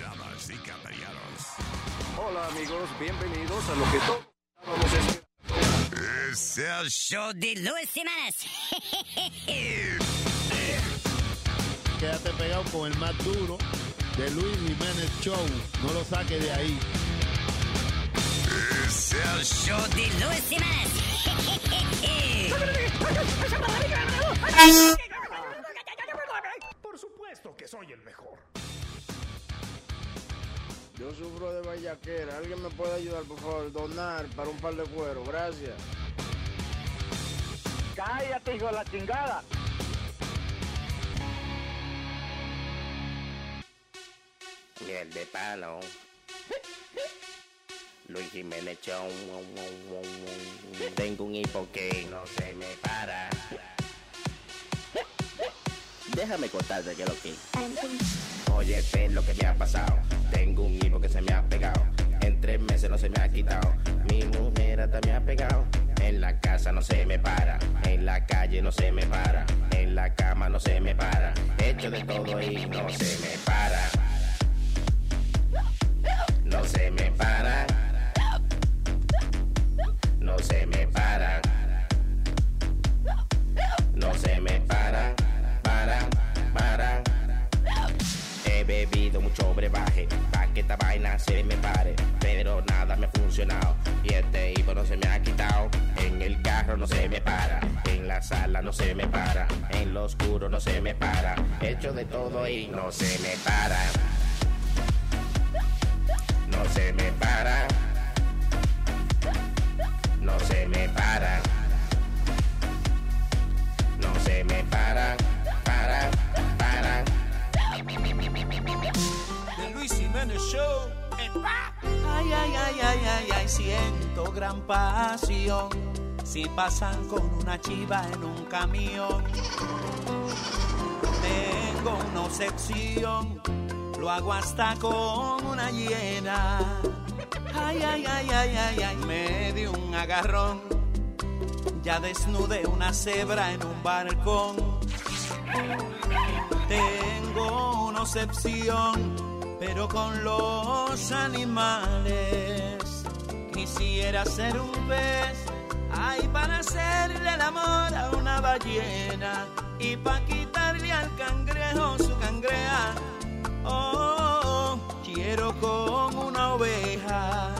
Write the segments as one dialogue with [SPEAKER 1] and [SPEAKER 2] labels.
[SPEAKER 1] Caballeros y caballeros.
[SPEAKER 2] Hola amigos, bienvenidos a lo que todos estábamos esperando.
[SPEAKER 1] Es el show de Luis Semanas.
[SPEAKER 3] Quédate pegado con el más duro de Luis Jiménez Show. No lo saques de ahí.
[SPEAKER 1] Es el show de Luis Semanas.
[SPEAKER 4] Por supuesto que soy el mejor.
[SPEAKER 5] Yo sufro de vallaquera. ¿Alguien me puede ayudar, por favor? Donar para un par de cuero. Gracias.
[SPEAKER 6] Cállate, hijo de la chingada.
[SPEAKER 7] Miel de palo. Luis Jiménez Show. Tengo un hipo que no se me para. Déjame contarte que lo que. Oye, ve lo que me ha pasado. Tengo un hipo que se me ha pegado. En tres meses no se me ha quitado. Mi mujer hasta me ha pegado. En la casa no se me para. En la calle no se me para. En la cama no se me para. Hecho de todo y no se me para. No se me para. No se me para. No se me para. Para, para. He bebido mucho brebaje para que esta vaina se me pare. Pero nada me ha funcionado. Y este hipo no se me ha quitado. En el carro no se me para. En la sala no se me para. En lo oscuro no se me para. Hecho de todo y no se me para. No se me para. No se me para. No se me para. Para, para.
[SPEAKER 8] de Luis Jiménez Show. Ay, ay, ay, ay, ay, ay, siento gran pasión. Si pasan con una chiva en un camión, tengo una obsesión, lo hago hasta con una hiena. Ay, ay, ay, ay, ay, ay, me di un agarrón. Ya desnudé una cebra en un barcón. Tengo una obsesión, pero con los animales. Quisiera ser un pez, ay, para hacerle el amor a una ballena y para quitarle al cangrejo su cangreja. Oh, oh, oh, quiero con una oveja,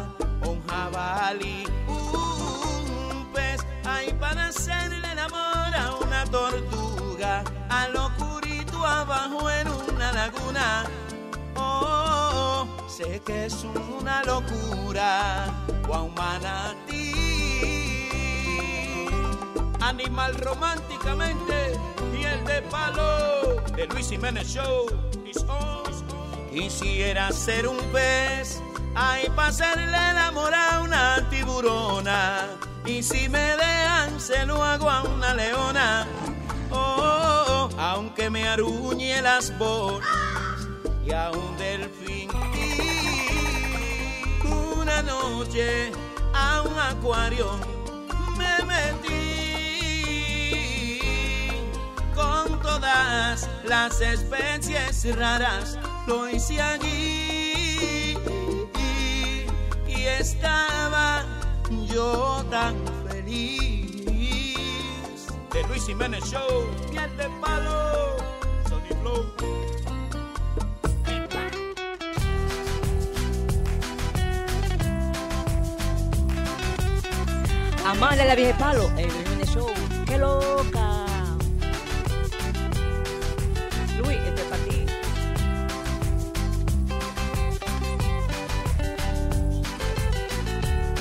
[SPEAKER 8] un jabalí, un pez, ay, para hacerle el amor a una tortuga, a locurito abajo en una laguna. Oh, oh, oh, sé que es una locura, o a un manatí. Animal románticamente, piel de palo, de Luis Jiménez Show. It's on, it's on. Quisiera ser un pez, ay, pasarle el amor a una tiburona. Y si me dejan, se lo hago a una leona. Oh, oh, oh, aunque me aruñe las bolas y a un delfín. Y una noche a un acuario me metí con todas las especies raras. Lo hice allí y estaba yo tan feliz. De Luis Jiménez Show, piel de palo, Sony Flow.
[SPEAKER 9] Amanda la vieja palo, el Lunes Show. ¡Qué loca! Luis, este es para ti.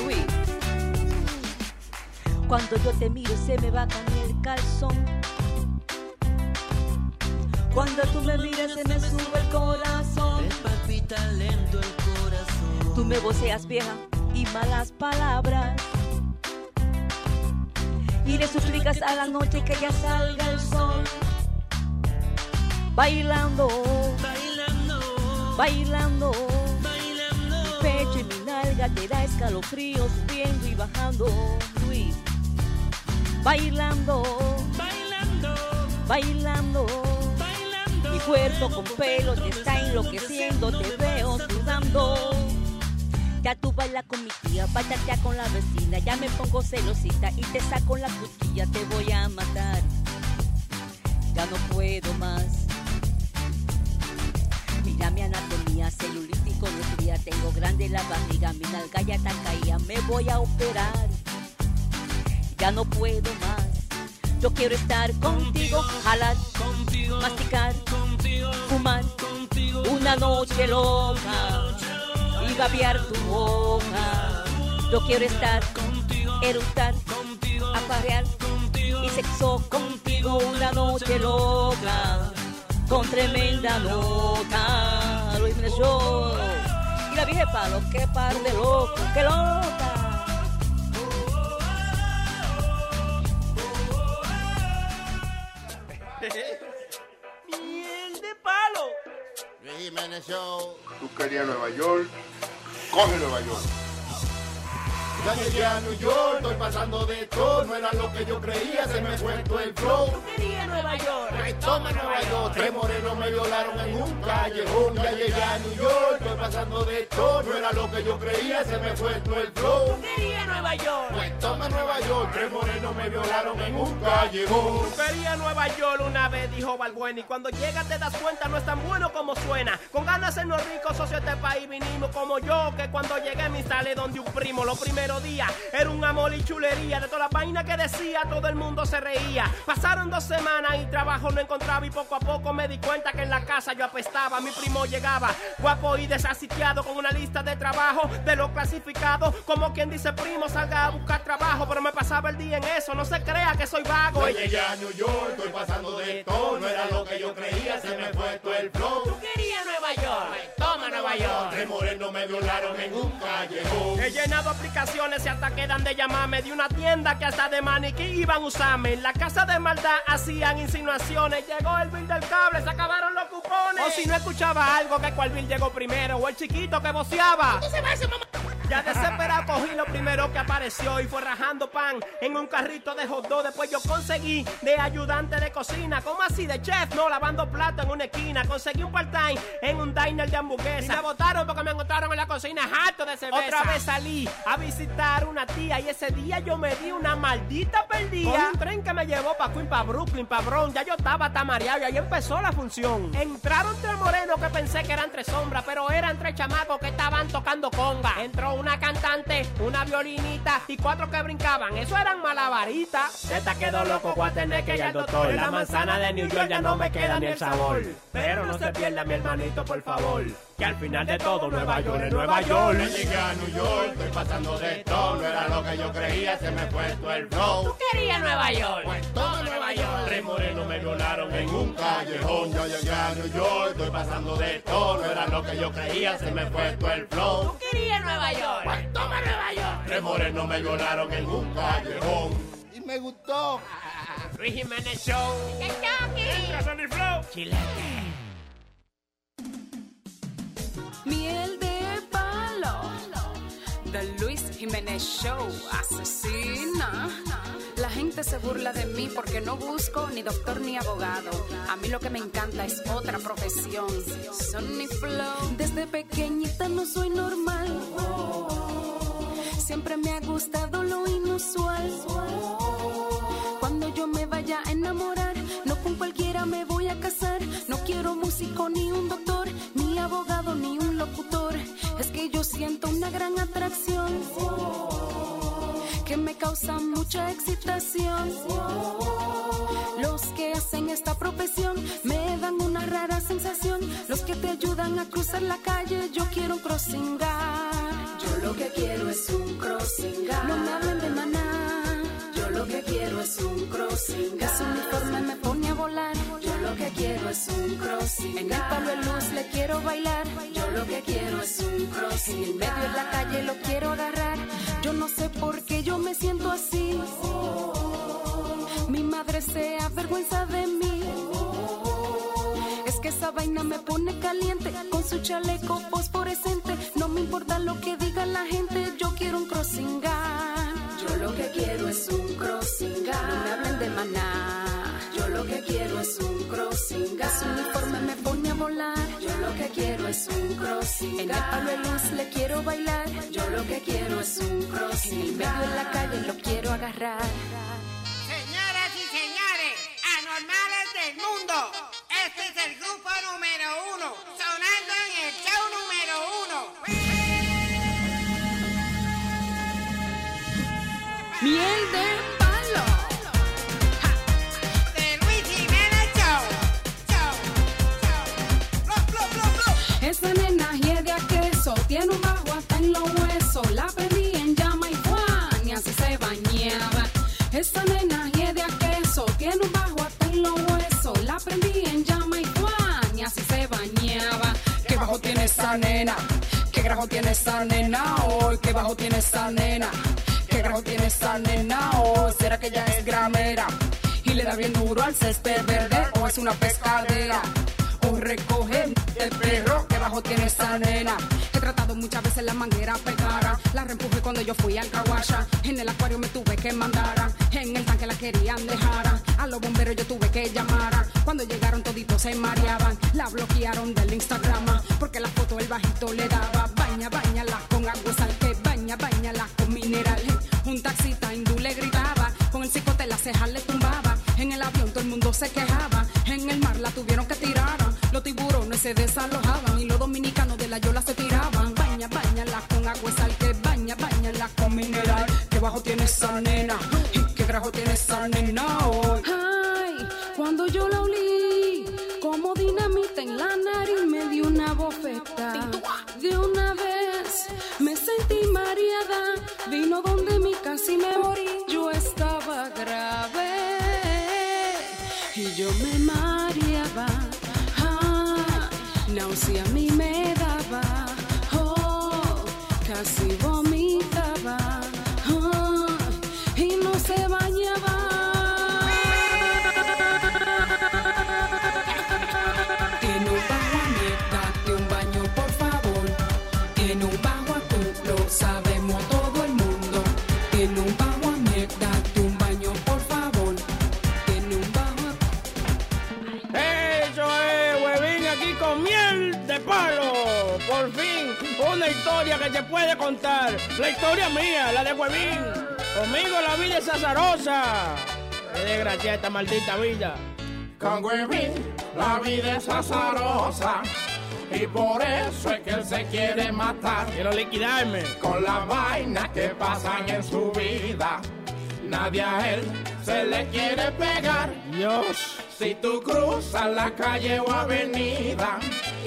[SPEAKER 9] Luis. Cuando yo te miro se me va a caer el calzón. Cuando tú me miras se me sube el corazón.
[SPEAKER 8] Palpita lento el corazón.
[SPEAKER 9] Tú me voceas vieja y malas palabras. Y le suplicas a la noche que ya salga el sol. Bailando,
[SPEAKER 8] Bailando,
[SPEAKER 9] bailando. Mi
[SPEAKER 8] bailando.
[SPEAKER 9] pecho y mi nalga te da escalofríos subiendo y bajando. Luis. Bailando,
[SPEAKER 8] Bailando,
[SPEAKER 9] bailando.
[SPEAKER 8] bailando.
[SPEAKER 9] Mi cuerpo con pelo te está enloqueciendo, te veo sudando. Ya tú bailas con mi tía, bachatea con la vecina, ya me pongo celosita y te saco la cosquilla, te voy a matar. Ya no puedo más. Mira mi anatomía, celulitis con estría, tengo grande la barriga, mi nalga ya está caída, me voy a operar. Ya no puedo más. Yo quiero estar contigo, jalar, masticar, fumar, una noche loca y babear tu boca. Yo quiero estar contigo, eructar, aparear y sexo contigo una noche loca, con tremenda nota. Luis Jiménez Show. Y la vieja de palo, qué par de loco, qué loca.
[SPEAKER 10] Miel de palo.
[SPEAKER 3] Luis Jiménez Show.
[SPEAKER 6] Tú querías Nueva York, coge Nueva York.
[SPEAKER 3] Ya llegué a New York, estoy pasando de todo, no era lo que yo creía, se me fue todo el flow. Pues
[SPEAKER 10] Quería Nueva York.
[SPEAKER 3] Toma Nueva York, tres morenos me violaron en un callejón. Ya llegué a New York, estoy pasando de todo, no era lo que yo creía, se me fue todo el flow.
[SPEAKER 10] Quería Nueva York.
[SPEAKER 3] Pues toma Nueva York, tres morenos me violaron en un callejón.
[SPEAKER 11] Quería Nueva York una vez, dijo Balbuena. Y cuando llega te das cuenta, no es tan bueno como suena. Con ganas en los ricos, socio este país vinimos como yo. Que cuando llegué me instalé donde un primo, los primeros días era un amor y chulería. De todas las vainas que decía, todo el mundo se reía. Pasaron dos semanas y trabajo no encontraba. Y poco a poco me di cuenta que en la casa yo apestaba. Mi primo llegaba guapo y desasitiado con una lista de trabajo de lo clasificado. Como quien dice, primo, salga a buscar trabajo. Pero me pasaba el día en eso, no se crea que soy vago.
[SPEAKER 3] Ya llegué a New York, estoy pasando de todo, no era lo que yo creía, se me fue todo el flow.
[SPEAKER 10] Quería Nueva York. Toma Nueva York.
[SPEAKER 3] Tres morenos me violaron en un callejón.
[SPEAKER 11] He llenado aplicaciones y hasta quedan de llamarme de una tienda que hasta de maniquí iban a usarme. En la casa de maldad hacían insinuaciones. Llegó el bill del cable, se acabaron los cupones. O si no escuchaba algo, que cual bill llegó primero. O el chiquito que voceaba. Ya desesperado cogí lo primero que apareció y fue rajando pan en un carrito de hot dog. Después yo conseguí de ayudante de cocina, como así de chef, no lavando plato en una esquina. Conseguí un part-time en un diner de hamburguesa. Y me botaron porque me encontraron en la cocina harto de cerveza. Otra vez salí a visitar una tía y ese día yo me di una maldita perdida. Con un tren que me llevó para Queen, para Brooklyn, para Bronx. Ya yo estaba tamareado y ahí empezó la función. Entraron tres morenos que pensé que eran tres sombras, pero eran tres chamacos que estaban tocando conga. Entró una cantante, una violinita y cuatro que brincaban. Eso eran malabaritas. Se te quedó loco, voy a tener que ir al doctor. En la manzana de New York ya no me queda ni el sabor. Pero no se pierda mi hermanito, por favor. Que al final de todo, Nueva York es Nueva
[SPEAKER 3] Ya
[SPEAKER 11] York.
[SPEAKER 3] llegué a New York, estoy pasando de todo, no era lo que yo creía, se me fue todo el flow.
[SPEAKER 10] Quería Nueva York.
[SPEAKER 3] Toma Nueva York, tres morenos me violaron en un callejón. Ya llegué a New York, estoy pasando de todo, no era lo que yo creía, se me fue todo el flow.
[SPEAKER 10] Quería Nueva York.
[SPEAKER 11] Pues,
[SPEAKER 3] Toma Nueva York, tres morenos me violaron en un callejón.
[SPEAKER 12] Y me gustó.
[SPEAKER 11] Luis Jiménez Show.
[SPEAKER 13] Miel de palo. The Luis Jiménez Show. Asesina. La gente se burla de mí porque no busco ni doctor ni abogado. A mí lo que me encanta es otra profesión. Sunny Flow. Desde pequeñita no soy normal. Siempre me ha gustado lo inusual. Cuando yo me vaya a enamorar, no con cualquiera me voy a casar. No quiero músico ni un doctor, ni abogado ni un locutor. Es que yo siento una gran atracción que me causa mucha excitación. Los que hacen esta profesión me dan una rara sensación. Los que te ayudan a cruzar la calle, yo quiero un crossing guard. Yo lo que quiero es un crossing No me hablen de maná. Yo lo que quiero es un crossing Ese uniforme me pone a volar. Yo lo que quiero es un crossing En el palo de luz le quiero bailar. Yo lo que quiero es un crossing En el medio de la calle lo quiero agarrar. Yo no sé por qué yo me siento así. Mi madre se avergüenza de mí. Es que esa vaina me pone caliente con su chaleco fosforescente. No me importa lo que diga la gente, yo quiero un crossing guard. Yo lo que quiero es un crossing guard. No me hablen de maná. Yo lo que quiero es un crossing guard. Su uniforme me pone a volar. Yo lo que quiero es un crossing En el palo de luz le quiero bailar. Yo lo que quiero es un crossing En el medio de la calle lo quiero agarrar.
[SPEAKER 14] Señoras y señores, anormales del mundo, este es el grupo número uno, sonando en el show número uno.
[SPEAKER 13] Miel de palo.
[SPEAKER 14] De Luis Jiménez Show.
[SPEAKER 13] Esa nena es de queso, tiene un bajo hasta en los huesos. La pedí en llama y Juan y así se bañaba. Esa nena es de queso, tiene un bajo hasta en los huesos. La pedí en llama y Juan y así se bañaba.
[SPEAKER 15] ¿Qué bajo tiene esa nena? ¿Qué grajo tiene esa nena hoy? ¿Qué bajo tiene esa nena? ¿Qué grajo tiene esa nena hoy? ¿Será que ella es gramera? Y le da bien duro al césped verde o es una pescadera. O recoge el perro que bajo tiene esa nena.
[SPEAKER 16] He tratado muchas veces la manguera pegara. La reempujé cuando yo fui al Caguasha. En el acuario me tuve que mandar. En el tanque la querían dejar. A los bomberos yo tuve que llamar. Cuando llegaron toditos se mareaban. La bloquearon del Instagram. Porque la foto el bajito le daba. Baña, bañala con agua y sal. Que baña, bañala con mineral. Un taxista hindú le gritaba. Con el cicote las cejas le tumbaba. En el avión todo el mundo se quejaba. En el mar la tuvieron que tirar. Los tiburones se desalojaban. Y los dominicanos de la yola se tiraban. Baña, bañala con agua y sal. Que baña, bañala con mineral.
[SPEAKER 15] ¿Qué bajo tiene esa nena? ¿Y ¿Qué grajo tiene esa nena hoy?
[SPEAKER 13] Ay, cuando yo la olí, como dinamita en la nariz me dio una bofeta. De una vez me sentí mareada, vino donde mi casi me morí. Yo estaba grave y yo me mareaba. Ah, náusea a mí me daba. Oh, casi vomitaba. Ah, y no se bañaba.
[SPEAKER 15] Tiene un bajo a date un baño por favor. Tiene un bajo a tú, lo sabemos todo el mundo. Tiene un bajo a date un baño por favor. Tiene un bajo a
[SPEAKER 10] Eso es, huevín, aquí con miel de palo. Por fin, una historia que se puede contar. La historia mía, la de huevín. Conmigo la vida es azarosa. Qué desgracia esta maldita vida.
[SPEAKER 3] Con huevín, la vida es azarosa. Y por eso es que él se quiere matar.
[SPEAKER 10] Quiero liquidarme.
[SPEAKER 3] Con la vaina que pasan en su vida. Nadie a él se le quiere pegar.
[SPEAKER 10] Dios.
[SPEAKER 3] Si tú cruzas la calle o avenida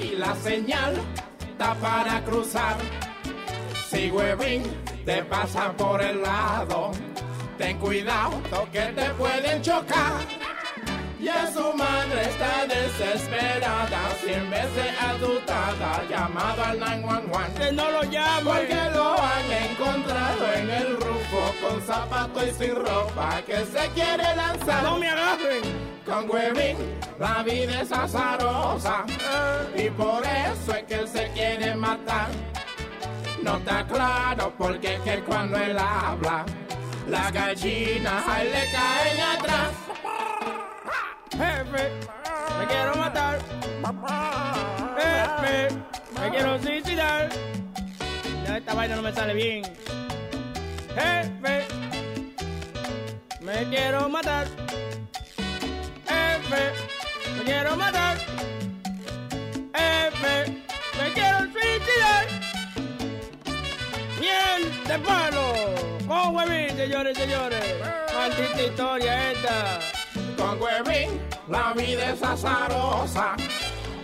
[SPEAKER 3] y la señal está para cruzar. Si huevín te pasa por el lado, ten cuidado que te pueden chocar. Ya su madre está desesperada, cien veces adultada, llamado al 911.
[SPEAKER 10] Que no lo llame.
[SPEAKER 3] Porque lo han encontrado en el rufo, con zapato y sin ropa, que se quiere lanzar.
[SPEAKER 10] No me agarren.
[SPEAKER 3] Con huevín, la vida es azarosa, y por eso es que él se quiere matar. No está claro porque es que cuando él habla, las gallinas a él le caen atrás.
[SPEAKER 10] Jefe, me quiero matar. Jefe, me quiero suicidar. Ya esta vaina no me sale bien. Jefe, me quiero matar. Jefe, me quiero matar. Jefe, me quiero suicidar. Miel de palo. Con huevín, señores, señores. Maldita historia ¿eh? esta.
[SPEAKER 3] Con huevín, la vida es azarosa.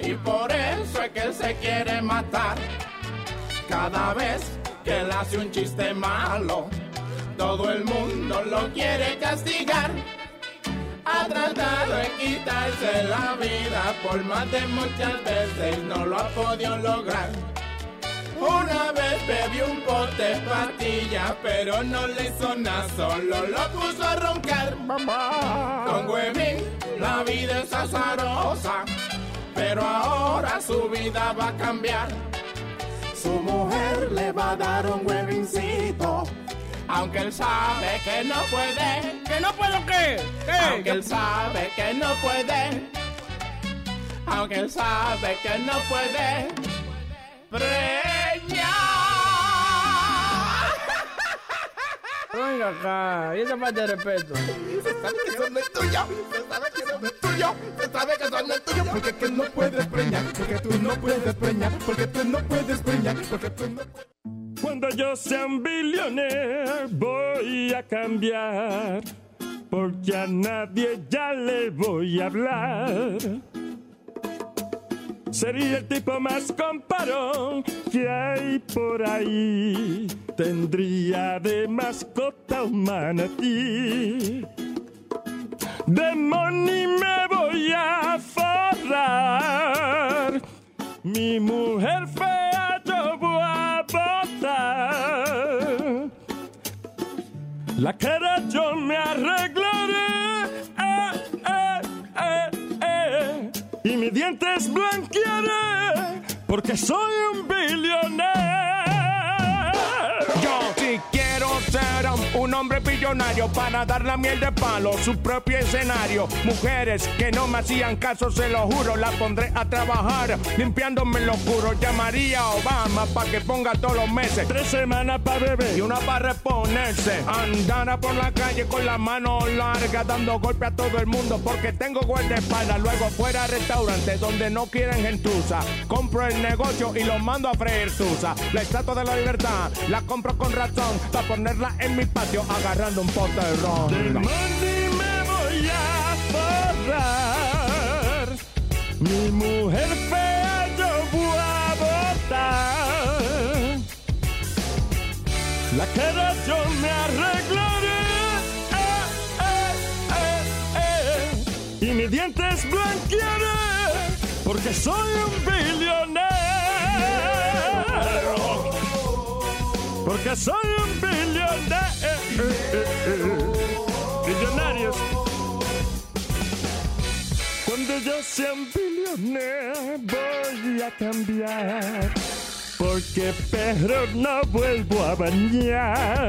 [SPEAKER 3] Y por eso es que él se quiere matar. Cada vez que él hace un chiste malo, todo el mundo lo quiere castigar. Ha tratado de quitarse la vida por más de muchas veces, no lo ha podido lograr. Una vez bebió un pote de pastillas, pero no le hizo nada, solo lo puso a roncar. Con huevín la vida es azarosa, pero ahora su vida va a cambiar. Su mujer le va a dar un huevincito
[SPEAKER 7] aunque él sabe que no puede.
[SPEAKER 10] ¿Que no puedo qué? ¿Qué?
[SPEAKER 7] Aunque él sabe que no puede. Aunque él sabe que no puede. Preñar.
[SPEAKER 10] Venga acá, y esa parte de respeto.
[SPEAKER 17] Se sabe que eso no es tuyo, se sabe que eso no es tuyo, se sabe que eso no es tuyo. Porque tú no puedes preñar, porque tú no puedes preñar, porque tú no puedes preñar, porque tú no puedes.
[SPEAKER 18] Cuando yo sea un billionaire voy a cambiar, porque a nadie ya le voy a hablar. Sería el tipo más comparón que hay por ahí. Tendría de mascota un manatí. De money me voy a forrar. Mi mujer fea yo voy a botar. La cara yo me arreglaré. Eh, eh, eh, eh. Y mis dientes blanquearé. Porque soy un billonero.
[SPEAKER 3] Yo sí quiero ser un hombre billonario para dar la miel de palo, su propio escenario. Mujeres que no me hacían caso, se lo juro, la pondré a trabajar limpiándome lo oscuro. Llamaría a Obama para que ponga todos los meses
[SPEAKER 18] tres semanas para beber
[SPEAKER 3] y una para reponerse. Andara por la calle con la mano larga, dando golpe a todo el mundo porque tengo guardaespaldas. Luego fuera a restaurantes donde no quieren gentuza. Compro el negocio y lo mando a freír tusa. La estatua de la libertad la compro con razón para ponerla en mi patio agarrando un pote de ron.
[SPEAKER 18] Del money me voy a forrar. Mi mujer fea yo voy a botar. La cara yo me arreglaré. Eh, eh, eh, y mis dientes blanquearé. Porque soy un billonero. Porque soy un billonero. Billonarios. Cuando yo sea un billonero voy a cambiar. Porque perro no vuelvo a bañar.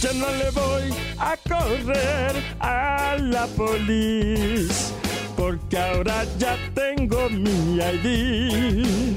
[SPEAKER 18] Ya no le voy a correr a la polis. Porque ahora ya tengo mi ID.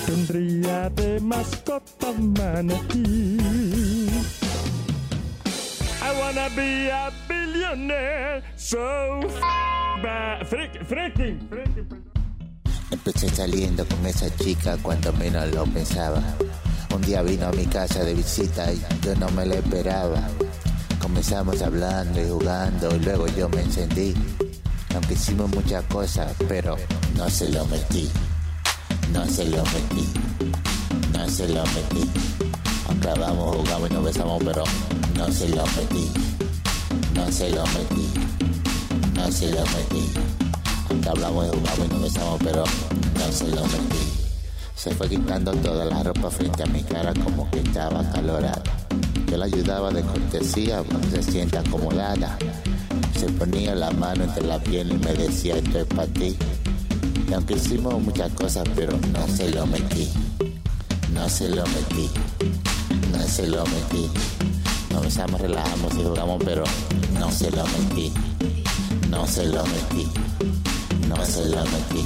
[SPEAKER 18] Tendría de mascota un manatí. I wanna be a billionaire, so f- ba- freak- freaking, freaking, freaking.
[SPEAKER 19] Empecé saliendo con esa chica cuando menos lo pensaba. Un día vino a mi casa de visita y yo no me lo esperaba. Comenzamos hablando y jugando y luego yo me encendí. Aunque hicimos muchas cosas, pero no se lo metí. No se lo metí. No se lo metí. Acabamos, jugamos y nos besamos, pero no se lo metí. No se lo metí. No se lo metí. Aunque hablamos, jugamos y nos besamos, pero no se lo metí. Se fue quitando toda la ropa frente a mi cara como que estaba calorada. Yo la ayudaba de cortesía, pues se siente acomodada. Se ponía la mano entre la piel y me decía esto es para ti. Y aunque hicimos muchas cosas, pero no se lo metí. No se lo metí. No se lo metí. Nos besamos, relajamos y jugamos, pero no se lo metí. No se lo metí. No se lo metí.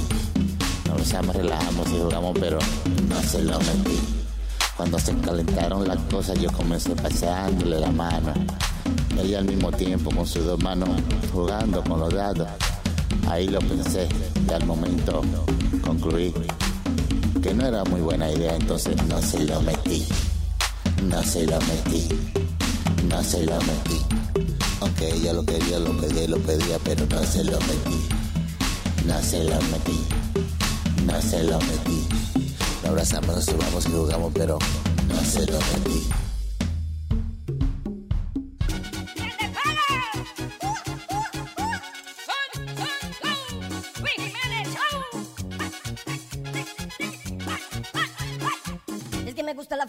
[SPEAKER 19] Nos besamos, relajamos y jugamos, pero no se lo metí. Cuando se calentaron las cosas, yo comencé paseándole la mano. Ella al mismo tiempo con sus dos manos jugando con los dados. Ahí lo pensé y al momento concluí que no era muy buena idea, entonces no se lo metí. No se lo metí. No se lo metí. Aunque ella lo quería, lo pedía, lo pedía, pero no se lo metí. No se lo metí. No se lo metí. Nos abrazamos, nos subamos y jugamos, pero no se lo metí.
[SPEAKER 20] Oh.
[SPEAKER 21] me gusta la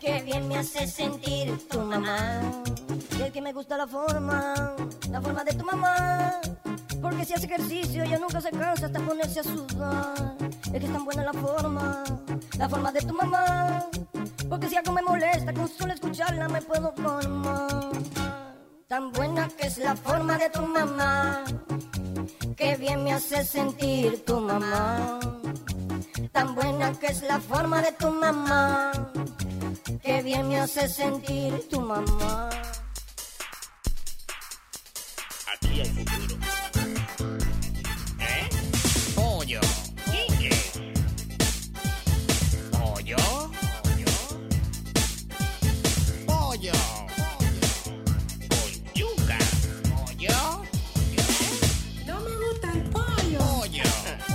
[SPEAKER 21] Qué bien me hace sentir tu mamá. Y es que me gusta la forma, la forma de tu mamá. Porque si hace ejercicio ella nunca se cansa hasta ponerse a sudar. Es que es tan buena la forma, la forma de tu mamá. Porque si algo me molesta, con solo escucharla me puedo calmar. Tan buena que es la forma de tu mamá. Qué bien me hace sentir tu mamá. Tan buena que es la forma de tu mamá. Qué bien me hace sentir tu mamá.
[SPEAKER 7] Aquí hay futuro. ¿Eh? Pollo. ¿Qué? Pollo. Pollo. Pollo. Con yuca. Pollo.
[SPEAKER 16] No me gusta el pollo.
[SPEAKER 7] Pollo.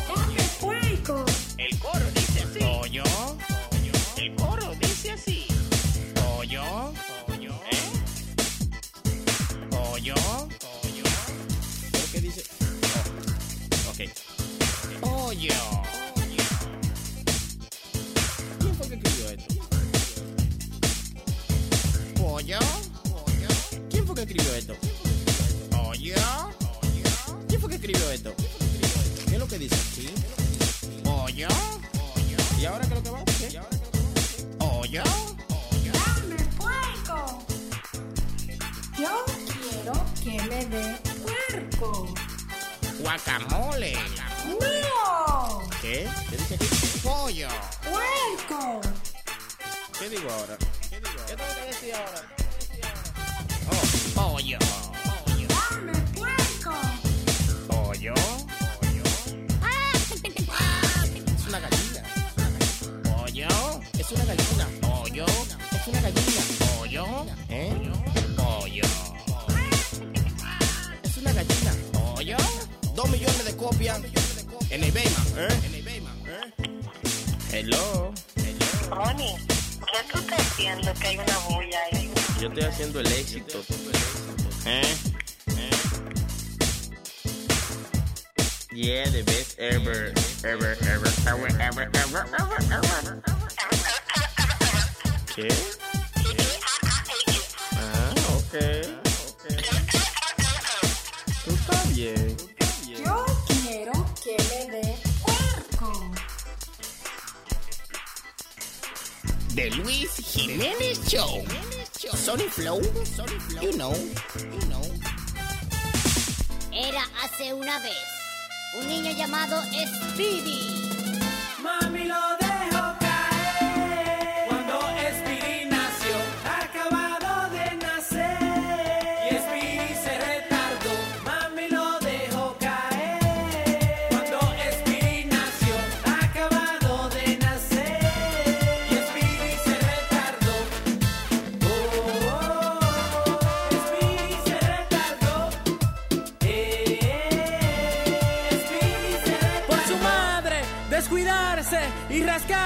[SPEAKER 16] Come puerco.
[SPEAKER 7] El coro dice así. Pollo. El coro dice así. Pollo. Pollo. ¿Eh? Pollo. Pollo. ¿Pero qué dice? Oh, Ok. Pollo. ¿Quién fue que escribió esto? Pollo. ¿Quién fue que escribió esto? Pollo. ¿Quién fue que escribió esto? ¿Qué es lo que dice aquí? Pollo. ¿Y ahora qué es lo que va? ¿Qué? Pollo.
[SPEAKER 16] Dame puerco. Yo quiero que me dé puerco.
[SPEAKER 7] Guacamole.
[SPEAKER 16] ¡No!
[SPEAKER 7] ¿Qué? ¿Qué dice aquí? Pollo.
[SPEAKER 16] ¡Puerco!
[SPEAKER 7] ¿Qué digo ahora? ¿Qué digo ahora? ¿Qué tengo que decir ahora? Oh, pollo.
[SPEAKER 16] ¡Dame puerco!
[SPEAKER 7] Pollo. Es una gallina. Pollo. Es una gallina. Pollo. Es una gallina. Pollo. ¿Eh? Pollo. Es una gallina. Pollo. Dos millones de copias en el Bema. ¿Eh? En el Bema. ¿Eh? Hello.
[SPEAKER 22] Ronnie, ¿qué tú estás haciendo que hay una bulla ahí?
[SPEAKER 7] Yo estoy haciendo el éxito. ¿Eh? Yeah, the best ever, ever, ever, ever, ever, ever, ever, ever. ¿Qué? Ah, ok. ok. Tú estás bien.
[SPEAKER 16] Yo quiero que me dé puerco.
[SPEAKER 7] The Luis Jiménez Show. Sony Flow, Sony Flow. You know, you know.
[SPEAKER 21] Era hace una vez un niño llamado Speedy.
[SPEAKER 10] Mami lo dejó caer cuando Speedy nació, acabado de nacer. Y Speedy se retardó, mami lo dejó caer cuando Speedy nació, acabado de nacer. Y Speedy se retardó, oh, oh, oh. Speedy se retardó, eh, eh. Speedy se
[SPEAKER 23] Por su madre, descuidarse y rascarse.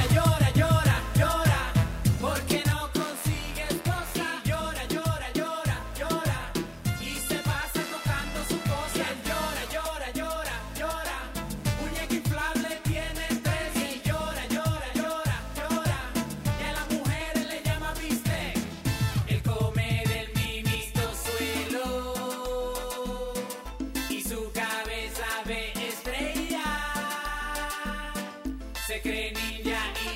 [SPEAKER 10] llora, llora, llora, porque no consigues cosa. Llora, llora, llora, llora, y se pasa tocando su cosa. Y él llora, llora, llora, llora, muñeca inflable tiene tres. Y él llora, llora, llora, llora, y a las mujeres le llama bistec. Él come del mimisto suelo, y su cabeza ve estrella. Se cree ninja y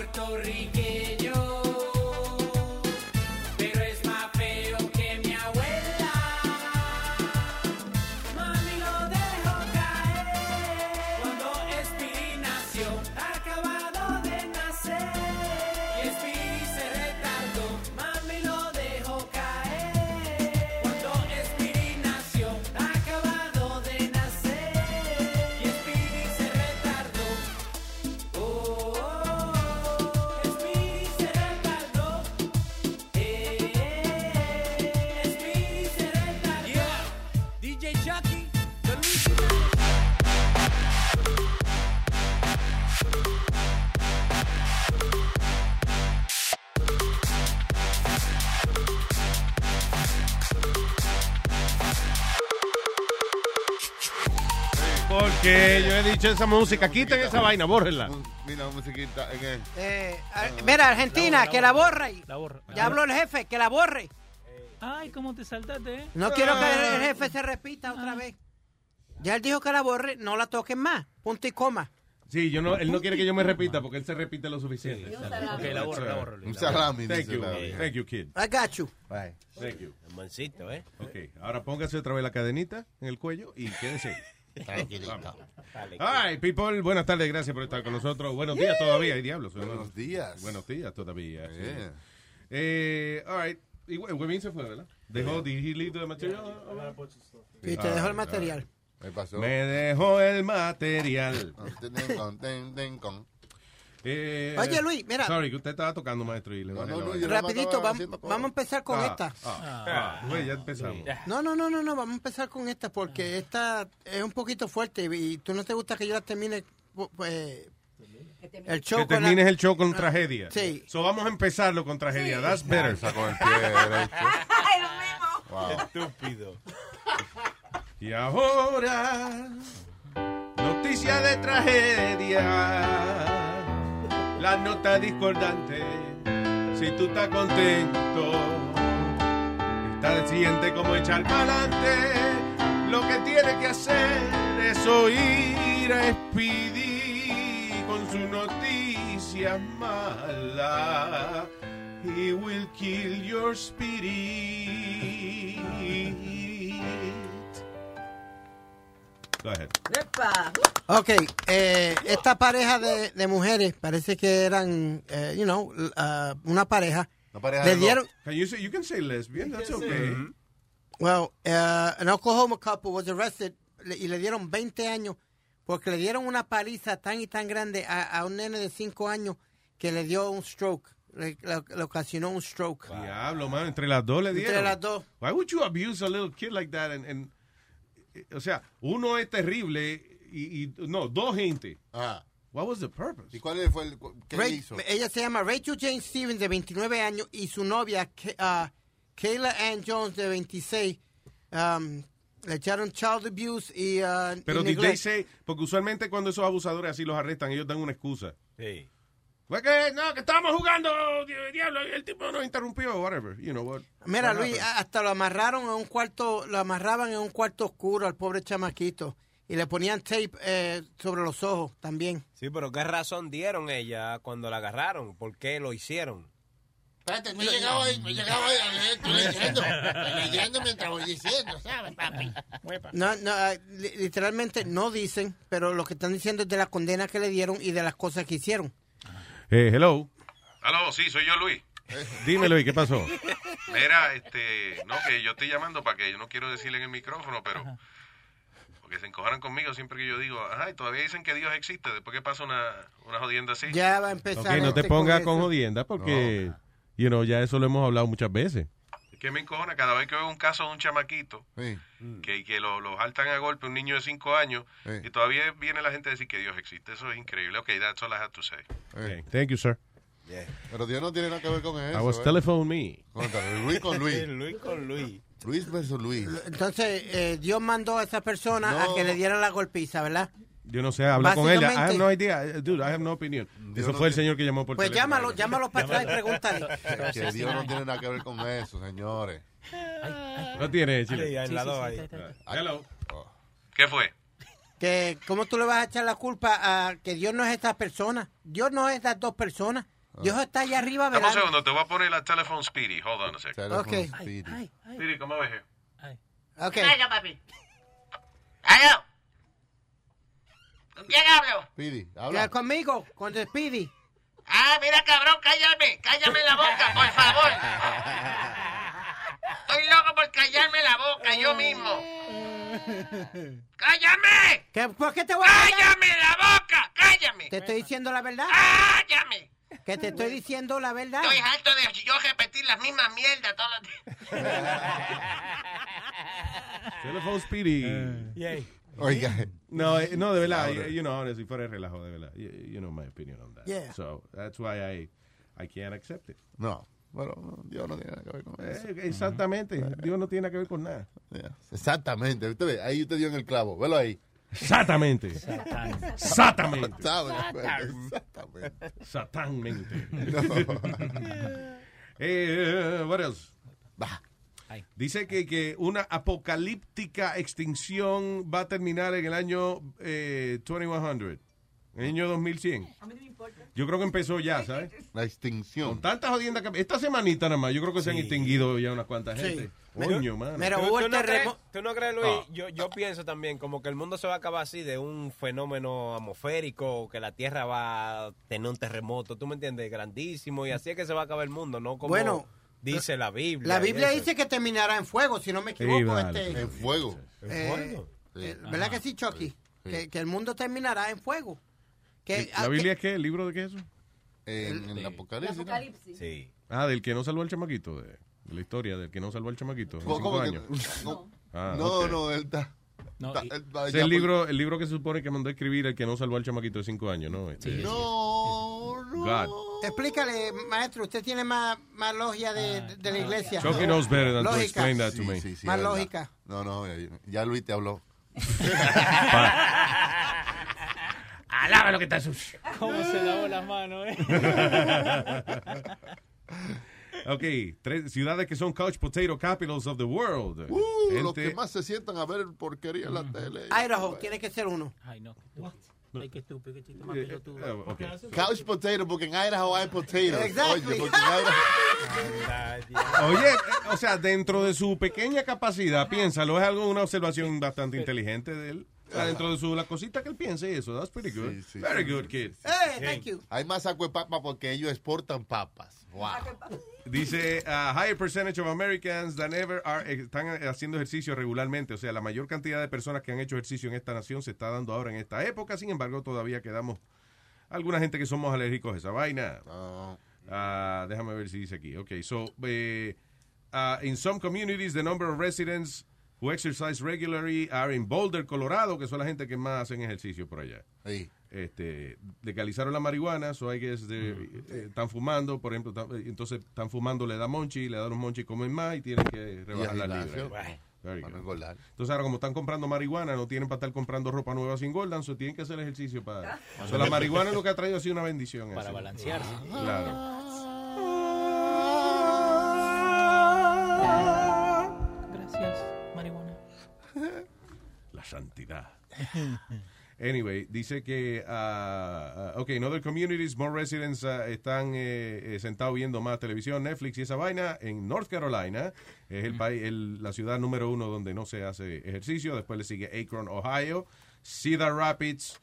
[SPEAKER 10] puertorriqueño, pero es más feo que mi abuela. Mami lo dejó caer cuando Espiri nació, acabado de nacer. Y Espiri se retardó, mami lo dejó caer cuando Espiri nació, acabado de nacer. Y Espiri se retardó. Oh, Espiri se retardó. Eh, Espiri se retardó. DJ Chucky, the
[SPEAKER 1] Porque yo he dicho esa música. Quiten esa vaina, bórrenla.
[SPEAKER 20] Mira la musiquita. ¿en qué?
[SPEAKER 2] Eh, a- mira, Argentina, que la borre.
[SPEAKER 1] Ah, La borra.
[SPEAKER 2] Ya habló el jefe, que la borre.
[SPEAKER 4] Ay, cómo te saltaste, eh. Ah.
[SPEAKER 2] No quiero que el- el jefe se repita otra vez. Ya él dijo que la borre, no la toquen más. Punto y coma.
[SPEAKER 1] Sí, yo no, él no quiere que yo me repita porque él se repite lo suficiente.
[SPEAKER 2] salami.
[SPEAKER 1] Ok, borro, borro,
[SPEAKER 20] Un
[SPEAKER 1] la borro.
[SPEAKER 20] salami,
[SPEAKER 1] Thank
[SPEAKER 20] dice
[SPEAKER 1] you,
[SPEAKER 20] la-
[SPEAKER 1] thank you, kid.
[SPEAKER 2] I got you.
[SPEAKER 1] Thank you.
[SPEAKER 7] Hermancito, ¿eh?
[SPEAKER 1] Ok, ahora póngase otra vez la cadenita en el cuello y quédense. ahí. Vamos. All right, people, buenas tardes, gracias por estar con nosotros. Buenos días
[SPEAKER 20] Yeah.
[SPEAKER 1] todavía, hay diablos.
[SPEAKER 20] Buenos días.
[SPEAKER 1] Buenos días todavía. sí.
[SPEAKER 20] Yeah.
[SPEAKER 1] Eh, all right, y Hue- Huevín se fue, ¿verdad? Dejó, did he leave the material?
[SPEAKER 2] Y te
[SPEAKER 1] Ah,
[SPEAKER 2] dejó el
[SPEAKER 1] ah.
[SPEAKER 2] material.
[SPEAKER 20] Me pasó.
[SPEAKER 1] Me dejó el material. Eh,
[SPEAKER 2] Oye, Luis, mira.
[SPEAKER 1] Sorry, que usted estaba tocando, maestro. Y le bajé la vaina.
[SPEAKER 2] Rapidito, vam- vamos, a empezar con
[SPEAKER 1] Ah,
[SPEAKER 2] esta.
[SPEAKER 1] ah, ah, Luis, ya empezamos.
[SPEAKER 2] No, no, no, no, no, vamos a empezar con esta
[SPEAKER 1] Ah.
[SPEAKER 2] porque esta es un poquito fuerte y tú no te gusta que yo la termine pu- pues, el show
[SPEAKER 1] que
[SPEAKER 2] con la- Ah,
[SPEAKER 1] termines el show con tragedia.
[SPEAKER 2] Sí.
[SPEAKER 1] So vamos a empezarlo con tragedia.
[SPEAKER 2] Sí.
[SPEAKER 1] That's better.
[SPEAKER 20] Sacó el
[SPEAKER 1] Estúpido. Y ahora, noticia de tragedia. La nota discordante. Si tú estás contento, está siguiente como echar pa'lante. Lo que tienes que hacer es oír a Speedy con su noticia mala. He will kill your spirit. Go ahead.
[SPEAKER 2] Ok, eh, esta pareja de, de mujeres parece que eran, eh, you know, l- ah, una pareja. Le dieron,
[SPEAKER 1] Can you say you can say lesbian? That's okay.
[SPEAKER 2] well, eh, an Oklahoma couple was arrested le- y le dieron 20 años porque le dieron una paliza tan y tan grande a, a un nene de 5 años que le dio un stroke, le, le- le ocasionó un stroke.
[SPEAKER 1] Diablo, mano, entre las dos le
[SPEAKER 2] Entre
[SPEAKER 1] dieron.
[SPEAKER 2] las dos.
[SPEAKER 1] Why would you abuse a little kid like that? And, and- eh, o sea, uno es terrible y, y- no, dos gente. What was the purpose? ¿Y
[SPEAKER 20] Ah. cuál fue el
[SPEAKER 2] Ray- Ella se llama Rachel Jane Stevens, de 29 años, y su novia, Ke- ah, Kayla Ann Jones, de 26. um, le echaron child abuse y. ah,
[SPEAKER 1] Pero
[SPEAKER 2] y
[SPEAKER 1] did they
[SPEAKER 2] neglect.
[SPEAKER 1] say, porque usualmente cuando esos abusadores así los arrestan, ellos dan una excusa.
[SPEAKER 7] Sí.
[SPEAKER 1] Fue que no, que estábamos jugando, di- diablo, y el tipo nos interrumpió, whatever, you know what.
[SPEAKER 2] Mira,
[SPEAKER 1] what
[SPEAKER 2] Luis,
[SPEAKER 1] happened.
[SPEAKER 2] a- hasta lo amarraron en un cuarto, lo amarraban en un cuarto oscuro al pobre chamaquito. Y le ponían tape eh, sobre los ojos también.
[SPEAKER 24] Sí, pero ¿qué razón dieron ella cuando la agarrararon? ¿Por qué lo hicieron?
[SPEAKER 20] Espérate, me llegaba hoy, me llegaba hoy,
[SPEAKER 10] eh.
[SPEAKER 20] estoy leyendo, leyendo mientras voy diciendo, ¿sabes, papi?
[SPEAKER 2] No, no, ah, li- literalmente no dicen, pero lo que están diciendo es de la condena que le dieron y de las cosas que hicieron. ah.
[SPEAKER 1] Eh, hello.
[SPEAKER 25] Aló, sí, soy yo, Luis.
[SPEAKER 1] Dime, Luis, ¿qué pasó?
[SPEAKER 25] Mira, este, no, que yo estoy llamando para que yo no quiero decirle en el micrófono, pero porque se encojaran conmigo siempre que yo digo, ajá, y todavía dicen que Dios existe, después que pasa una, una jodienda así.
[SPEAKER 2] Ya va a empezar.
[SPEAKER 1] Ok, no te
[SPEAKER 2] este con
[SPEAKER 1] pongas
[SPEAKER 2] eso.
[SPEAKER 1] con jodienda porque, you know, ya eso lo hemos hablado muchas veces.
[SPEAKER 25] Es que me encojona cada vez que veo un caso de un chamaquito
[SPEAKER 2] Mm.
[SPEAKER 25] que, que lo, lo jaltan a golpe, un niño de 5 años,
[SPEAKER 20] Sí.
[SPEAKER 25] y todavía viene la gente a decir que Dios existe. Eso es increíble. Ok, that's all I have to say.
[SPEAKER 1] Thank you, sir.
[SPEAKER 20] Pero Dios no tiene nada que ver con eso.
[SPEAKER 1] I was
[SPEAKER 20] ¿eh?
[SPEAKER 1] telephone me.
[SPEAKER 20] Contra Luis con Luis.
[SPEAKER 24] Luis con Luis.
[SPEAKER 20] Luis versus Luis.
[SPEAKER 2] Entonces, eh, Dios mandó a esa persona
[SPEAKER 20] No.
[SPEAKER 2] a que le diera la golpiza, ¿verdad?
[SPEAKER 1] Yo no sé, habla con ella. I
[SPEAKER 2] Básicamente-
[SPEAKER 1] have no idea. Dude, I have no opinion. Eso fue el señor que llamó por
[SPEAKER 2] Pues
[SPEAKER 1] teléfono.
[SPEAKER 2] llámalo, llámalo para atrás y pregúntale.
[SPEAKER 20] Que- Que Dios no tiene nada que ver con eso, señores.
[SPEAKER 1] No tiene, Chile.
[SPEAKER 20] Ay, ay,
[SPEAKER 1] Sí,
[SPEAKER 20] la
[SPEAKER 1] sí,
[SPEAKER 20] dos
[SPEAKER 1] sí,
[SPEAKER 20] ahí.
[SPEAKER 1] está, está,
[SPEAKER 20] Ay,
[SPEAKER 1] Hello.
[SPEAKER 25] ¿Qué fue?
[SPEAKER 2] Que, ¿Cómo tú le vas a echar la culpa a que Dios no es esta persona? Dios no es estas dos personas.
[SPEAKER 1] Ah.
[SPEAKER 2] Dios está allá arriba,
[SPEAKER 25] Dame un
[SPEAKER 2] ¿verdad?
[SPEAKER 25] segundo, te voy a poner la telephone Speedy. Hold on a second.
[SPEAKER 2] Ok.
[SPEAKER 25] Speedy, ¿cómo ves?
[SPEAKER 2] Ok.
[SPEAKER 5] Aló, papi. Aló. ¿Con quién hablo?
[SPEAKER 6] Pidi,
[SPEAKER 2] Ya,
[SPEAKER 6] habla.
[SPEAKER 2] conmigo, con el Speedy.
[SPEAKER 5] Ah, mira, cabrón, cállame. Cállame la boca, por favor. Estoy loco por callarme la boca yo mismo. ¡Cállame!
[SPEAKER 2] ¿Qué- ¿Por qué te voy a callar?
[SPEAKER 5] ¡Cállame la boca! ¡Cállame!
[SPEAKER 2] Te estoy diciendo la verdad.
[SPEAKER 25] ¡Ah!
[SPEAKER 5] ¡Cállame!
[SPEAKER 2] Que te estoy diciendo la verdad.
[SPEAKER 5] Estoy harto de yo repetir las mismas mierdas todos los días.
[SPEAKER 1] Telephone Speedy.
[SPEAKER 6] Oiga.
[SPEAKER 1] Eh. No, eh, no, de verdad, you, you know, honestly, fuera de relajo, de verdad. You, you know my opinion on that.
[SPEAKER 6] Yeah.
[SPEAKER 1] So, that's why I, I can't accept it.
[SPEAKER 6] No. Bueno, no, Dios no tiene nada que ver con eso.
[SPEAKER 1] Eh, exactamente. Dios no tiene nada que ver con nada.
[SPEAKER 6] Yeah. Exactamente. Usted ve, ahí usted dio en el clavo. Velo ahí.
[SPEAKER 1] Exactamente. Exactamente.
[SPEAKER 6] Exactamente.
[SPEAKER 1] Satánmente.
[SPEAKER 6] No.
[SPEAKER 1] eh, eh, what else? Dice que, que una apocalíptica extinción va a terminar en el año eh, 2100. En el año 2100. Yo creo que empezó ya, ¿sabes?
[SPEAKER 6] La extinción.
[SPEAKER 1] Con tantas jodiendas que... Esta semanita nada más, yo creo que se han extinguido ya unas cuantas
[SPEAKER 6] Sí.
[SPEAKER 1] gente.
[SPEAKER 6] Mira-
[SPEAKER 1] Coño, mano.
[SPEAKER 24] ¿Tú, tú no crees, tú no crees, Luis?
[SPEAKER 1] Ah.
[SPEAKER 24] Yo, yo pienso también como que el mundo se va a acabar así de un fenómeno atmosférico, que la Tierra va a tener un terremoto, ¿tú me entiendes? Grandísimo, y así es que se va a acabar el mundo, ¿no? Como
[SPEAKER 2] Bueno,
[SPEAKER 24] dice la Biblia.
[SPEAKER 2] La
[SPEAKER 24] y
[SPEAKER 2] Biblia
[SPEAKER 24] eso.
[SPEAKER 2] dice que terminará en fuego, si no me equivoco.
[SPEAKER 24] Sí, vale.
[SPEAKER 2] este,
[SPEAKER 6] En fuego.
[SPEAKER 24] En
[SPEAKER 2] eh,
[SPEAKER 24] fuego.
[SPEAKER 2] eh,
[SPEAKER 6] Sí.
[SPEAKER 2] ¿Verdad
[SPEAKER 6] Ajá.
[SPEAKER 2] que sí, Chucky?
[SPEAKER 6] Sí.
[SPEAKER 2] Que, que el mundo terminará en fuego. Que, ah,
[SPEAKER 1] ¿La Biblia es qué? ¿El libro de qué es eso?
[SPEAKER 6] En,
[SPEAKER 24] eh,
[SPEAKER 6] en el
[SPEAKER 2] que-
[SPEAKER 6] apocalipsis.
[SPEAKER 24] Sí.
[SPEAKER 1] Ah, del que no salvó al chamaquito. De, de la historia del que no salvó al chamaquito. de
[SPEAKER 6] ¿Cómo-
[SPEAKER 1] cinco
[SPEAKER 6] cómo que
[SPEAKER 1] años.
[SPEAKER 6] no?
[SPEAKER 1] Ah,
[SPEAKER 6] no,
[SPEAKER 1] ok.
[SPEAKER 6] no, él está. está- él va
[SPEAKER 1] Es
[SPEAKER 6] ya
[SPEAKER 1] el
[SPEAKER 6] por-
[SPEAKER 1] libro, el libro que se supone que mandó a escribir el que no salvó al chamaquito de cinco años, ¿no? Este,
[SPEAKER 2] No,
[SPEAKER 1] God.
[SPEAKER 2] Explícale, maestro, usted tiene más, más logia de, de la iglesia.
[SPEAKER 1] Chucky knows better than to
[SPEAKER 2] Lógica.
[SPEAKER 1] explain that to me.
[SPEAKER 2] Más
[SPEAKER 6] verdad.
[SPEAKER 2] lógica.
[SPEAKER 6] No, no, ya, ya Luis te habló.
[SPEAKER 4] Alaba lo que está sucio. Cómo se lavó las manos, eh.
[SPEAKER 1] Ok, tres ciudades que son couch potato capitals of the world.
[SPEAKER 6] Uh,
[SPEAKER 1] Gente-
[SPEAKER 6] los que más se sientan a ver porquería en la tele.
[SPEAKER 2] Idaho, tiene que ser uno.
[SPEAKER 4] Ay, no. Ay, qué estúpido, qué chiste más
[SPEAKER 6] Eh,
[SPEAKER 4] pelotudo.
[SPEAKER 6] eh, Couch potato, porque en Idaho hay potatoes.
[SPEAKER 4] Exactly.
[SPEAKER 6] Oye, porque en Idaho...
[SPEAKER 1] Oye, eh, o sea, dentro de su pequeña capacidad, piénsalo, es algo, una observación bastante inteligente de él. O sea, dentro de su, la cosita que él piensa y eso, that's pretty good. Very good, kid.
[SPEAKER 2] Hey, thank you.
[SPEAKER 6] Hay más saco de papa porque ellos exportan papas. Wow.
[SPEAKER 1] Dice, a higher percentage of Americans than ever are, están haciendo ejercicio regularmente. O sea, la mayor cantidad de personas que han hecho ejercicio en esta nación se está dando ahora en esta época. Sin embargo, todavía quedamos alguna gente que somos alérgicos a esa vaina. Ah, déjame ver si dice aquí. Ok, so, eh, ah, in some communities, the number of residents who exercise regularly are in Boulder, Colorado, que son la gente que más hacen ejercicio por allá. Este, legalizaron la marihuana, so I guess de- eh, están fumando, por ejemplo, tan- eh, entonces están fumando, le da monchi, le dan un monchi, comen más y tienen que rebajar
[SPEAKER 6] Y
[SPEAKER 1] la
[SPEAKER 6] gimnasio.
[SPEAKER 1] libra.
[SPEAKER 6] Bueno,
[SPEAKER 1] Very
[SPEAKER 6] para
[SPEAKER 1] good.
[SPEAKER 6] engordar.
[SPEAKER 1] Entonces ahora como están comprando marihuana, no tienen para estar comprando ropa nueva sin engordan, so tienen que hacer ejercicio para... so, la marihuana es lo que ha traído así una bendición.
[SPEAKER 4] Para
[SPEAKER 1] así.
[SPEAKER 4] balancearse.
[SPEAKER 1] Claro.
[SPEAKER 4] Gracias, marihuana.
[SPEAKER 1] La santidad. Anyway, dice que, ah, ah, ok, en other communities, more residents ah, están eh, eh, sentados viendo más televisión, Netflix y esa vaina. En North Carolina es el país, el- la ciudad número uno donde no se hace ejercicio. Después le sigue Akron, Ohio, Cedar Rapids,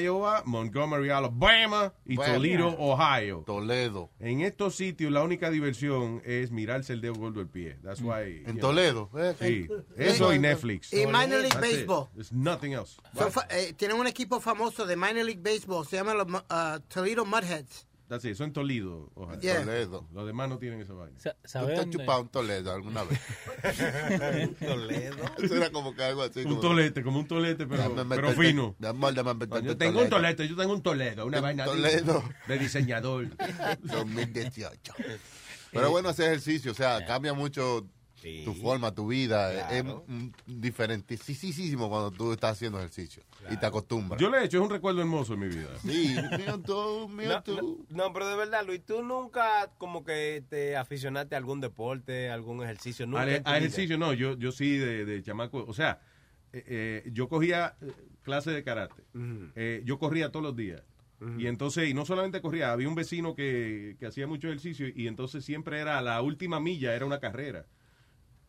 [SPEAKER 1] Iowa, Montgomery, Alabama y
[SPEAKER 6] Bueno.
[SPEAKER 1] Toledo, Ohio.
[SPEAKER 6] Toledo.
[SPEAKER 1] En estos sitios la única diversión es mirarse el dedo gordo del pie. That's why.
[SPEAKER 6] Mm. En
[SPEAKER 1] you
[SPEAKER 6] Toledo.
[SPEAKER 1] know. Sí.
[SPEAKER 6] Eh,
[SPEAKER 1] Eso y
[SPEAKER 6] en-
[SPEAKER 1] Netflix.
[SPEAKER 2] y Minor League
[SPEAKER 1] That's it.
[SPEAKER 2] Baseball.
[SPEAKER 1] There's nothing else.
[SPEAKER 2] Son fa- eh, tienen un equipo famoso de Minor League Baseball, se llama los Mu- ah, Toledo Mudheads.
[SPEAKER 1] That's it. Eso en Toledo. Ohio.
[SPEAKER 2] Yeah.
[SPEAKER 6] Toledo.
[SPEAKER 1] Los demás no tienen esa vaina.
[SPEAKER 6] ¿Tú te has chupado un Toledo alguna vez? Eso era como que algo así.
[SPEAKER 1] Un
[SPEAKER 6] como-
[SPEAKER 1] tolete, como un tolete, pero,
[SPEAKER 6] Dame
[SPEAKER 1] pero
[SPEAKER 6] meterte-
[SPEAKER 1] fino.
[SPEAKER 6] dame- dame meterte
[SPEAKER 1] yo tengo un tolete, yo tengo un Toledo, una
[SPEAKER 6] Un
[SPEAKER 1] vaina de-
[SPEAKER 6] Toledo.
[SPEAKER 1] de diseñador.
[SPEAKER 6] 2018. Pero bueno, hacer ejercicio, o sea, cambia mucho tu forma, tu vida.
[SPEAKER 1] Claro.
[SPEAKER 6] Es mm, diferentísimo cuando tú estás haciendo ejercicio y te acostumbras.
[SPEAKER 1] Yo le he hecho, es un recuerdo hermoso en mi vida.
[SPEAKER 6] Sí, mira tú, mira
[SPEAKER 24] No,
[SPEAKER 6] tú.
[SPEAKER 24] no, no, pero de verdad, Luis, tú nunca como que te aficionaste a algún deporte, a algún ejercicio, nunca.
[SPEAKER 1] Al-
[SPEAKER 24] en tu
[SPEAKER 1] a
[SPEAKER 24] vida?
[SPEAKER 1] ejercicio no, yo, yo sí de, de chamaco, o sea, eh, eh, yo cogía eh, clase de karate, Eh, yo corría todos los días, Y entonces, y no solamente corría, había un vecino que, que hacía mucho ejercicio y entonces siempre era la última milla, era una carrera.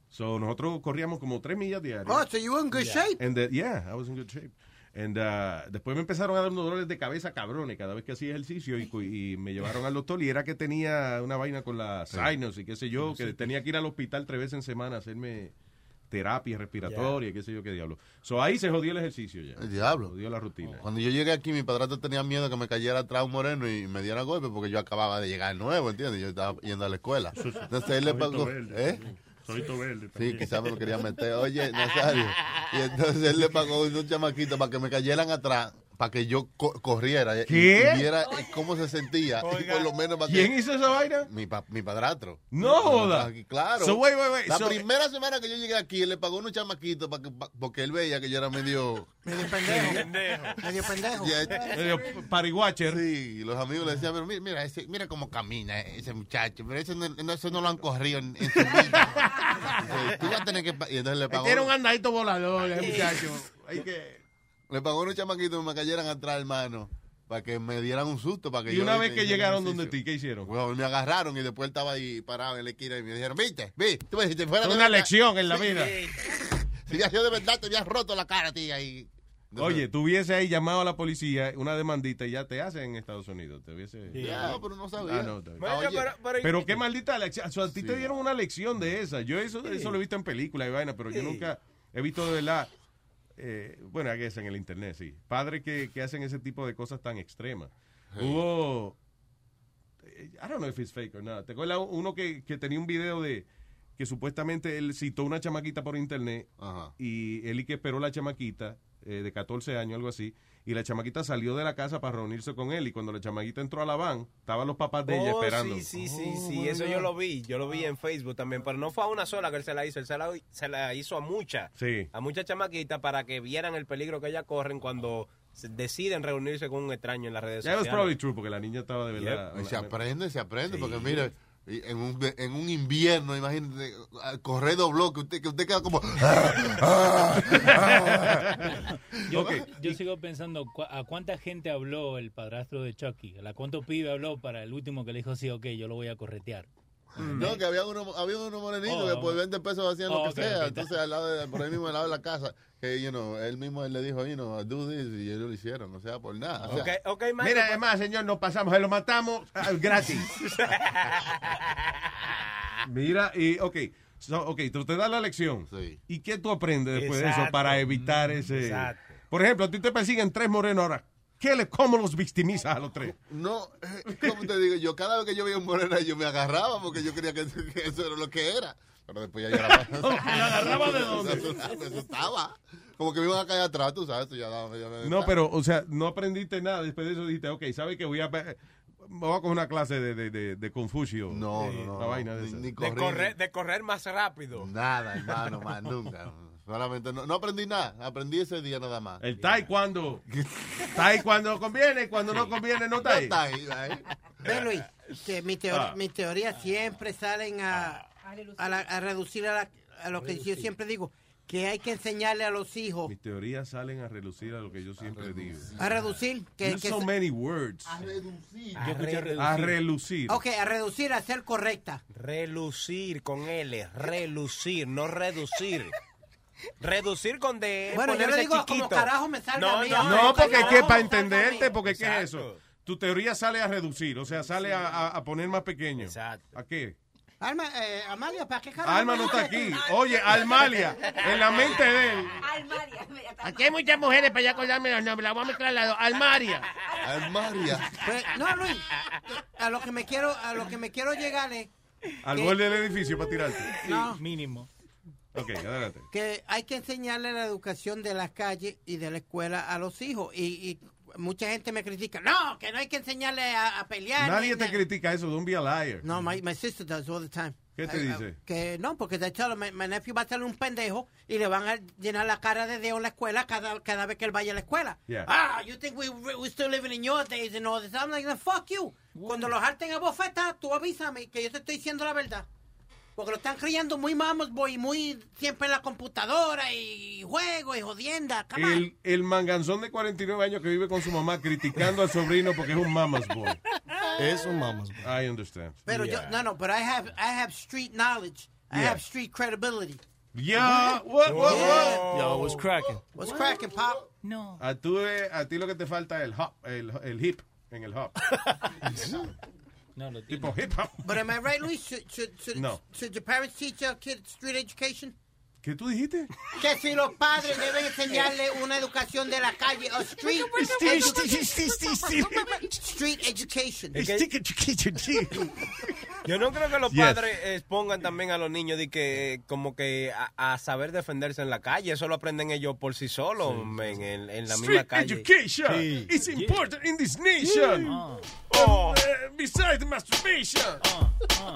[SPEAKER 1] So, nosotros corríamos como tres millas diarias.
[SPEAKER 2] Oh, so you were in good
[SPEAKER 1] Yeah.
[SPEAKER 2] shape.
[SPEAKER 1] And the- yeah, I was in good shape. And uh, después me empezaron a dar unos dolores de cabeza cabrones cada vez que hacía ejercicio y, cu- y me llevaron al doctor y era que tenía una vaina con la sinus y qué sé yo, que tenía que ir al hospital tres veces en semana a hacerme terapia respiratoria, qué sé yo, qué diablo. So ah, ahí se jodió el ejercicio ya.
[SPEAKER 6] El diablo.
[SPEAKER 1] Jodió la rutina.
[SPEAKER 6] Cuando yo llegué aquí, mi padrastro tenía miedo que me cayera atrás un moreno y me diera golpe porque yo acababa de llegar nuevo, ¿entiendes? Yo estaba yendo a la escuela. Entonces él le
[SPEAKER 8] Solito
[SPEAKER 6] pagó.
[SPEAKER 8] verde
[SPEAKER 6] ¿Eh?
[SPEAKER 8] también. Solito verde
[SPEAKER 6] Sí,
[SPEAKER 8] también.
[SPEAKER 6] quizás me lo quería meter. Oye, Nazario. Y entonces él le pagó a unos chamaquitos para que me cayeran atrás, para que yo co- corriera y-
[SPEAKER 1] ¿Qué?
[SPEAKER 6] y viera eh, cómo se sentía. y por lo menos para
[SPEAKER 1] ¿Quién
[SPEAKER 6] que-
[SPEAKER 1] hizo esa vaina?
[SPEAKER 6] Mi, pa- mi padrastro.
[SPEAKER 1] No joda.
[SPEAKER 6] Aquí, Claro.
[SPEAKER 1] So, wait, wait, wait.
[SPEAKER 6] La
[SPEAKER 1] So- eh,
[SPEAKER 6] primera semana que yo llegué aquí, él le pagó unos chamaquitos para que, pa- porque él veía que yo era medio...
[SPEAKER 2] Medio pendejo. Medio pendejo.
[SPEAKER 1] pariguacher.
[SPEAKER 6] eh, Sí, y los amigos le decían, pero mira, mira, ese- mira cómo camina ese muchacho, pero eso no, no- eso no lo han corrido en, en su vida. Sí, tú vas a tener que... pa- Y entonces le pagó...
[SPEAKER 8] Tiene un andadito volador, ese
[SPEAKER 6] Sí.
[SPEAKER 8] muchacho.
[SPEAKER 1] Hay que...
[SPEAKER 6] Le pagó unos chamaquitos que me cayeran atrás, hermano, para que me dieran un susto. Para que
[SPEAKER 1] Y
[SPEAKER 6] yo
[SPEAKER 1] una vez
[SPEAKER 6] me-
[SPEAKER 1] que
[SPEAKER 6] me-
[SPEAKER 1] llegaron
[SPEAKER 6] me-
[SPEAKER 1] donde ti, ¿qué hicieron?
[SPEAKER 6] Bueno, me agarraron y después él estaba ahí parado en la esquina y me dijeron, viste, vi, tú me dijiste, fuera de
[SPEAKER 1] Una
[SPEAKER 6] verdad".
[SPEAKER 1] lección en la
[SPEAKER 6] Sí,
[SPEAKER 1] vida.
[SPEAKER 6] sí. Si hubiera sido de verdad, te hubieras roto la cara, tía, y...
[SPEAKER 1] Oye, tú hubiese ahí llamado a la policía, una demandita y ya te hacen en Estados Unidos. Te hubiese...
[SPEAKER 6] Ya, pero no sabía.
[SPEAKER 1] Ah, no, está bien.
[SPEAKER 6] Bueno, Oye. pero- pero-
[SPEAKER 1] Pero qué maldita lección. O sea, a ti te dieron una lección de esa. Yo eso, eso lo he visto en películas y vaina, pero yo
[SPEAKER 6] Sí.
[SPEAKER 1] nunca he visto de verdad. eh, bueno, aquí es en el internet, sí. Padres que, que hacen ese tipo de cosas tan extremas.
[SPEAKER 6] Sí.
[SPEAKER 1] Hubo. eh, I don't know if it's fake or not. ¿Te acuerdas uno que, que tenía un video de que supuestamente él citó una chamaquita por internet y él y que esperó la chamaquita eh, de 14 años, algo así, y la chamaquita salió de la casa para reunirse con él y cuando la chamaquita entró a la van, estaban los papás de ella
[SPEAKER 24] Oh,
[SPEAKER 1] esperando.
[SPEAKER 24] Sí, sí, sí,
[SPEAKER 1] Oh,
[SPEAKER 24] sí.
[SPEAKER 1] my
[SPEAKER 24] Eso
[SPEAKER 1] God.
[SPEAKER 24] yo lo vi. Yo lo vi en Facebook también. Pero no fue a una sola que él se la hizo. Él se la, se la hizo a muchas.
[SPEAKER 1] Sí.
[SPEAKER 24] A muchas chamaquitas para que vieran el peligro que ellas corren cuando se- deciden reunirse con un extraño en las redes
[SPEAKER 1] That was
[SPEAKER 24] sociales.
[SPEAKER 1] probably true porque la niña estaba de verdad.
[SPEAKER 6] Yep. Se
[SPEAKER 1] Una-
[SPEAKER 6] aprende, se aprende,
[SPEAKER 1] Sí.
[SPEAKER 6] porque mira, y en un, en un invierno, imagínate, a- correr dos bloques, usted, que usted queda como... ah,
[SPEAKER 9] Yo, yo sigo pensando ¿cu- a cuánta gente habló el padrastro de Chucky, a la cuánto pibe habló para el último que le dijo sí, ok, yo lo voy a corretear.
[SPEAKER 1] mm.
[SPEAKER 6] No, que había unos había uno morenitos
[SPEAKER 9] Oh.
[SPEAKER 6] que por 20 pesos hacían
[SPEAKER 9] Oh,
[SPEAKER 6] lo que
[SPEAKER 9] ok,
[SPEAKER 6] sea.
[SPEAKER 9] ok.
[SPEAKER 6] Entonces, al lado de- por ahí mismo, al lado de la casa, que you know, él mismo él le dijo, you know, do this, y ellos lo hicieron, o sea, por nada. O sea,
[SPEAKER 1] Mira, además, señor, nos pasamos, se lo matamos ah, gratis. Mira, y ok, so, ok, tú te das la lección. ¿Y qué tú aprendes después de eso
[SPEAKER 24] Exacto.
[SPEAKER 1] para evitar ese?
[SPEAKER 24] Exacto.
[SPEAKER 1] Por ejemplo, a ti te persiguen tres morenos ahora. ¿Qué le, ¿Cómo los victimizas a los tres?
[SPEAKER 6] No, eh, ¿cómo te digo? Yo cada vez que yo veía un moreno, yo me agarraba porque yo creía que, que eso era lo que era. Pero después ya yo la...
[SPEAKER 8] agarraba de dónde?
[SPEAKER 6] Me asustaba. Como que me iban a caer atrás, tú sabes, tú ya, daba- ya me-
[SPEAKER 1] No, pero, o sea, no aprendiste nada. Después de eso dijiste, ok, ¿sabes que voy a... pe- Voy a coger una clase de, de, de, de Confucio. No,
[SPEAKER 6] no,
[SPEAKER 1] Una
[SPEAKER 6] no,
[SPEAKER 1] vaina de
[SPEAKER 6] ni-
[SPEAKER 1] esas.
[SPEAKER 6] ni
[SPEAKER 24] De correr, de correr más rápido.
[SPEAKER 6] Nada, hermano, más nunca. Solamente no, no aprendí nada. Aprendí ese día nada más.
[SPEAKER 1] El tai cuando. tai cuando conviene, cuando no conviene, no tai.
[SPEAKER 2] Ve, Luis, que mi, teor-
[SPEAKER 1] Ah.
[SPEAKER 2] mi teoría siempre salen a, a, la- a reducir a, la- a lo que yo siempre digo, que hay que enseñarle a los hijos
[SPEAKER 1] Mis teorías salen a relucir a lo que yo siempre digo.
[SPEAKER 2] a reducir. Que,
[SPEAKER 1] Use
[SPEAKER 2] que
[SPEAKER 1] so
[SPEAKER 2] se- Ah,
[SPEAKER 1] many words.
[SPEAKER 2] A reducir.
[SPEAKER 24] Yo escuché
[SPEAKER 1] A relucir.
[SPEAKER 2] Ok, a reducir, a ser correcta.
[SPEAKER 24] Relucir con L. Relucir, no reducir. Reducir con D. es
[SPEAKER 2] Eh, Bueno, yo le
[SPEAKER 24] ponerse
[SPEAKER 2] digo como
[SPEAKER 24] chiquito.
[SPEAKER 2] carajo me salga a mí, a
[SPEAKER 1] No,
[SPEAKER 2] ver,
[SPEAKER 1] porque es
[SPEAKER 2] carajo,
[SPEAKER 1] que para
[SPEAKER 2] me salga
[SPEAKER 1] entenderte,
[SPEAKER 2] a mí.
[SPEAKER 1] porque ¿qué es
[SPEAKER 2] Exacto.
[SPEAKER 1] eso? Tu teoría sale a reducir, o sea, sale a, a- a poner más pequeño. Exacto. ¿A qué?
[SPEAKER 2] Alma, eh, Amalia, ¿para qué carajo?
[SPEAKER 1] Alma no está aquí. Oye, Almalia, en la mente de él.
[SPEAKER 8] Aquí hay muchas mujeres para ya acordarme los nombres. La voy a mezclar al lado. Almaria.
[SPEAKER 6] Almaria.
[SPEAKER 2] Pues, no, Luis, a lo que me quiero, a lo que me quiero llegar es
[SPEAKER 1] Al
[SPEAKER 2] ¿Qué?
[SPEAKER 1] borde del edificio para tirarte.
[SPEAKER 2] No.
[SPEAKER 9] mínimo.
[SPEAKER 1] Ok, adelante.
[SPEAKER 2] que hay que enseñarle la educación de las calles y de la escuela a los hijos. Y, y mucha gente me critica, no, que no hay que enseñarle a, a pelear.
[SPEAKER 1] Nadie
[SPEAKER 2] ni-
[SPEAKER 1] te critica eso, don't be a liar.
[SPEAKER 2] No, my, my sister does all the time.
[SPEAKER 1] ¿Qué te
[SPEAKER 2] I- I-
[SPEAKER 1] dice?
[SPEAKER 2] Que no, porque de hecho my, my nephew va a ser un pendejo y le van a llenar la cara de Dios en la escuela cada, cada vez que él vaya a la escuela.
[SPEAKER 1] Yeah.
[SPEAKER 2] Ah, you think we, we still living in your days and all this. I'm like, fuck you. Cuando los harten a bofetas, tú avísame que yo te estoy diciendo la verdad. Porque lo están criando muy mamos, boy, muy siempre en la computadora y juego y jodienda. Come on.
[SPEAKER 1] El, el manganzón de 49 años que vive con su mamá criticando al sobrino porque es un mamas boy.
[SPEAKER 26] Es un mamas
[SPEAKER 1] boy. I understand.
[SPEAKER 2] Pero yo, no, no, but I have, I have street knowledge. I
[SPEAKER 1] Yeah.
[SPEAKER 2] have street credibility.
[SPEAKER 1] Yeah, what, what,
[SPEAKER 2] Yeah.
[SPEAKER 1] what?
[SPEAKER 26] Yo, what's cracking?
[SPEAKER 2] What's cracking, Pop?
[SPEAKER 27] No.
[SPEAKER 1] A, tú, eh, a ti lo que te falta es el hop, el, el hip, en el hop.
[SPEAKER 27] no, lo
[SPEAKER 1] tipo hip hop.
[SPEAKER 2] But am I right, Luis? Should, should, should,
[SPEAKER 1] No.
[SPEAKER 2] should your parents teach your kids street education?
[SPEAKER 1] ¿Qué tú dijiste?
[SPEAKER 2] Que si los padres deben enseñarle una educación de la calle o street
[SPEAKER 26] Street, street,
[SPEAKER 2] street education.
[SPEAKER 24] Es que- Yo no creo que los
[SPEAKER 26] Yes.
[SPEAKER 24] padres expongan también a los niños de que eh, como que a, a saber defenderse en la calle. Eso lo aprenden ellos por sí solos men, en, en la misma
[SPEAKER 1] Street
[SPEAKER 24] calle.
[SPEAKER 1] education
[SPEAKER 24] Sí.
[SPEAKER 1] is important in this nation. Oh. Uh, besides masturbation,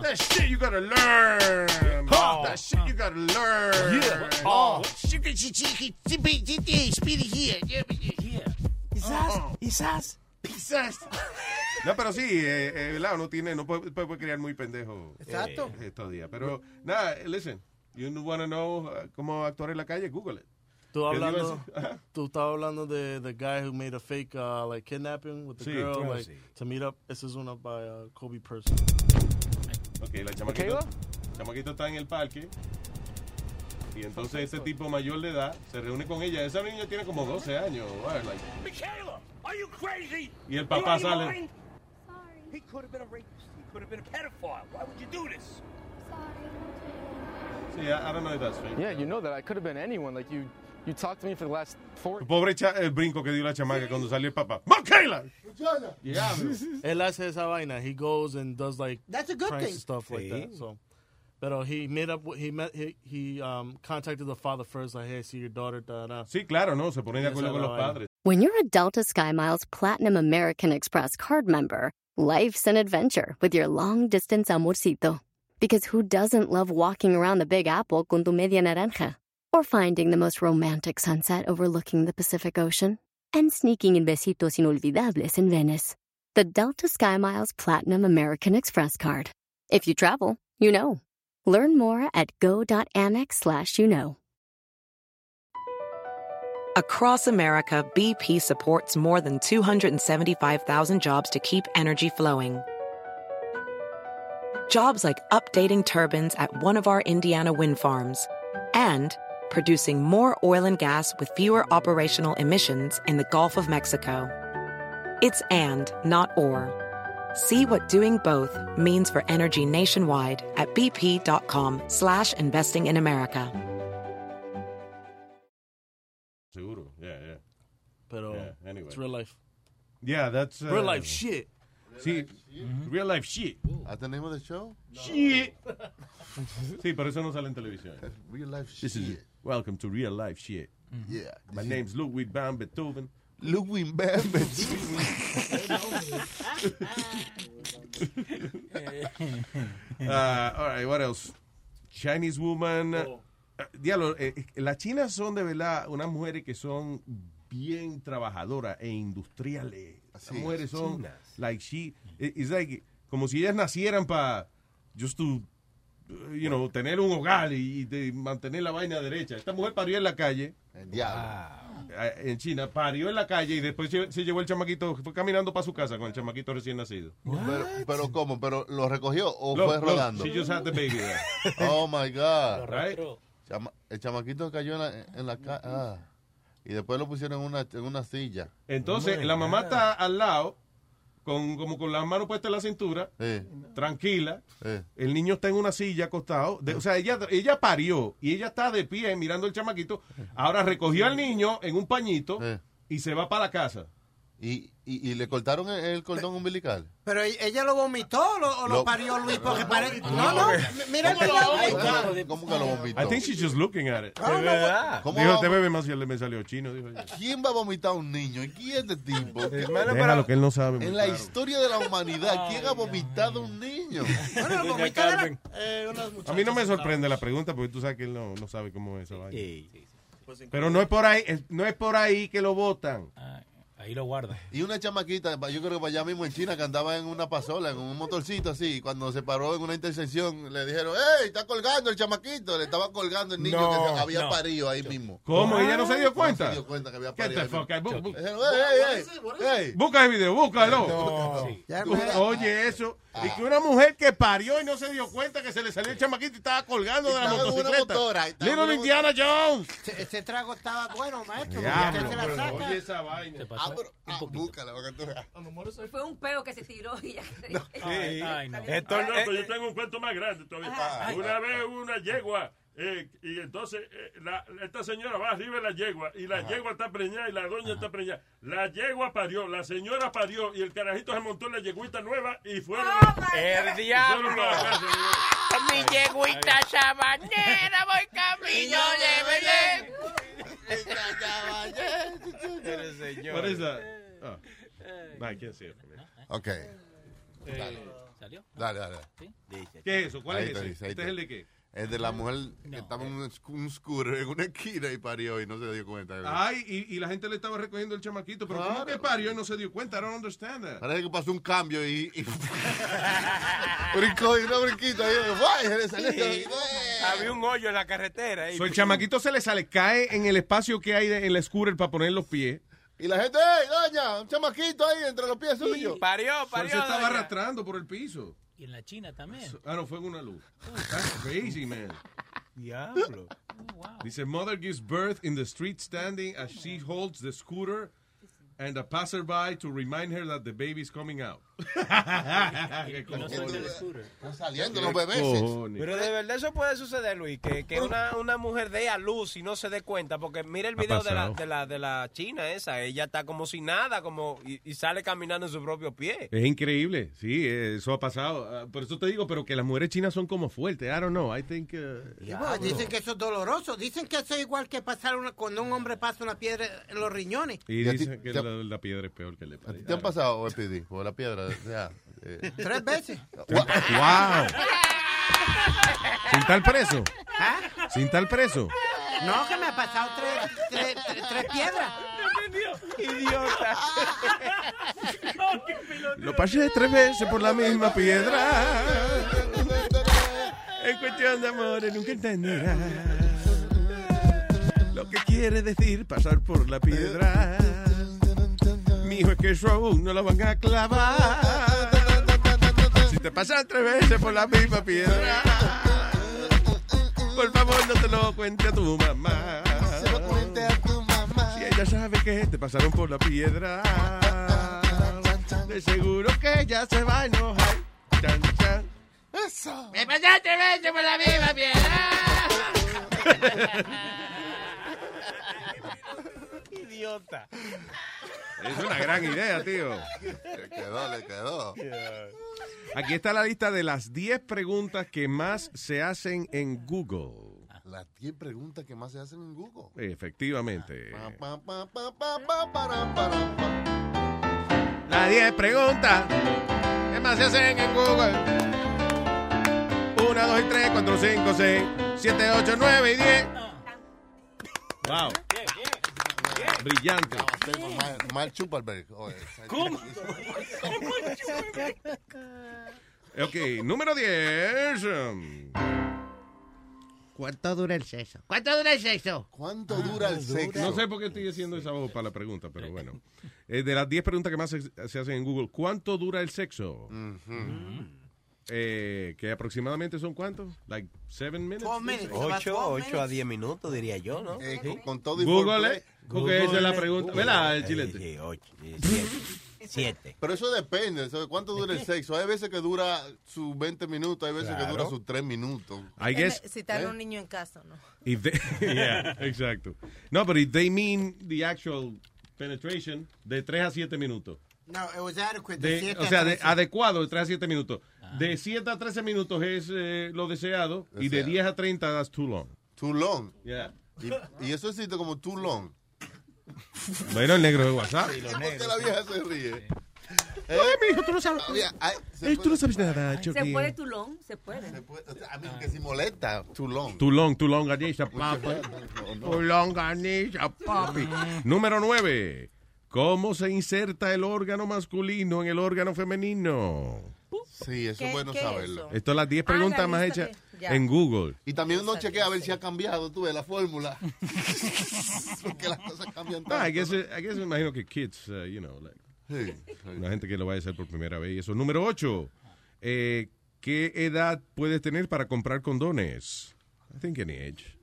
[SPEAKER 1] that shit you gotta learn.
[SPEAKER 26] Oh.
[SPEAKER 1] That shit you gotta learn.
[SPEAKER 26] Yeah.
[SPEAKER 1] Oh.
[SPEAKER 26] Quizás,
[SPEAKER 8] Oh,
[SPEAKER 26] quizás,
[SPEAKER 1] quizás. No, pero sí, eh, eh, ¿verdad? Uno tiene, no puede, puede- puede crear muy pendejo. eh,
[SPEAKER 2] Exacto.
[SPEAKER 1] estos días. Pero, nada, eh, listen, you want to know uh, cómo actuar en la calle, Google it.
[SPEAKER 26] Tú
[SPEAKER 1] Yo digo
[SPEAKER 26] hablando,
[SPEAKER 1] así, ajá.
[SPEAKER 26] tú estabas hablando de the guy who made a fake uh, like kidnapping with the
[SPEAKER 1] Sí,
[SPEAKER 26] girl
[SPEAKER 1] claro,
[SPEAKER 26] like
[SPEAKER 1] sí.
[SPEAKER 26] to meet up. Esa es una by uh, Kobe Person.
[SPEAKER 1] Ok, la
[SPEAKER 26] ¿Qué
[SPEAKER 1] chamaquito,
[SPEAKER 26] iba?
[SPEAKER 1] chamaquito está en el parque. Y entonces este tipo mayor de edad se reúne con ella. Esa niña tiene como 12 años. o algo, like,
[SPEAKER 28] Michaela, are you crazy?
[SPEAKER 1] Y el papá
[SPEAKER 28] Are you
[SPEAKER 1] sale.
[SPEAKER 28] lying? He could have been a rapist. He could have been a pedophile. Why would you do this?
[SPEAKER 1] Sí, I, I don't know if that's fake.
[SPEAKER 29] Yeah, you know that I could have been anyone. Like you, you talked to me for the last four.
[SPEAKER 1] Pobre cha- el brinco que dio la chamaca cuando salió el papá. ¡Michaela! Diablo.
[SPEAKER 26] Él hace esa vaina. He goes and does like
[SPEAKER 2] That's a good
[SPEAKER 26] pranks
[SPEAKER 2] thing.
[SPEAKER 26] and stuff like
[SPEAKER 2] Sí.
[SPEAKER 26] that. So, pero he made up. with- He met. He, he um contacted the father first. Like, hey, I see your daughter. Da, da.
[SPEAKER 1] Sí, claro, no, se pone de
[SPEAKER 26] Esa
[SPEAKER 1] acuerdo con
[SPEAKER 26] la
[SPEAKER 1] los
[SPEAKER 26] vaina.
[SPEAKER 1] padres.
[SPEAKER 30] When you're a Delta SkyMiles Platinum American Express card member, life's an adventure with your long distance amorcito. Because who doesn't love walking around the Big Apple con tu media naranja? Or finding the most romantic sunset overlooking the Pacific Ocean? And sneaking in besitos inolvidables in Venice. The Delta SkyMiles Platinum American Express card. If you travel, you know. Learn more at go.amex slash you know.
[SPEAKER 31] Across America, BP supports more than 275,000 jobs to keep energy flowing. Jobs like updating turbines at one of our Indiana wind farms and producing more oil and gas with fewer operational emissions in the Gulf of Mexico. It's and, not or. See what doing both means for energy nationwide at bp.com slash investing in America.
[SPEAKER 1] Seguro, yeah, yeah.
[SPEAKER 26] Pero
[SPEAKER 1] Yeah, anyway.
[SPEAKER 26] it's real life.
[SPEAKER 1] Yeah, that's... uh,
[SPEAKER 26] Real life shit.
[SPEAKER 1] Sí, real life shit.
[SPEAKER 6] ¿Ah, tenemos el show?
[SPEAKER 1] Shit. Sí, pero eso no sale en televisión.
[SPEAKER 6] Real life
[SPEAKER 1] This is-
[SPEAKER 6] shit. Mm-hmm.
[SPEAKER 1] welcome to real life shit.
[SPEAKER 6] Yeah.
[SPEAKER 1] My name's Ludwig van Beethoven.
[SPEAKER 6] Ludwig van
[SPEAKER 1] Ah, all right, what else? Chinese woman. Ah, diablo, eh, eh, las chinas son de verdad unas mujeres que son bien trabajadoras e industriales. Las
[SPEAKER 6] Así es.
[SPEAKER 1] mujeres son
[SPEAKER 6] Chinas.
[SPEAKER 1] like she, it- it's like como si ellas nacieran para just to you know, tener un hogar y, y de mantener la vaina derecha. Esta mujer parió en la calle. Ah, En China, parió en la calle y después se, se llevó el chamaquito, fue caminando para su casa con el chamaquito recién nacido.
[SPEAKER 6] Pero, pero ¿cómo? ¿Pero lo recogió o
[SPEAKER 1] Look,
[SPEAKER 6] fue
[SPEAKER 1] look,
[SPEAKER 6] rodando?
[SPEAKER 1] she just had the baby there.
[SPEAKER 6] oh my God.
[SPEAKER 1] Lo arrastró.
[SPEAKER 6] Chama- el chamaquito cayó en la, en la ca- ah. Y después lo pusieron en una, en una silla.
[SPEAKER 1] Entonces, la mamá está al lado, con, como con la mano puesta en la cintura, tranquila. El niño está en una silla acostado. de- o sea, ella, ella parió y ella está de pie mirando al chamaquito. Ahora recogió al niño en un pañito y se va para la casa.
[SPEAKER 6] ¿Y, y, y le cortaron el, el cordón umbilical?
[SPEAKER 2] Pero e- ella lo vomitó o lo, o lo
[SPEAKER 6] Lo-
[SPEAKER 2] parió Luis porque parece... No, no, m- mira el video.
[SPEAKER 6] ¿Cómo que lo vomitó?
[SPEAKER 1] I think she's just looking at it.
[SPEAKER 6] I don't know what- ¿Cómo
[SPEAKER 1] Dijo,
[SPEAKER 6] va-
[SPEAKER 1] te bebe más y me salió chino. Dijo ella.
[SPEAKER 6] ¿Quién va a vomitar a un niño? ¿Y quién es este tipo?
[SPEAKER 1] Hermano, Déjalo, pero- que él no sabe, muy
[SPEAKER 6] En la
[SPEAKER 1] claro.
[SPEAKER 6] historia de la humanidad, ¿quién ha vomitado a un niño?
[SPEAKER 2] Bueno, lo vomitó de la- eh, unas
[SPEAKER 1] A mí no me
[SPEAKER 2] muchachas.
[SPEAKER 1] sorprende la pregunta porque tú sabes que él no, no sabe cómo es eso.
[SPEAKER 2] Pues
[SPEAKER 26] Sí, sí, sí.
[SPEAKER 1] Pero no es por ahí, es- no es por ahí que lo votan.
[SPEAKER 9] ahí lo guarda.
[SPEAKER 6] Y una chamaquita, yo creo que para allá mismo en China, que andaba en una pasola, con un motorcito así, y cuando se paró en una intersección, le dijeron, ¡Ey, está colgando el chamaquito! Le estaba colgando el niño
[SPEAKER 1] No,
[SPEAKER 6] que se había
[SPEAKER 1] no.
[SPEAKER 6] parido ahí mismo.
[SPEAKER 1] ¿Cómo? ¿Ella no se dio cuenta?
[SPEAKER 6] No se dio cuenta que había
[SPEAKER 1] Get
[SPEAKER 6] parido.
[SPEAKER 1] the
[SPEAKER 6] ahí mismo.
[SPEAKER 1] fuck out. Bu- bu-
[SPEAKER 6] Le dijeron, "Ey, ey, ey, ey".
[SPEAKER 1] Busca el video, búscalo.
[SPEAKER 6] Sí.
[SPEAKER 1] Ya, mujer- Oye, eso.
[SPEAKER 2] Ah.
[SPEAKER 1] Y que una mujer que parió y no se dio cuenta que se le salió el chamaquito y estaba colgando de la
[SPEAKER 2] Estaba en una
[SPEAKER 1] motocicleta.
[SPEAKER 2] motora, estaba en
[SPEAKER 1] Little
[SPEAKER 2] una
[SPEAKER 1] Indiana Jones.
[SPEAKER 2] Ese, ese trago estaba bueno, maestro.
[SPEAKER 1] Diablo,
[SPEAKER 2] porque usted se la
[SPEAKER 1] pero
[SPEAKER 2] saca.
[SPEAKER 1] oye esa vaina.
[SPEAKER 6] Ah, pero, ah, búscala, para que tú veas.
[SPEAKER 3] Fue un peo que se tiró y ya.
[SPEAKER 24] Ay, ay, no.
[SPEAKER 18] Esto,
[SPEAKER 24] Esto- eh,
[SPEAKER 18] yo tengo un cuento más grande todavía.
[SPEAKER 3] Ah.
[SPEAKER 18] una vez una yegua, eh, y entonces eh, la- esta señora va arriba de la yegua, y la yegua está preñada y la doña está preñada. La yegua parió, la señora parió, y el carajito se montó en la yeguita nueva y fueron.
[SPEAKER 24] ¡El
[SPEAKER 18] y fueron
[SPEAKER 24] diablo!
[SPEAKER 18] para la casa.
[SPEAKER 24] Con mi
[SPEAKER 18] yegüita
[SPEAKER 24] sabanera voy camino
[SPEAKER 6] Pero, señor.
[SPEAKER 1] What is that? Oh. No, I can't see it.
[SPEAKER 6] Ok.
[SPEAKER 1] Dale.
[SPEAKER 9] Eh, ¿Salió?
[SPEAKER 6] Dale, dale.
[SPEAKER 1] ¿Qué es eso? ¿Cuál
[SPEAKER 6] Ahí
[SPEAKER 1] es
[SPEAKER 6] está,
[SPEAKER 1] ese?
[SPEAKER 6] dice, ahí
[SPEAKER 1] ¿Este
[SPEAKER 6] está.
[SPEAKER 1] es el de qué?
[SPEAKER 6] El de la mujer que estaba en
[SPEAKER 9] eh.
[SPEAKER 6] un, sc- un scooter en una esquina y parió y no se dio cuenta.
[SPEAKER 1] Ay, y, y la gente le estaba recogiendo el chamaquito, pero ¿cómo que parió y no se dio cuenta? I don't understand that.
[SPEAKER 6] Parece que pasó un cambio y. y- brincó y una brinquita. Y, ¡Ay! se le salió.
[SPEAKER 24] Había un hoyo en la carretera. y-
[SPEAKER 1] So, el chamaquito se le sale, cae en el espacio que hay de- en la scooter para poner los pies.
[SPEAKER 6] Y la gente, ¡ey, doña! Un chamaquito ahí entre los pies suyos.
[SPEAKER 1] So, él se estaba arrastrando por el piso.
[SPEAKER 9] Y en la China también.
[SPEAKER 1] Ah, no, fue en una luz. That's crazy, man.
[SPEAKER 9] Diablo.
[SPEAKER 1] Dice, mother gives birth in the street standing as she holds the scooter and a passerby to remind her that the baby is coming out. Qué cojones.
[SPEAKER 6] Están saliendo
[SPEAKER 1] Qué
[SPEAKER 6] los bebés.
[SPEAKER 1] cojones.
[SPEAKER 24] Pero de verdad eso puede suceder, Luis, que, que una, una mujer dé a luz y no se dé cuenta, porque mira el
[SPEAKER 1] Ha
[SPEAKER 24] video de la,
[SPEAKER 1] pasado.
[SPEAKER 24] de, la, de la china esa, ella está como si nada, como y, y sale caminando en su propio pie.
[SPEAKER 1] Es increíble, sí, eso ha pasado. Ah, Por eso te digo, pero que las mujeres chinas son como fuertes. I don't know, I think... uh,
[SPEAKER 2] Y bueno, Ah, dicen que eso es doloroso. Dicen que eso es igual que pasar una, cuando un hombre pasa una piedra en los riñones.
[SPEAKER 1] Y
[SPEAKER 6] Y a ti-
[SPEAKER 1] dicen que
[SPEAKER 6] te-
[SPEAKER 1] la, la piedra es peor que le parece.
[SPEAKER 6] ¿Te han pasado, OPD? Por la piedra. O sea, eh.
[SPEAKER 2] Tres veces.
[SPEAKER 1] ¡Wow! Sin tal preso. Sin tal preso.
[SPEAKER 2] No, que me ha pasado tres, tres, tres, tres piedras.
[SPEAKER 24] Idiota.
[SPEAKER 1] Lo pasé tres veces por la misma piedra.
[SPEAKER 24] En cuestión de amor, nunca entenderás
[SPEAKER 1] lo que quiere decir pasar por la piedra. Mijo, es que eso aún no lo van a clavar. Si te pasan tres veces por la misma piedra, por favor no te lo cuente a tu mamá. Si ella sabe que te pasaron por la piedra, de seguro que ella se va a enojar. Chan, chan.
[SPEAKER 6] Eso.
[SPEAKER 24] Me pasaste veces por la misma Idiota.
[SPEAKER 1] Es una gran idea, tío.
[SPEAKER 6] Le quedó, le quedó.
[SPEAKER 1] Aquí está la lista de las 10 preguntas que más se hacen en Google.
[SPEAKER 6] Las 10 preguntas que más se hacen en Google.
[SPEAKER 1] Efectivamente.
[SPEAKER 6] Pa, pa, pa, pa, pa, para, para, pa.
[SPEAKER 1] Las 10 preguntas que más se hacen en Google. 1, 2 y 3, 4, 5, 6, 7, 8, 9 y 10. Wow. Brillante.
[SPEAKER 6] Mal, mal Chuparberg. Oye,
[SPEAKER 1] ¿Cómo? Ok, número 10.
[SPEAKER 28] ¿Cuánto dura el sexo? ¿Cuánto dura el sexo?
[SPEAKER 6] ¿Cuánto dura el sexo?
[SPEAKER 1] Ah, No sé por qué estoy haciendo esa voz para la pregunta, pero bueno. Eh, de las 10 preguntas que más se, se hacen en Google, ¿cuánto dura el sexo? Mm. Eh, que aproximadamente son cuántos? Like 7 minutes.
[SPEAKER 24] Ocho, ocho
[SPEAKER 1] ¿eh?
[SPEAKER 24] a 10 minutos, diría yo, ¿no?
[SPEAKER 6] Eh, con, con todo y
[SPEAKER 1] Google,
[SPEAKER 6] foreplay.
[SPEAKER 1] eh, porque esa es la pregunta. ¿Verdad, el chilete?
[SPEAKER 24] Sí, ocho, sí, siete. Siete.
[SPEAKER 6] Pero eso depende, eso de cuánto dura el sexo. Hay veces que dura sus 20 minutos, hay veces que
[SPEAKER 1] Claro.
[SPEAKER 6] dura sus 3 minutos.
[SPEAKER 1] I guess
[SPEAKER 3] Si está
[SPEAKER 6] ¿Eh?
[SPEAKER 3] un niño en casa, ¿no?
[SPEAKER 1] if they, yeah, exacto. No, pero if they mean the actual penetration de 3 a 7 minutos.
[SPEAKER 2] No, eh, it was adequate.
[SPEAKER 1] De-
[SPEAKER 2] Pues De siete
[SPEAKER 1] o sea,
[SPEAKER 2] a
[SPEAKER 1] de-
[SPEAKER 2] trece. Ah.
[SPEAKER 1] adecuado de 3 a 7 minutos. De 7 a 13 minutos es eh, lo deseado, y de 10 a 30 that's too long.
[SPEAKER 6] Too long.
[SPEAKER 1] Yeah.
[SPEAKER 6] Y, y eso existe como too long.
[SPEAKER 1] Bueno, el negro de WhatsApp.
[SPEAKER 6] ¿Y ¿Por qué la vieja se ríe? Eh,
[SPEAKER 1] mijo, tú no sabes. tú no sabes nada,
[SPEAKER 3] ¿Se puede tulón? Se puede.
[SPEAKER 6] A mí que si molesta, too long.
[SPEAKER 1] Too long, too long, papi. Too long, papi. Número 9. ¿Cómo se inserta el órgano masculino en el órgano femenino?
[SPEAKER 6] Sí, eso Ah, es bueno saberlo.
[SPEAKER 1] Esto es las 10 preguntas más hechas en Google.
[SPEAKER 6] Y también uno chequea a ver si ha cambiado, tú ves, la fórmula. Porque las cosas cambian tanto.
[SPEAKER 1] Ah, I guess, I guess me imagino que kids, uh, you know, like, la gente que lo vaya a hacer por primera vez. Y eso. Número 8. ¿Qué edad puedes tener para comprar condones? I think any age.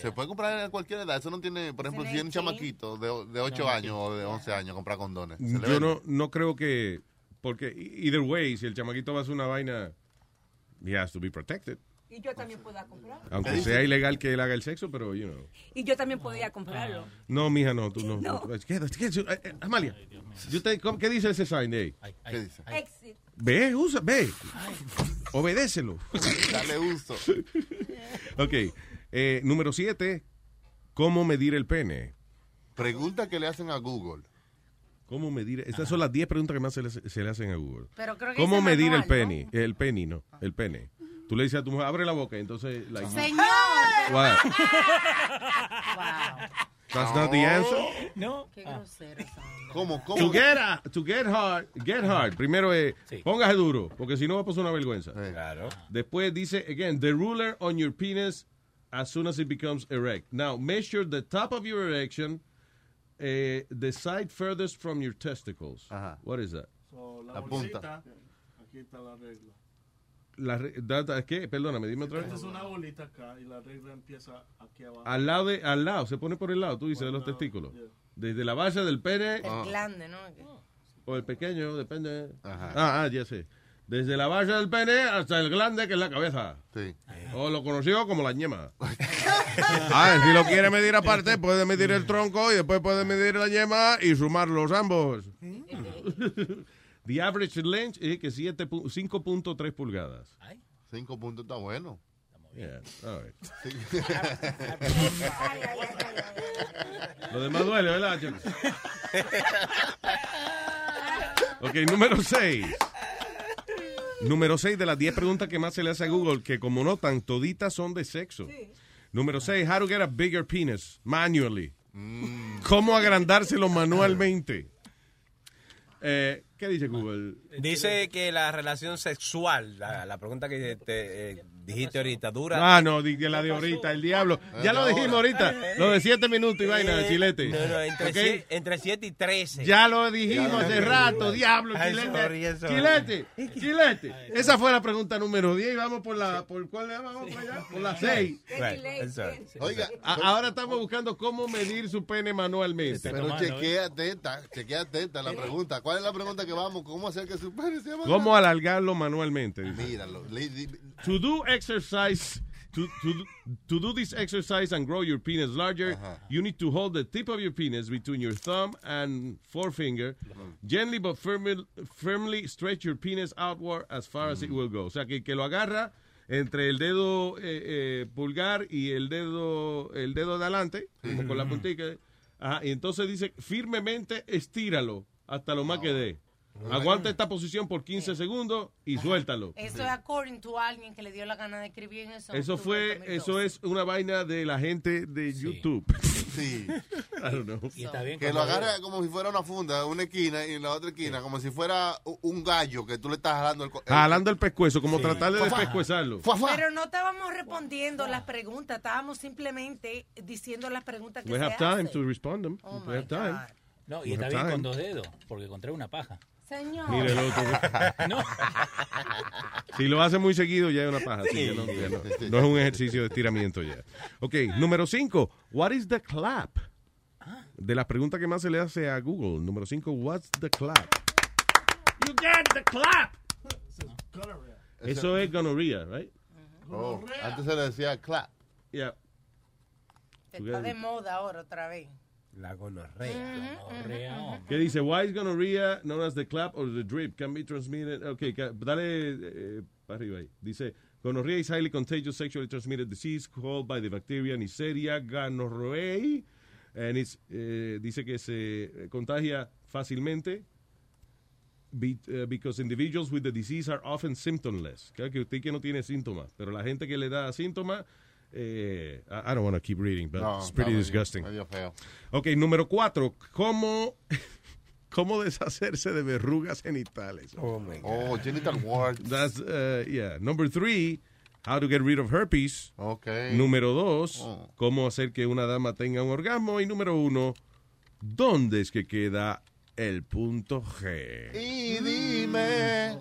[SPEAKER 6] Se puede comprar a cualquier edad. Eso no tiene, por ejemplo, si es un chamaquito de, de 8 años o de 11 años, comprar condones. Se le
[SPEAKER 1] Yo
[SPEAKER 6] vende.
[SPEAKER 1] no, no creo que. Porque, e-, either way, si el chamaquito va a hacer una vaina, he has to be protected.
[SPEAKER 3] Y yo también pueda comprar.
[SPEAKER 1] Aunque sea ilegal que él haga el sexo, pero, you know.
[SPEAKER 3] Y yo también podía comprarlo.
[SPEAKER 1] No, mija, no, tú no. Quédate, quédate. Eh, eh, Amalia, yo te- ¿cómo- ¿qué dice ese sign de ahí?
[SPEAKER 6] ¿Qué dice?
[SPEAKER 3] Exit.
[SPEAKER 1] Ve, usa, ve. Obedécelo.
[SPEAKER 6] Dale uso.
[SPEAKER 1] Ok. eh, número 7. ¿Cómo medir el pene?
[SPEAKER 6] Pregunta que le hacen a Google.
[SPEAKER 1] ¿Cómo medir? Estas son las 10 preguntas que más se le, se le hacen a Google.
[SPEAKER 32] Pero creo que
[SPEAKER 1] ¿Cómo
[SPEAKER 32] ese
[SPEAKER 1] medir
[SPEAKER 32] manual,
[SPEAKER 1] el pene? El pene, no. El pene. Tú le dices a tu mujer, abre la boca, entonces... like-
[SPEAKER 32] Señor.
[SPEAKER 1] What? That's not the answer.
[SPEAKER 32] No. Qué grosero.
[SPEAKER 6] ¿Cómo? ¿Cómo?
[SPEAKER 1] To get, a- to get hard, get hard. Primero es, póngase duro, porque si no va a pasar una vergüenza.
[SPEAKER 24] Claro.
[SPEAKER 1] Después dice, again, the ruler on your penis as soon as it becomes erect. Now, measure the top of your erection, eh, the side furthest from your testicles. What is that?
[SPEAKER 11] So,
[SPEAKER 1] La punta.
[SPEAKER 11] bolsita, Aquí está la regla.
[SPEAKER 1] La, re- that- that- ¿Qué? Perdóname, dime otra vez.
[SPEAKER 11] Esta es una bolita acá y la regla empieza aquí abajo.
[SPEAKER 1] Al lado, de- al lado, se pone por el lado, tú dices, de los testículos. Desde la base del pene.
[SPEAKER 32] El glande, ¿no?
[SPEAKER 1] O el pequeño, depende. Ah, ah, ya sé. Desde la base del pene hasta el glande, que es la cabeza. O lo conocido como la ñema. ah, si lo quiere medir aparte, pues. puede medir el tronco y después puede medir la ñema y sumar los ambos. The average length es que siete pu- 5.3 pulgadas.
[SPEAKER 6] 5 puntos está bueno.
[SPEAKER 1] Yeah, all right. Lo demás duele, ¿verdad, Chuck? Ok, número 6. Número 6 de las 10 preguntas que más se le hace a Google, que como notan, toditas son de sexo. Número 6, how to get a bigger penis manually.
[SPEAKER 6] Mm.
[SPEAKER 1] ¿Cómo agrandárselo manualmente? Eh, ¿Qué dice Google?
[SPEAKER 24] Dice que la relación sexual, la, la pregunta que te eh, dijiste ahorita, dura.
[SPEAKER 1] Ah, no, di- la de ahorita, el diablo.
[SPEAKER 6] Ah,
[SPEAKER 1] Ya lo
[SPEAKER 24] Ahora.
[SPEAKER 1] dijimos ahorita, lo de 7 minutos y vaina de chilete.
[SPEAKER 24] Eh, No, no, entre,
[SPEAKER 1] Ok.
[SPEAKER 24] sie- entre 7 y 13.
[SPEAKER 1] Ya lo dijimos hace rato, diablo,
[SPEAKER 24] Ay,
[SPEAKER 1] chilete.
[SPEAKER 24] sorry, I'm sorry.
[SPEAKER 1] Chilete, chilete. Esa fue la pregunta número 10 y vamos por la, por cuál le vamos por allá, por la 6.
[SPEAKER 6] Oiga,
[SPEAKER 1] ahora estamos buscando cómo medir su pene manualmente.
[SPEAKER 6] pero chequea atenta, chequea atenta la pregunta. ¿Cuál es la pregunta que vamos? ¿Cómo hacer que supere? Se llama?
[SPEAKER 1] ¿Cómo alargarlo manualmente? dice.
[SPEAKER 6] Míralo. le- di-
[SPEAKER 1] To do exercise, to, to, to do this exercise and grow your penis larger, you need to hold the tip of your penis between your thumb and forefinger. Gently but firmly, firmly stretch your penis outward as far as it will go. O sea, que, que lo agarra entre el dedo eh, eh, pulgar y el dedo, el dedo de adelante, como con la puntica. Ajá, y entonces dice, firmemente estíralo hasta lo más que dé. Aguanta esta posición por 15 segundos y suéltalo.
[SPEAKER 32] Eso es according to alguien que le dio la gana de escribir en eso.
[SPEAKER 1] Eso fue, eso es una vaina de la gente de YouTube. Sí. I don't know.
[SPEAKER 6] que lo agarra como si fuera una funda, una esquina y en la otra esquina, como si fuera u- un gallo que tú le estás jalando el. co- el-
[SPEAKER 1] Jalando Ah, el pescuezo, como tratarle de
[SPEAKER 6] Fuá, fuá.
[SPEAKER 1] pescuezarlo.
[SPEAKER 32] Pero no estábamos respondiendo las preguntas, estábamos simplemente diciendo las preguntas que
[SPEAKER 1] We
[SPEAKER 32] se
[SPEAKER 1] have time
[SPEAKER 32] hacen.
[SPEAKER 1] to respond them.
[SPEAKER 32] Oh
[SPEAKER 1] We have time.
[SPEAKER 32] No,
[SPEAKER 9] y
[SPEAKER 1] We
[SPEAKER 9] está
[SPEAKER 1] have
[SPEAKER 9] bien
[SPEAKER 1] time.
[SPEAKER 9] con dos dedos, porque contrae una paja.
[SPEAKER 32] Señor.
[SPEAKER 1] Mira el otro.
[SPEAKER 9] No.
[SPEAKER 1] Si lo hace muy seguido, ya es una paja. sí, ya no, ya no. No es un ejercicio de estiramiento ya. Ok, número 5. What is the clap? De las preguntas que más se le hace a Google. Número 5. What's the clap? You get the clap. Eso es gonorrhea, right?
[SPEAKER 6] Oh, antes se le decía clap.
[SPEAKER 1] Yeah.
[SPEAKER 32] Está de moda ahora otra vez.
[SPEAKER 24] La gonorrea.
[SPEAKER 1] ¿Qué dice? Why is gonorrhea known as the clap or the drip can be transmitted? Ok, ca- dale eh, para arriba ahí. Dice, gonorrhea is highly contagious sexually transmitted disease called by the bacteria Neisseria gonorrhoeae. And it's, eh, dice que se eh, contagia fácilmente be- eh, because individuals with the disease are often symptomless. Claro que usted que no tiene síntomas, pero la gente que le da síntomas Eh, I I don't want to keep reading, but
[SPEAKER 6] No,
[SPEAKER 1] it's pretty
[SPEAKER 6] no, medio-
[SPEAKER 1] disgusting.
[SPEAKER 6] medio feo.
[SPEAKER 1] Ok, número cuatro. ¿Cómo, cómo deshacerse de verrugas genitales?
[SPEAKER 6] Oh, my God. Oh, genital warts.
[SPEAKER 1] That's, uh, yeah. Number three, how to get rid of herpes.
[SPEAKER 6] Okay.
[SPEAKER 1] Número dos,
[SPEAKER 6] Oh.
[SPEAKER 1] cómo hacer que una dama tenga un orgasmo. Y número uno, ¿dónde es que queda el punto G?
[SPEAKER 6] Y dime.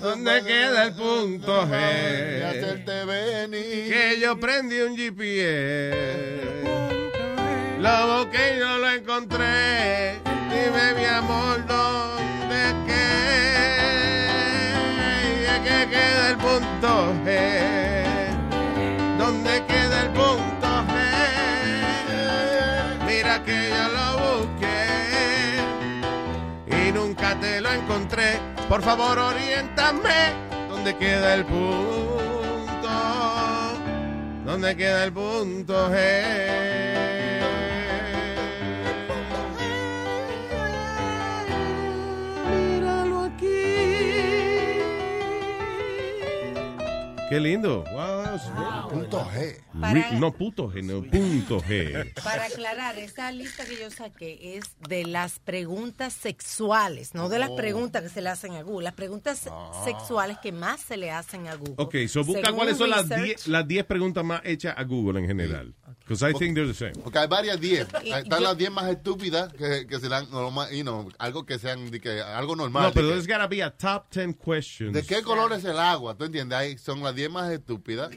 [SPEAKER 1] ¿Dónde queda el punto G?
[SPEAKER 6] Y hacerte venir.
[SPEAKER 1] Que yo prendí un GPS. Lo busqué y no lo encontré. Dime, mi amor, ¿dónde queda? ¿Dónde queda el punto G? ¿Dónde queda el punto G? Mira que yo lo busqué y nunca te lo encontré. Por favor, oriéntame. ¿Dónde queda el punto? ¿Dónde queda el punto G? Míralo aquí. Qué lindo. Wow.
[SPEAKER 6] Punto G.
[SPEAKER 32] Para-
[SPEAKER 1] No puto G, no punto G.
[SPEAKER 32] Para aclarar, esta lista que yo saqué es de las preguntas sexuales, no de las
[SPEAKER 1] Oh.
[SPEAKER 32] preguntas que se le hacen a Google, las preguntas
[SPEAKER 1] Ah.
[SPEAKER 32] sexuales que más se le hacen a Google.
[SPEAKER 1] Ok, so busca
[SPEAKER 32] Según
[SPEAKER 1] cuáles son las
[SPEAKER 32] research-
[SPEAKER 1] 10 las 10 preguntas más hechas a Google en general. Because I think they're the same.
[SPEAKER 6] Porque hay varias 10.
[SPEAKER 32] Y
[SPEAKER 6] Están
[SPEAKER 32] yo-
[SPEAKER 6] las 10 más estúpidas que, que serán normal, y no, algo que sean de que, algo normal.
[SPEAKER 1] no, pero
[SPEAKER 6] de que-
[SPEAKER 1] there's gotta be a top 10 questions.
[SPEAKER 6] ¿De qué color es el agua? ¿Tú entiendes? Ahí son las 10 más estúpidas.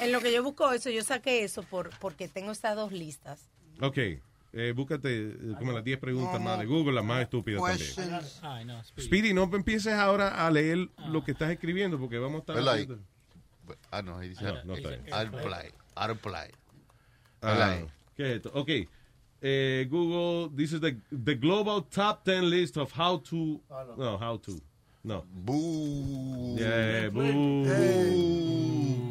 [SPEAKER 32] En lo que yo busco eso, yo saqué eso por, porque tengo estas dos listas.
[SPEAKER 1] Ok, eh, búscate eh, como las 10 preguntas más de Google, las más estúpidas también.
[SPEAKER 9] Ay, no, Speedy. Ah.
[SPEAKER 1] Speedy, no empieces ahora a leer lo que estás escribiendo porque vamos a estar...
[SPEAKER 6] Vela ahí.
[SPEAKER 1] haciendo-
[SPEAKER 6] Ah, no, ahí dice.
[SPEAKER 1] No, no está ahí.
[SPEAKER 6] I'll play. I'll play. Vela
[SPEAKER 1] Ah,
[SPEAKER 6] ahí.
[SPEAKER 1] ¿Qué es esto? Ok, eh, Google, this is the, the global top 10 list of how to... No, how to. No.
[SPEAKER 6] Boo.
[SPEAKER 1] Yeah, boo.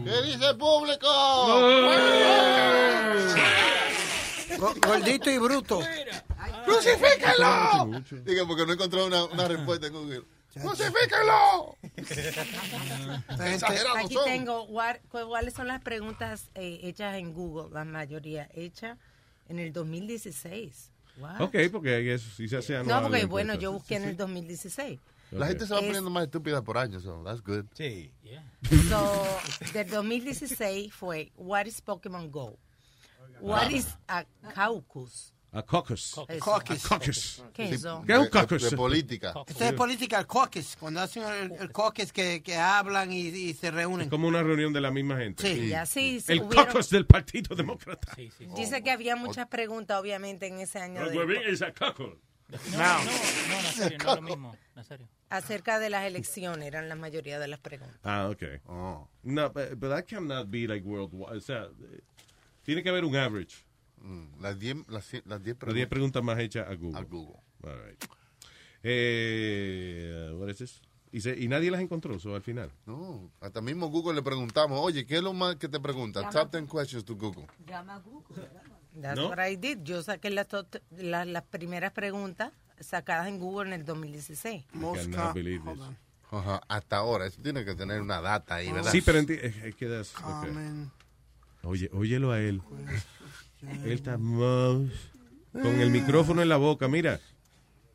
[SPEAKER 6] ¿Qué dice el público?
[SPEAKER 2] Go- Gordito y bruto.
[SPEAKER 6] ¡Crucifíquenlo! Diga, porque no he encontrado una, una respuesta en Google. ¡Crucifíquenlo! Exagerados
[SPEAKER 32] Aquí
[SPEAKER 6] son.
[SPEAKER 32] tengo guar- cu- cuáles son las preguntas eh, hechas en Google, la mayoría hecha en el 2016. What?
[SPEAKER 1] Ok, porque eso sí se hace
[SPEAKER 32] No,
[SPEAKER 1] anual
[SPEAKER 32] porque
[SPEAKER 1] la
[SPEAKER 32] bueno,
[SPEAKER 1] encuesta.
[SPEAKER 32] yo busqué en el 2016.
[SPEAKER 6] La gente se va
[SPEAKER 32] Es-
[SPEAKER 6] poniendo más estúpida por años, so that's good.
[SPEAKER 24] Sí.
[SPEAKER 32] So, del 2016 fue What is Pokémon Go? What
[SPEAKER 1] Ah.
[SPEAKER 32] is a caucus?
[SPEAKER 1] A caucus.
[SPEAKER 32] Caucus.
[SPEAKER 1] Caucus.
[SPEAKER 32] Caucus.
[SPEAKER 1] Caucus.
[SPEAKER 32] ¿Qué es eso?
[SPEAKER 1] ¿Qué es un caucus?
[SPEAKER 6] De- de política.
[SPEAKER 2] Esto Eh, es política, el caucus. Cuando hacen el, el caucus que, que hablan y, y se
[SPEAKER 1] Es
[SPEAKER 2] reúnen.
[SPEAKER 1] como una reunión de la misma gente.
[SPEAKER 2] Sí.
[SPEAKER 32] Y así se
[SPEAKER 1] El
[SPEAKER 32] hubieron-
[SPEAKER 1] caucus del Partido Demócrata.
[SPEAKER 32] Dice que
[SPEAKER 1] Oh.
[SPEAKER 32] había muchas preguntas, obviamente, en ese año
[SPEAKER 18] Los
[SPEAKER 32] de-
[SPEAKER 18] huevín es a caucus.
[SPEAKER 9] No, no, no, Nazario, no es lo mismo. Nazario.
[SPEAKER 32] acerca de las elecciones, eran la mayoría de las
[SPEAKER 6] Oh.
[SPEAKER 32] preguntas.
[SPEAKER 1] Ah, ok. No, but, but that cannot be like worldwide. O sea, eh, tiene que haber un average.
[SPEAKER 6] Mm, Las 10 las, cien- las 10
[SPEAKER 1] Las
[SPEAKER 6] preguntas.
[SPEAKER 1] 10 preguntas más hechas a Google.
[SPEAKER 6] A Google.
[SPEAKER 1] All right. Eh, what is this? Y, se- y nadie las encontró, so, al final.
[SPEAKER 6] No, hasta mismo Google le preguntamos, oye, ¿qué es lo más que te preguntan? Top 10 questions to Google.
[SPEAKER 32] Llama a Google. That's
[SPEAKER 6] ¿No?
[SPEAKER 32] what I did. Yo saqué las, tot- la- las primeras preguntas sacadas en Google en el 2016.
[SPEAKER 1] Cannot believe this.
[SPEAKER 6] Ajá, hasta ahora, eso tiene que tener una data ahí, ¿verdad?
[SPEAKER 1] Sí, pero enti- eh, es- es que das- ok. Oye, óyelo a él. Él está más con el micrófono en la boca, mira.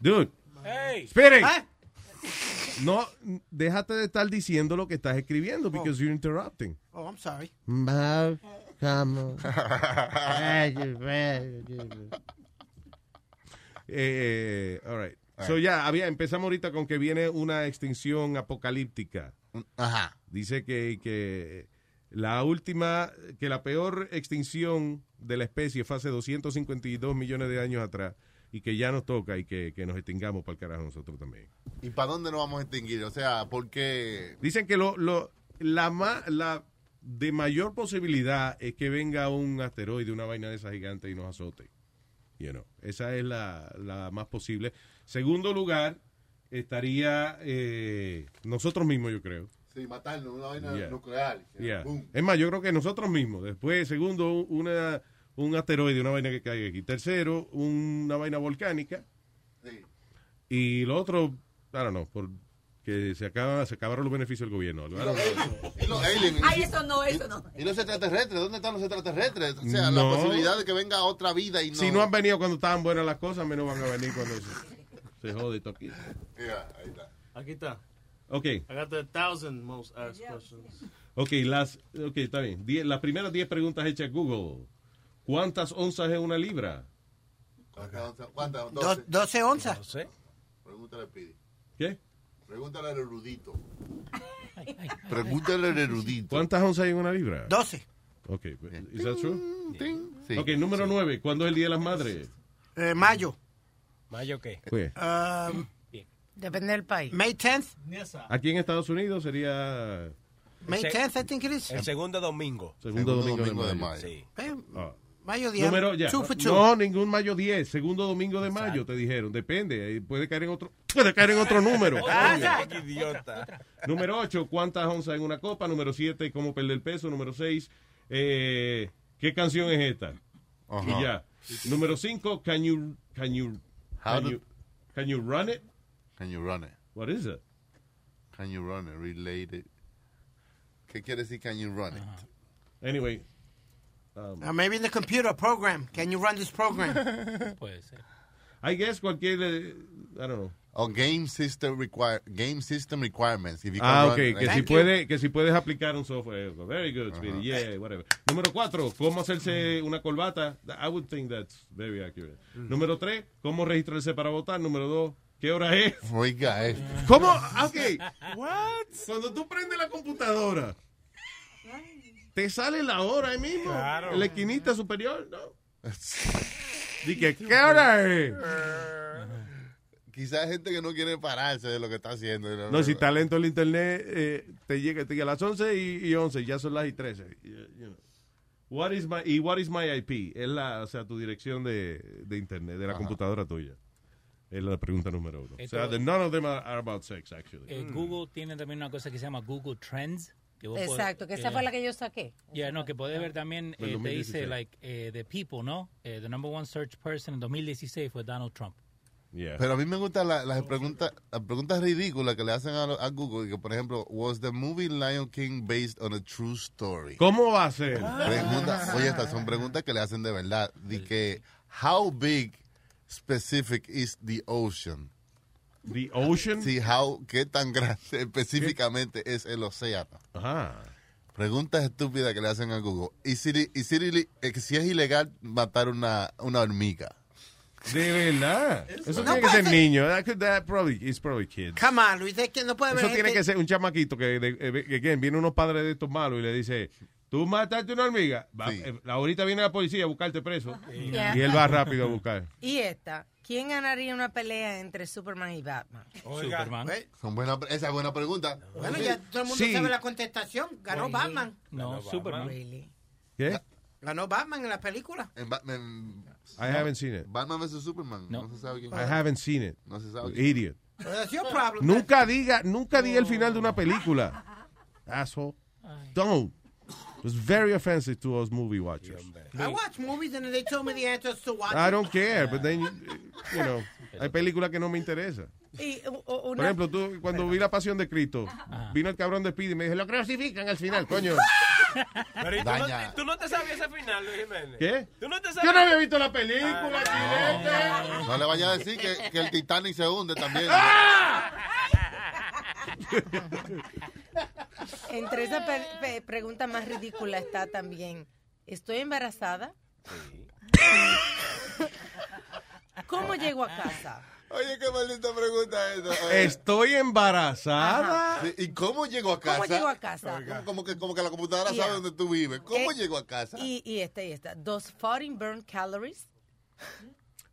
[SPEAKER 1] Dude.
[SPEAKER 9] Hey.
[SPEAKER 1] Spirit. No, déjate de estar diciendo lo que estás escribiendo because you're interrupting.
[SPEAKER 2] Oh, I'm sorry.
[SPEAKER 28] Bob, come
[SPEAKER 1] Eh, all right. So ya había empezamos ahorita con que viene una extinción apocalíptica.
[SPEAKER 6] Ajá.
[SPEAKER 1] Dice que, que la última, que la peor extinción de la especie fue hace 252 millones de años atrás y que ya nos toca y que, que nos extingamos para el carajo nosotros también.
[SPEAKER 6] ¿Y para dónde nos vamos a extinguir? O sea, porque...
[SPEAKER 1] Dicen que lo, lo- la, ma- la de mayor posibilidad es que venga un asteroide, una vaina de esa gigante y nos azote. You know, esa es la, la más posible. Segundo lugar, estaría eh, nosotros mismos, yo creo.
[SPEAKER 6] Sí, matarnos, una vaina
[SPEAKER 1] Yeah.
[SPEAKER 6] nuclear.
[SPEAKER 1] Yeah.
[SPEAKER 6] Boom.
[SPEAKER 1] Es más, yo creo que nosotros mismos. Después, segundo, una, un asteroide, una vaina que caiga aquí. Tercero, una vaina volcánica.
[SPEAKER 6] Sí.
[SPEAKER 1] Y lo otro, I don't know, por que se, acaba, se acabaron los beneficios del gobierno. algo- algo-
[SPEAKER 6] Y los aliens.
[SPEAKER 3] Ay, eso no, eso no.
[SPEAKER 6] ¿Y los extraterrestres? ¿Dónde están los extraterrestres? O sea,
[SPEAKER 1] No.
[SPEAKER 6] la posibilidad de que venga otra vida y no.
[SPEAKER 1] Si no han venido cuando estaban buenas las cosas, menos van a venir cuando se, se jode todo aquí.
[SPEAKER 6] Mira, ahí está.
[SPEAKER 11] Aquí está.
[SPEAKER 1] Ok,
[SPEAKER 11] I got the thousand most asked questions.
[SPEAKER 1] ok, las, ok, está bien. Diez- las primeras 10 preguntas hechas en Google. ¿Cuántas onzas es una libra?
[SPEAKER 6] ¿Cuántas? ¿Cuántas?
[SPEAKER 2] Do-
[SPEAKER 6] 12.
[SPEAKER 2] 12 onzas.
[SPEAKER 6] Pregúntale a Pidi.
[SPEAKER 1] ¿Qué?
[SPEAKER 6] Pregúntale al erudito. Pregúntale al erudito.
[SPEAKER 1] ¿Cuántas onzas hay en una libra?
[SPEAKER 2] 12.
[SPEAKER 1] Ok, pues, ¿is that true?
[SPEAKER 6] Sí.
[SPEAKER 1] Ok, número 9. ¿Cuándo es el Día de las Madres? Pues,
[SPEAKER 2] Eh, mayo.
[SPEAKER 24] ¿Mayo qué?
[SPEAKER 1] ¿Qué?
[SPEAKER 2] Um,
[SPEAKER 32] Depende del país.
[SPEAKER 2] May 10th.
[SPEAKER 1] Aquí en Estados Unidos sería
[SPEAKER 2] May 10th, I think it is.
[SPEAKER 24] El segundo domingo.
[SPEAKER 1] segundo, domingo, de mayo.
[SPEAKER 24] Sí.
[SPEAKER 2] Eh,
[SPEAKER 1] Ah.
[SPEAKER 2] mayo 10.
[SPEAKER 1] Número ya.
[SPEAKER 2] Two for two.
[SPEAKER 1] No, ningún mayo 10, segundo domingo de mayo, te dijeron. Depende, ahí puede caer en otro, puede caer en otro número.
[SPEAKER 24] Ay, Ah, qué idiota.
[SPEAKER 1] número 8, ¿cuántas onzas en una copa? Número 7, ¿cómo perder peso? Número 6, eh, ¿qué canción es esta?
[SPEAKER 6] Ajá.
[SPEAKER 1] Y ya. Número 5, can you, can you,
[SPEAKER 6] How
[SPEAKER 1] can
[SPEAKER 6] do-
[SPEAKER 1] you, can you run it?
[SPEAKER 6] Can you run it?
[SPEAKER 1] What is it?
[SPEAKER 6] Can you run it? Related. ¿Qué quiere decir can you run it?
[SPEAKER 1] Uh-huh. Anyway. um,
[SPEAKER 2] Uh, maybe in the computer program. Can you run this program?
[SPEAKER 9] Puede ser.
[SPEAKER 1] I guess cualquier, eh, I don't know.
[SPEAKER 6] O Oh, game system require game system requirements. If you can
[SPEAKER 1] Ah,
[SPEAKER 6] run
[SPEAKER 1] ok,
[SPEAKER 6] it.
[SPEAKER 1] que si, puede, que si puedes aplicar un software. Very good, Speedy. Yeah, whatever. Número cuatro, ¿cómo hacerse una corbata? I would think that's very accurate. Número tres, ¿cómo registrarse para votar? Número dos, ¿qué hora es?
[SPEAKER 6] Oiga, eh.
[SPEAKER 1] ¿Cómo? Ah, Ok. What? Cuando tú prendes la computadora, te sale la hora ahí mismo. En la esquinita superior, ¿no? Dije, ¿qué hora es?
[SPEAKER 6] Quizás hay gente que no quiere pararse de lo que está haciendo.
[SPEAKER 1] No, si está lento el internet, eh, te llega te llega a las 11 y, y 11, ya son las y 13. Y, eh, you know. What is my, y what is my IP? Es la, o sea, tu dirección de, de internet, de la
[SPEAKER 9] Ajá.
[SPEAKER 1] computadora tuya. Es la pregunta número uno.
[SPEAKER 9] Esto-
[SPEAKER 1] o sea, the- none of them are, are about sex, actually.
[SPEAKER 33] Mm.
[SPEAKER 9] Eh, Google tiene también una cosa que se llama Google Trends. que vos podés-
[SPEAKER 32] Exacto, que esa
[SPEAKER 9] eh,
[SPEAKER 32] fue la que Ah. yo saqué.
[SPEAKER 9] Ya, no, que podés ver también,
[SPEAKER 1] Del
[SPEAKER 9] eh, te
[SPEAKER 1] 2016.
[SPEAKER 9] dice, like, eh, the people, ¿no? Eh, the number one search person en 2016 fue Donald Trump.
[SPEAKER 6] Pero a mí me gustan la- las, preguntas, las preguntas ridículas que le hacen a, lo- a Google. Que, por ejemplo, ¿Was the movie Lion King based on a true story?
[SPEAKER 1] ¿Cómo va a ser?
[SPEAKER 6] Pregunta- oye, estas son preguntas que le hacen de verdad. De que, ¿How big specific is the ocean?
[SPEAKER 1] ¿The ocean?
[SPEAKER 6] Sí, how, ¿qué tan grande específicamente es el océano?
[SPEAKER 1] Ajá.
[SPEAKER 6] Preguntas estúpidas que le hacen a Google. ¿Y si, y si, eh, si es ilegal matar una, una hormiga?
[SPEAKER 1] De verdad. Eso
[SPEAKER 2] No
[SPEAKER 1] tiene que ser
[SPEAKER 2] puede-
[SPEAKER 1] niño. That could- that probably, it's probably kids.
[SPEAKER 2] Come on, Luis, es que no puede este- haber
[SPEAKER 1] Eso tiene
[SPEAKER 2] gente-
[SPEAKER 1] que ser un chamaquito que, de- eh, que again, vienen unos padres de estos malos y le dice, tú mataste una hormiga, Va- eh, ahorita viene la policía a buscarte preso.
[SPEAKER 32] Yeah.
[SPEAKER 1] Y él va rápido a buscar.
[SPEAKER 32] Y esta, ¿quién ganaría una pelea entre Superman y Batman?
[SPEAKER 9] Superman.
[SPEAKER 6] Son buena, esa es buena pregunta.
[SPEAKER 2] Bueno, ya todo el mundo
[SPEAKER 6] Sí.
[SPEAKER 2] sabe la contestación. Ganó
[SPEAKER 32] Really?
[SPEAKER 2] Batman.
[SPEAKER 9] No,
[SPEAKER 6] Ganó
[SPEAKER 9] Superman.
[SPEAKER 6] Batman.
[SPEAKER 1] ¿Qué?
[SPEAKER 2] Ganó Batman en la película.
[SPEAKER 6] En Batman,
[SPEAKER 1] I haven't seen it.
[SPEAKER 6] Batman vs Superman. No. se sabe quién.
[SPEAKER 1] I haven't seen it.
[SPEAKER 6] No se sabe.
[SPEAKER 1] Idiot.
[SPEAKER 2] Well, that's your problem.
[SPEAKER 1] Nunca diga, nunca diga el final de
[SPEAKER 32] Oh.
[SPEAKER 1] una película. Asshole. Don't. It was very offensive to us movie watchers.
[SPEAKER 2] I watch movies and they told me the answers to watch.
[SPEAKER 1] I don't care, but then, you, you know, hay películas que no me interesan.
[SPEAKER 32] Y, u- u-
[SPEAKER 1] Por
[SPEAKER 32] una- Ah.
[SPEAKER 1] ejemplo, tú, cuando vi La Pasión de Cristo, vino el cabrón de Speedy y me dijo, lo crucifican al final, coño.
[SPEAKER 24] Pero ¿y tú,
[SPEAKER 1] Daña.
[SPEAKER 24] no, tú no te sabías ese final, Luis Jiménez.
[SPEAKER 1] ¿Qué?
[SPEAKER 24] ¿Tú no te sabías?
[SPEAKER 1] Yo no había visto la película,
[SPEAKER 24] Este,
[SPEAKER 6] No, le vaya a decir que, que el Titanic se hunde también.
[SPEAKER 1] Ah!
[SPEAKER 32] Entre esas pe- pe- preguntas más ridículas está también, ¿estoy embarazada? ¿Cómo llego a casa?
[SPEAKER 6] Oye, qué maldita pregunta es esa. oye.
[SPEAKER 1] Estoy embarazada.
[SPEAKER 6] Sí, ¿Y cómo llego a casa?
[SPEAKER 32] ¿Cómo llego a casa?
[SPEAKER 6] Como, como que, como que la computadora
[SPEAKER 32] Yeah.
[SPEAKER 6] sabe dónde tú vives. ¿Cómo
[SPEAKER 32] Eh,
[SPEAKER 6] llego a casa?
[SPEAKER 32] Y, y esta y esta, ¿does farting burn calories?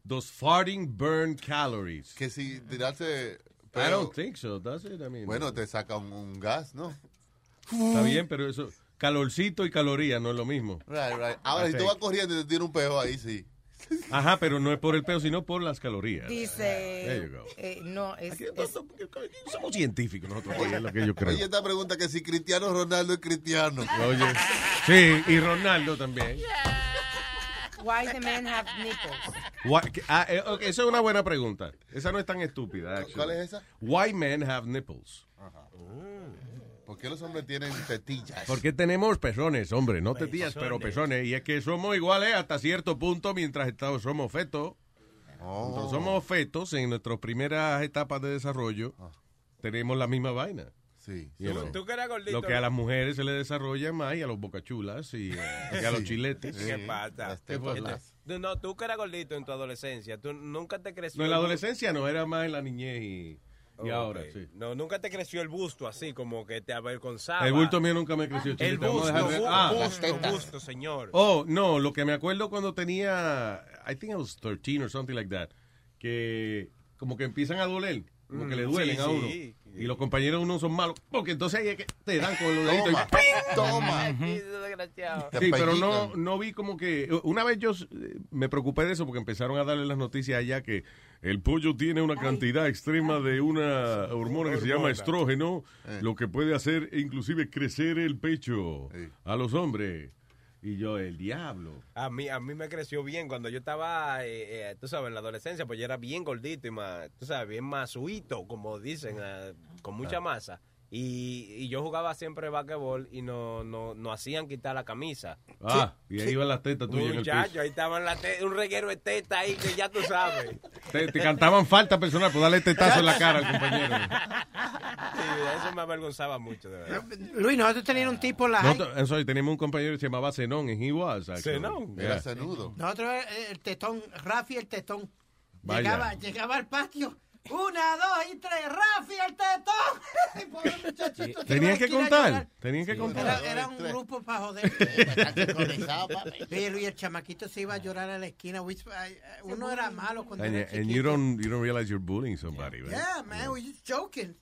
[SPEAKER 1] Does farting burn calories?
[SPEAKER 6] Que si tirarse...
[SPEAKER 1] I don't think so, does it? I mean,
[SPEAKER 6] Bueno, te saca un, un gas, ¿no?
[SPEAKER 1] Está bien, pero eso, calorcito y caloría no es lo mismo.
[SPEAKER 6] Right, right. Ahora,
[SPEAKER 1] I
[SPEAKER 6] si tú
[SPEAKER 1] think.
[SPEAKER 6] vas corriendo y te tira un peo ahí, sí.
[SPEAKER 1] Ajá, pero no es por el peso, sino por las calorías. There
[SPEAKER 32] Dice,
[SPEAKER 1] you go.
[SPEAKER 32] eh, no, es, es-
[SPEAKER 1] Somos científicos nosotros, aquí, es lo que yo creo.
[SPEAKER 6] Oye, esta pregunta que si Cristiano Ronaldo es cristiano.
[SPEAKER 1] Oye, sí, y Ronaldo también.
[SPEAKER 32] why the men have nipples?
[SPEAKER 1] Why- que- ah, eh, ok, esa es una buena pregunta. Esa no es tan estúpida. actually.
[SPEAKER 6] ¿Cuál es esa?
[SPEAKER 1] Why men have nipples?
[SPEAKER 6] ¿Por qué los hombres tienen tetillas?
[SPEAKER 1] Porque tenemos pezones, hombre, no tetillas, pero pezones. Y es que somos iguales hasta cierto punto mientras estamos, somos fetos.
[SPEAKER 6] Oh.
[SPEAKER 1] Entonces, somos fetos en nuestras primeras etapas de desarrollo. Tenemos la misma vaina.
[SPEAKER 6] Ah. Sí.
[SPEAKER 1] You know.
[SPEAKER 24] Tú que eras gordito.
[SPEAKER 1] Lo que a las mujeres se le desarrolla más y a los bocachulas y, eh, y a los
[SPEAKER 24] Sí.
[SPEAKER 1] chiletes.
[SPEAKER 24] ¿Qué pasa?
[SPEAKER 6] Este,
[SPEAKER 1] ¿Qué
[SPEAKER 6] pues,
[SPEAKER 1] pasa?
[SPEAKER 24] Tú- No, tú que eras gordito en tu adolescencia. Tú nunca te creció.
[SPEAKER 1] No, en la
[SPEAKER 24] el bu-
[SPEAKER 1] adolescencia no, era más en la niñez y, y
[SPEAKER 24] Ok.
[SPEAKER 1] ahora, sí.
[SPEAKER 24] No, nunca te creció el busto así, como que te avergonzaba.
[SPEAKER 1] El bulto mío nunca me creció,
[SPEAKER 24] El
[SPEAKER 1] chiquita, vamos
[SPEAKER 24] busto,
[SPEAKER 1] a dejar de-
[SPEAKER 24] bu-
[SPEAKER 1] Ah.
[SPEAKER 24] busto, busto, señor.
[SPEAKER 1] Oh, no, lo que me acuerdo cuando tenía, I think I was 13 or something like that, que como que empiezan a doler, como que le
[SPEAKER 24] Mm,
[SPEAKER 1] duelen
[SPEAKER 24] sí,
[SPEAKER 1] a uno.
[SPEAKER 24] sí.
[SPEAKER 1] Y los compañeros de uno son malos, porque entonces ahí es que te dan con los deditos. y
[SPEAKER 24] Toma,
[SPEAKER 1] ¡ping!
[SPEAKER 24] toma. Desgraciado.
[SPEAKER 1] Sí, pero no, no vi como que... Una vez yo eh, me preocupé de eso porque empezaron a darle las noticias allá que el pollo tiene una cantidad extrema de una hormona que se llama
[SPEAKER 19] Hormona.
[SPEAKER 1] estrógeno, lo que puede hacer inclusive crecer el pecho a los hombres. Y yo, el diablo.
[SPEAKER 24] A mí, a mí me creció bien cuando yo estaba, eh, eh, tú sabes, en la adolescencia, pues yo era bien gordito y más, tú sabes, bien masuito, como dicen, eh, con mucha masa. Y, y yo jugaba siempre basquetbol y no, no, no hacían quitar la camisa.
[SPEAKER 1] Ah, y ahí iban las tetas tuyas en el piso.
[SPEAKER 24] Muchachos, ahí estaban las te- un reguero de teta ahí que ya tú sabes.
[SPEAKER 1] Te, te cantaban falta pues personal por darle tetazo este en la cara al compañero.
[SPEAKER 24] Sí, eso me avergonzaba mucho, de verdad.
[SPEAKER 2] Luis, nosotros teníamos un tipo en la high-
[SPEAKER 1] Nosotros- I'm sorry, teníamos un compañero que se llamaba Zenón en Igual.
[SPEAKER 24] Zenón,
[SPEAKER 6] era cenudo.
[SPEAKER 2] Nosotros eh, el tetón, Rafi el tetón.
[SPEAKER 1] Vaya.
[SPEAKER 2] Llegaba, llegaba al patio. Una, dos y tres, Rafi el tetón. Y pobre muchachito, se iba a la
[SPEAKER 1] Tenían que
[SPEAKER 2] esquina a
[SPEAKER 1] contar,
[SPEAKER 2] llorar.
[SPEAKER 1] tenían que contar.
[SPEAKER 2] Era, era un
[SPEAKER 1] Tres. Pues
[SPEAKER 2] grupo para joder. Oye, Luis, el chamaquito se iba a llorar a la esquina. We- ay, ay, Uno era malo cuando
[SPEAKER 1] And,
[SPEAKER 2] era
[SPEAKER 1] eh, and you don't you don't realize you're bullying somebody, right?
[SPEAKER 2] Yeah, man, we just joking.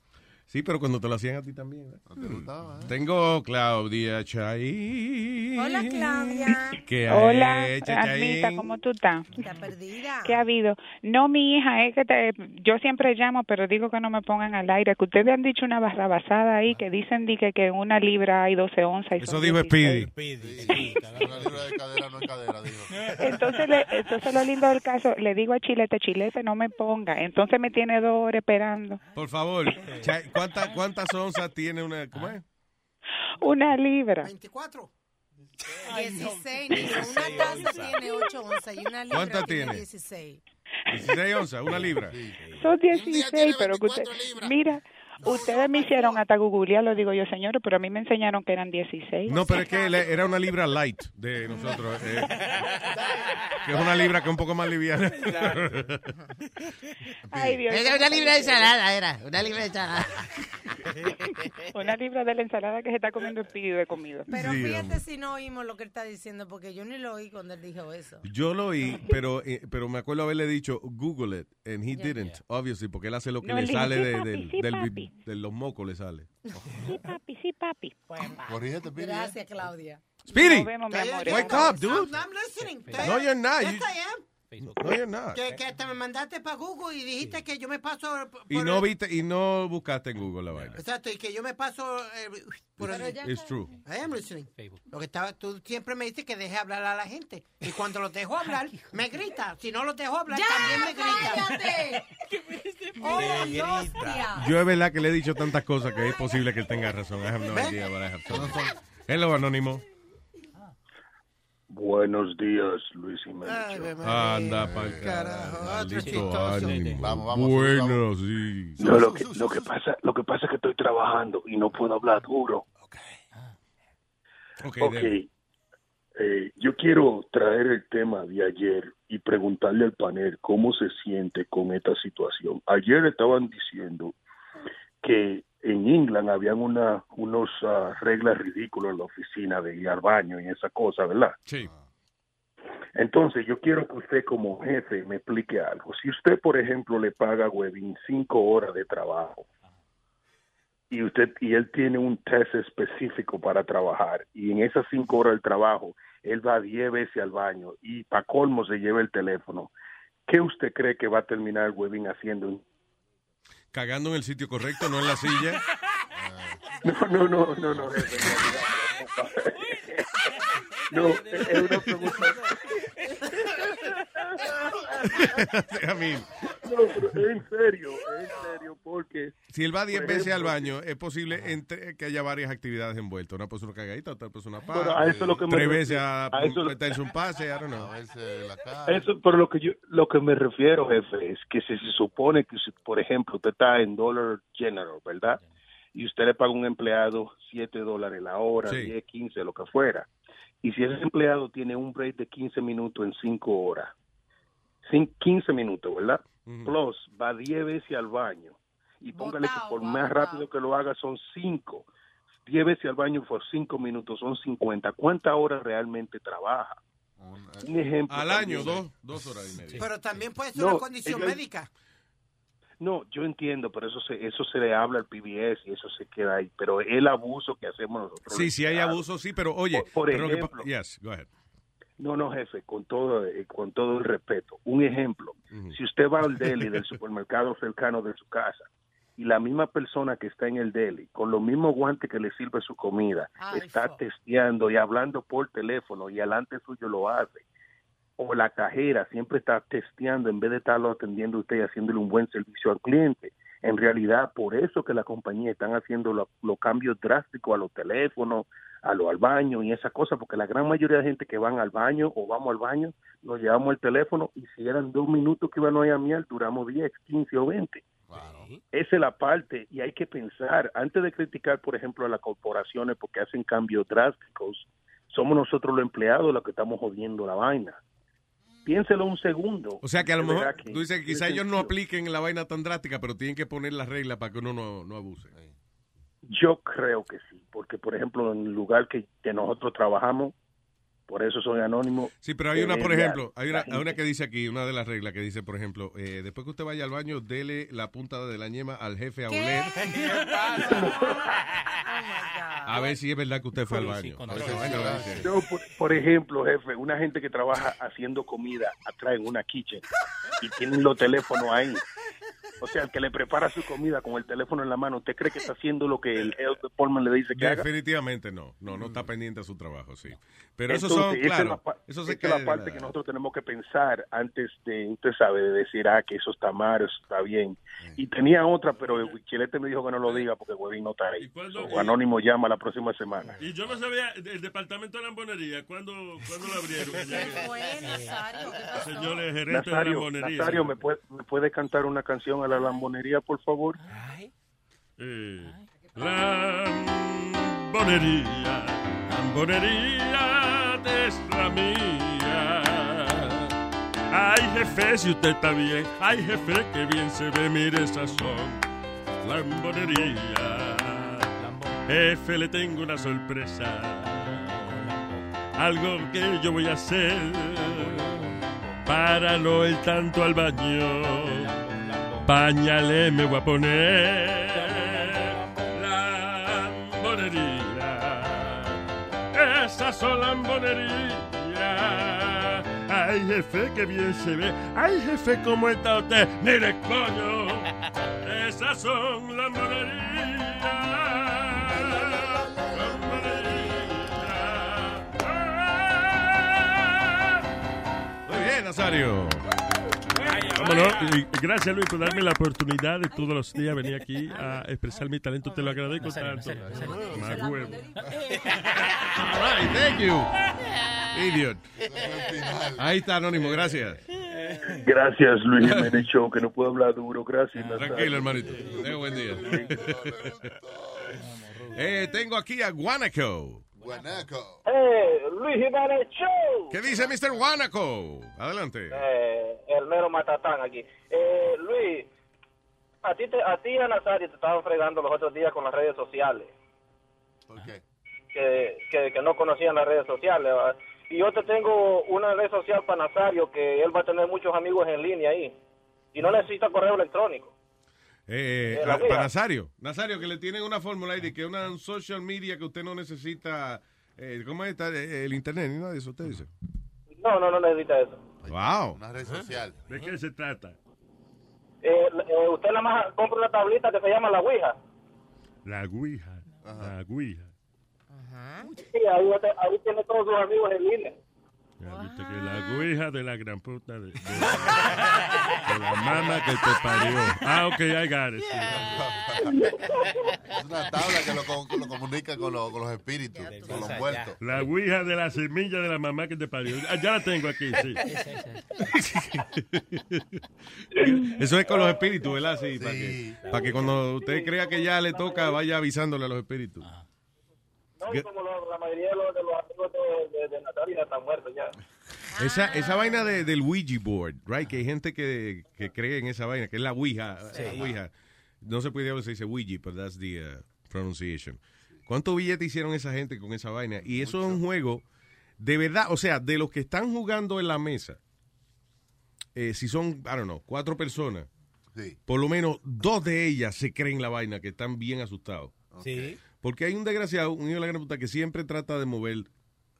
[SPEAKER 1] Sí, pero cuando te lo hacían a ti también. ¿eh?
[SPEAKER 6] te gustaba,
[SPEAKER 1] Tengo Claudia Chaín.
[SPEAKER 34] Hola, Claudia.
[SPEAKER 1] ¿Qué ha
[SPEAKER 34] Hola,
[SPEAKER 1] hecho,
[SPEAKER 34] Almita,
[SPEAKER 1] Chaín?
[SPEAKER 34] ¿cómo tú estás? Está perdida. ¿Qué ha habido? No, mi hija, es que te- yo siempre llamo, pero digo que no me pongan al aire. Que ustedes han dicho una barrabasada ahí, que dicen di que, que en una libra hay 12 onzas. y
[SPEAKER 1] Eso
[SPEAKER 34] son
[SPEAKER 1] dijo
[SPEAKER 34] 16.
[SPEAKER 1] Speedy.
[SPEAKER 6] Una libra de cadera no es cadera, digo.
[SPEAKER 34] Entonces, le- entonces lo lindo del caso, le digo a Chilete, Chilete, no me ponga. Entonces me tiene dos horas esperando.
[SPEAKER 1] Por favor, Chaín, ¿cuánta- ¿cuántas onzas tiene una? ¿Cómo es?
[SPEAKER 6] Ah.
[SPEAKER 34] Una libra.
[SPEAKER 2] 24.
[SPEAKER 32] 16. mira, Una taza tiene 8 onzas y una libra
[SPEAKER 1] ¿Cuánta
[SPEAKER 32] tiene
[SPEAKER 1] tiene?
[SPEAKER 32] 16.
[SPEAKER 1] 16 onzas, una libra.
[SPEAKER 34] Son 16, pero que usted, mira, ustedes me hicieron hasta googlear, lo digo yo, señor, pero a mí me enseñaron que eran 16.
[SPEAKER 1] No, pero es que le- era una libra light de nosotros. eh, que es una libra que es un poco más liviana.
[SPEAKER 34] Ay, Dios.
[SPEAKER 16] Era una libra de ensalada, era. Una libra de ensalada.
[SPEAKER 34] Una libra de la ensalada que se está comiendo el pido de comida.
[SPEAKER 32] Pero
[SPEAKER 1] Sí,
[SPEAKER 32] fíjate
[SPEAKER 1] hombre.
[SPEAKER 32] si no oímos lo que él está diciendo, porque yo ni lo oí cuando él dijo eso.
[SPEAKER 1] Yo lo oí, pero, eh, pero me acuerdo haberle dicho, Google it, and he
[SPEAKER 32] Yeah.
[SPEAKER 1] didn't, obviously, porque él hace lo que
[SPEAKER 34] No,
[SPEAKER 1] le
[SPEAKER 34] le dije,
[SPEAKER 1] sale
[SPEAKER 34] sí,
[SPEAKER 1] de,
[SPEAKER 34] papi,
[SPEAKER 1] del-
[SPEAKER 34] sí,
[SPEAKER 1] del-
[SPEAKER 34] papi.
[SPEAKER 1] de los mocos, le sale.
[SPEAKER 34] Sí, papi, sí, papi.
[SPEAKER 6] Corrígete, Speedy, ¿eh?
[SPEAKER 32] Gracias, Claudia.
[SPEAKER 1] Speedy,
[SPEAKER 34] Nos vemos, mi amor.
[SPEAKER 1] wake up, dude.
[SPEAKER 2] I'm listening.
[SPEAKER 1] No, you're not.
[SPEAKER 2] Yes,
[SPEAKER 1] You-
[SPEAKER 2] I am.
[SPEAKER 1] No, you're not.
[SPEAKER 2] Que, que te me mandaste para Google y dijiste que yo me paso. por-
[SPEAKER 1] Y no, viste, y no buscaste en Google la vaina.
[SPEAKER 2] Exacto, y que yo me paso. eh, por
[SPEAKER 1] It's-
[SPEAKER 2] el-
[SPEAKER 1] it's true.
[SPEAKER 2] I am listening. Lo que estaba, tú siempre me dices que deje hablar a la gente. Y cuando los dejo hablar, me grita. Si no los dejo hablar, también me grita.
[SPEAKER 5] Te
[SPEAKER 2] ¡Oh,
[SPEAKER 5] grita.
[SPEAKER 2] hostia!
[SPEAKER 1] Yo es verdad que le he dicho tantas cosas que es posible que él tenga razón. I have no idea what I have told you. Hello, Anónimo.
[SPEAKER 35] Buenos días, Luis Jiménez.
[SPEAKER 1] Anda, pa'l carajo. Maldito Anónimo. Bueno, sí.
[SPEAKER 35] No, lo que, lo que pasa, lo que pasa es que estoy trabajando y no puedo hablar duro.
[SPEAKER 1] Ah. Ok,
[SPEAKER 35] Ok. Eh, yo quiero traer el tema de ayer y preguntarle al panel cómo se siente con esta situación. Ayer estaban diciendo que en England habían una, unos ah, reglas ridículas en la oficina de ir al baño y esa cosa, ¿verdad?
[SPEAKER 1] Sí.
[SPEAKER 35] Entonces, yo quiero que usted como jefe me explique algo. Si usted, por ejemplo, le paga a Webin cinco horas de trabajo y usted y él tiene un test específico para trabajar y en esas cinco horas de trabajo él va diez veces al baño y para colmo se lleva el teléfono, ¿qué usted cree que va a terminar Webin haciendo?
[SPEAKER 1] Cagando en el sitio correcto, no en la silla.
[SPEAKER 35] No, no, no, no, no. jefe, No, es una pregunta.
[SPEAKER 1] I mean,
[SPEAKER 35] No, pero en serio, en serio, porque...
[SPEAKER 1] si él va 10
[SPEAKER 35] por
[SPEAKER 1] veces al
[SPEAKER 35] ejemplo,
[SPEAKER 1] baño, es posible entre- que haya varias actividades envueltas. Una persona cagadita, otra persona pa,
[SPEAKER 35] Pero a eso es lo que me
[SPEAKER 1] tres
[SPEAKER 35] refiero.
[SPEAKER 1] veces a,
[SPEAKER 35] A eso-
[SPEAKER 1] meterse un pase, I don't know.
[SPEAKER 35] Eso, pero lo que yo, lo que me refiero, jefe, es que si se supone que, usted, por ejemplo, usted está en Dollar General, ¿verdad? Y usted le paga a un empleado 7 dólares la hora,
[SPEAKER 34] Sí.
[SPEAKER 35] 10, 15, lo que fuera. Y si ese empleado tiene un break de 15 minutos en 5 horas, cin- 15 minutos, ¿verdad? Plus, va 10 veces al baño. Y póngale que por más rápido que lo haga son 5. 10 veces al baño por 5 minutos son 50. ¿Cuántas horas realmente trabaja? Un ejemplo.
[SPEAKER 1] Al año,
[SPEAKER 35] también.
[SPEAKER 1] dos, dos horas y media.
[SPEAKER 2] Pero también puede ser
[SPEAKER 35] No,
[SPEAKER 2] una condición
[SPEAKER 35] ella-
[SPEAKER 2] médica.
[SPEAKER 35] No, yo entiendo, pero eso se, eso se le habla al PBS y eso se queda ahí. Pero el abuso que hacemos nosotros.
[SPEAKER 1] Sí, sí hay abuso, sí, pero oye.
[SPEAKER 35] Por- por
[SPEAKER 1] pero lo que pa-
[SPEAKER 35] ejemplo.
[SPEAKER 1] yes, go ahead.
[SPEAKER 35] No, no, jefe, con todo, eh, con todo el respeto. Un ejemplo, si usted va al deli del supermercado cercano de su casa y la misma persona que está en el deli, con los mismos guantes que le sirve su comida, está testeando y hablando por teléfono y alante suyo lo hace, o la cajera siempre está testeando en vez de estarlo atendiendo usted y haciéndole un buen servicio al cliente. En realidad, por eso que la compañía están haciendo lo- los cambios drásticos a los teléfonos, a lo al baño y esas cosas, porque la gran mayoría de gente que van al baño o vamos al baño, nos llevamos el teléfono y si eran dos minutos que iban a ir a miel, duramos 10, 15 o 20. Esa es la parte y hay que pensar, antes de criticar, por ejemplo, a las corporaciones porque hacen cambios drásticos, somos nosotros los empleados los que estamos jodiendo la vaina. Piénselo un segundo.
[SPEAKER 1] O sea que a lo
[SPEAKER 35] De verdad
[SPEAKER 1] mejor,
[SPEAKER 35] que
[SPEAKER 1] tú dices que
[SPEAKER 35] tiene
[SPEAKER 1] quizás ellos no
[SPEAKER 35] sentido.
[SPEAKER 1] apliquen la vaina tan drástica, pero tienen que poner las reglas para que uno no, no abuse.
[SPEAKER 35] Yo creo que sí, porque por ejemplo en el lugar que, que nosotros trabajamos, por eso soy anónimo.
[SPEAKER 1] Sí, pero hay una,
[SPEAKER 35] eh,
[SPEAKER 1] por
[SPEAKER 35] ya,
[SPEAKER 1] ejemplo, hay una,
[SPEAKER 35] la
[SPEAKER 1] hay una
[SPEAKER 35] gente-
[SPEAKER 1] que dice aquí, una de las reglas que dice, por ejemplo, eh, después que usted vaya al baño, dele la punta de la ñema al jefe a oler.
[SPEAKER 36] Oh,
[SPEAKER 1] A ver si es verdad que usted fue al baño. A ver si es verdad que-
[SPEAKER 35] Yo, por, por ejemplo, jefe, una gente que trabaja haciendo comida atrás en una kitchen y tienen los teléfonos ahí. O sea, el que le prepara su comida con el teléfono en la mano, ¿usted cree que está haciendo lo que el health department le dice que haga?
[SPEAKER 1] Definitivamente no. No, no está pendiente a su trabajo, sí. Pero
[SPEAKER 35] eso
[SPEAKER 1] esos son,
[SPEAKER 35] esa es
[SPEAKER 1] claro,
[SPEAKER 35] la, pa-
[SPEAKER 1] eso
[SPEAKER 35] esa
[SPEAKER 1] se
[SPEAKER 35] es
[SPEAKER 1] cae
[SPEAKER 35] la
[SPEAKER 1] de
[SPEAKER 35] parte
[SPEAKER 1] la-
[SPEAKER 35] que nosotros tenemos que pensar antes de, usted sabe, de decir, ah, que eso está mal, eso está bien. Y tenía otra, pero el Chilete me dijo que no lo diga porque Huevín no está ahí. O Anónimo llama la próxima semana.
[SPEAKER 37] Y yo no sabía, el departamento de lambonería, ¿cuándo, ¿cuándo lo abrieron? Señores gerentes de
[SPEAKER 35] Nazario,
[SPEAKER 37] lambonería.
[SPEAKER 35] Nazario, ¿me puede, me puede cantar una canción a la lambonería, por favor?
[SPEAKER 37] Eh, Lambonería, lambonería es la mía. Ay, jefe, si usted está bien. Ay, jefe, que bien se ve, mire esa son. Lambonería. Jefe, le tengo una sorpresa. Algo que yo voy a hacer para no ir tanto al baño. Pañale me voy a poner. Lambonería. Esas son lambonerías. Ay, jefe, que bien se ve. Ay, jefe, cómo está usted. Mire, coño. Esas son lambonerías.
[SPEAKER 1] Muy bien, Nazario.
[SPEAKER 37] ¿Cómo no? Y Gracias Luis por darme la oportunidad de todos los días venir aquí a expresar mi talento. Te lo agradezco tanto. Ah, Más huevo.
[SPEAKER 1] All right, thank you. Idiot. Ahí está, Anónimo, gracias.
[SPEAKER 35] Gracias, Luis Jiménez Show, que no puedo hablar duro. Gracias, Nazario.
[SPEAKER 1] Ah, Tranquilo, hermanito. Tenga buen día. Eh, tengo aquí a Guanaco.
[SPEAKER 6] Guanaco.
[SPEAKER 38] Eh, Luis Jiménez Show.
[SPEAKER 1] ¿Qué dice Mr. Guanaco? Adelante.
[SPEAKER 38] Eh, el mero matatán aquí. Eh, Luis, a ti, te, a ti y a Nazario te estaban fregando los otros días con las redes sociales.
[SPEAKER 6] ¿Por qué?
[SPEAKER 38] que, que, que no conocían las redes sociales. ¿verdad? Y yo te tengo una red social para Nazario, que él va a tener muchos amigos en línea ahí. Y no necesita correo electrónico.
[SPEAKER 1] Eh,
[SPEAKER 38] Eh,
[SPEAKER 1] a-
[SPEAKER 38] la
[SPEAKER 1] para
[SPEAKER 38] mía.
[SPEAKER 1] Nazario. Nazario, que le tienen una fórmula ahí de que una un social media que usted no necesita. eh, ¿Cómo es? Está, eh, El internet ni nada de eso, usted dice.
[SPEAKER 38] No, no, no necesita eso.
[SPEAKER 1] Wow.
[SPEAKER 6] Una red social.
[SPEAKER 37] ¿De qué se trata?
[SPEAKER 38] Eh, eh, usted nada más compra una tablita que se llama la Ouija.
[SPEAKER 37] La guija. La guija.
[SPEAKER 14] ¿Ah?
[SPEAKER 38] Sí, ahí, va a te- ahí tiene todos sus amigos en línea.
[SPEAKER 18] Ya viste que la guija de la gran puta de, de- de la mama que te parió. Ah, ok, I got it.
[SPEAKER 6] Es una tabla que lo, co- lo comunica con, lo- con los espíritus, con los muertos.
[SPEAKER 18] La guija de la semilla de la mamá que te parió. Ah, ya la tengo aquí, sí.
[SPEAKER 1] Eso es con los espíritus, ¿verdad? Sí, Para, que, para que cuando usted crea que ya le toca, vaya avisándole a los espíritus.
[SPEAKER 20] No, y como lo- la mayoría de los, de los amigos de, de, de Natalia están muertos ya.
[SPEAKER 1] Esa,
[SPEAKER 6] Ah.
[SPEAKER 1] esa vaina de- del Ouija board, right? Que hay gente que, que cree en esa vaina, que es la Ouija.
[SPEAKER 4] Sí.
[SPEAKER 1] la ouija. No se puede hablar, se dice Ouija, pero that's the uh, pronunciation. ¿Cuántos billetes hicieron esa gente con esa vaina? Y eso es un juego, de verdad, o sea, de los que están jugando en la mesa, eh, si son, I don't know, cuatro personas,
[SPEAKER 6] Sí.
[SPEAKER 1] por lo menos dos de ellas se creen la vaina, que están bien asustados.
[SPEAKER 6] Sí.
[SPEAKER 1] Porque hay un desgraciado, un hijo de la gran puta, que siempre trata de mover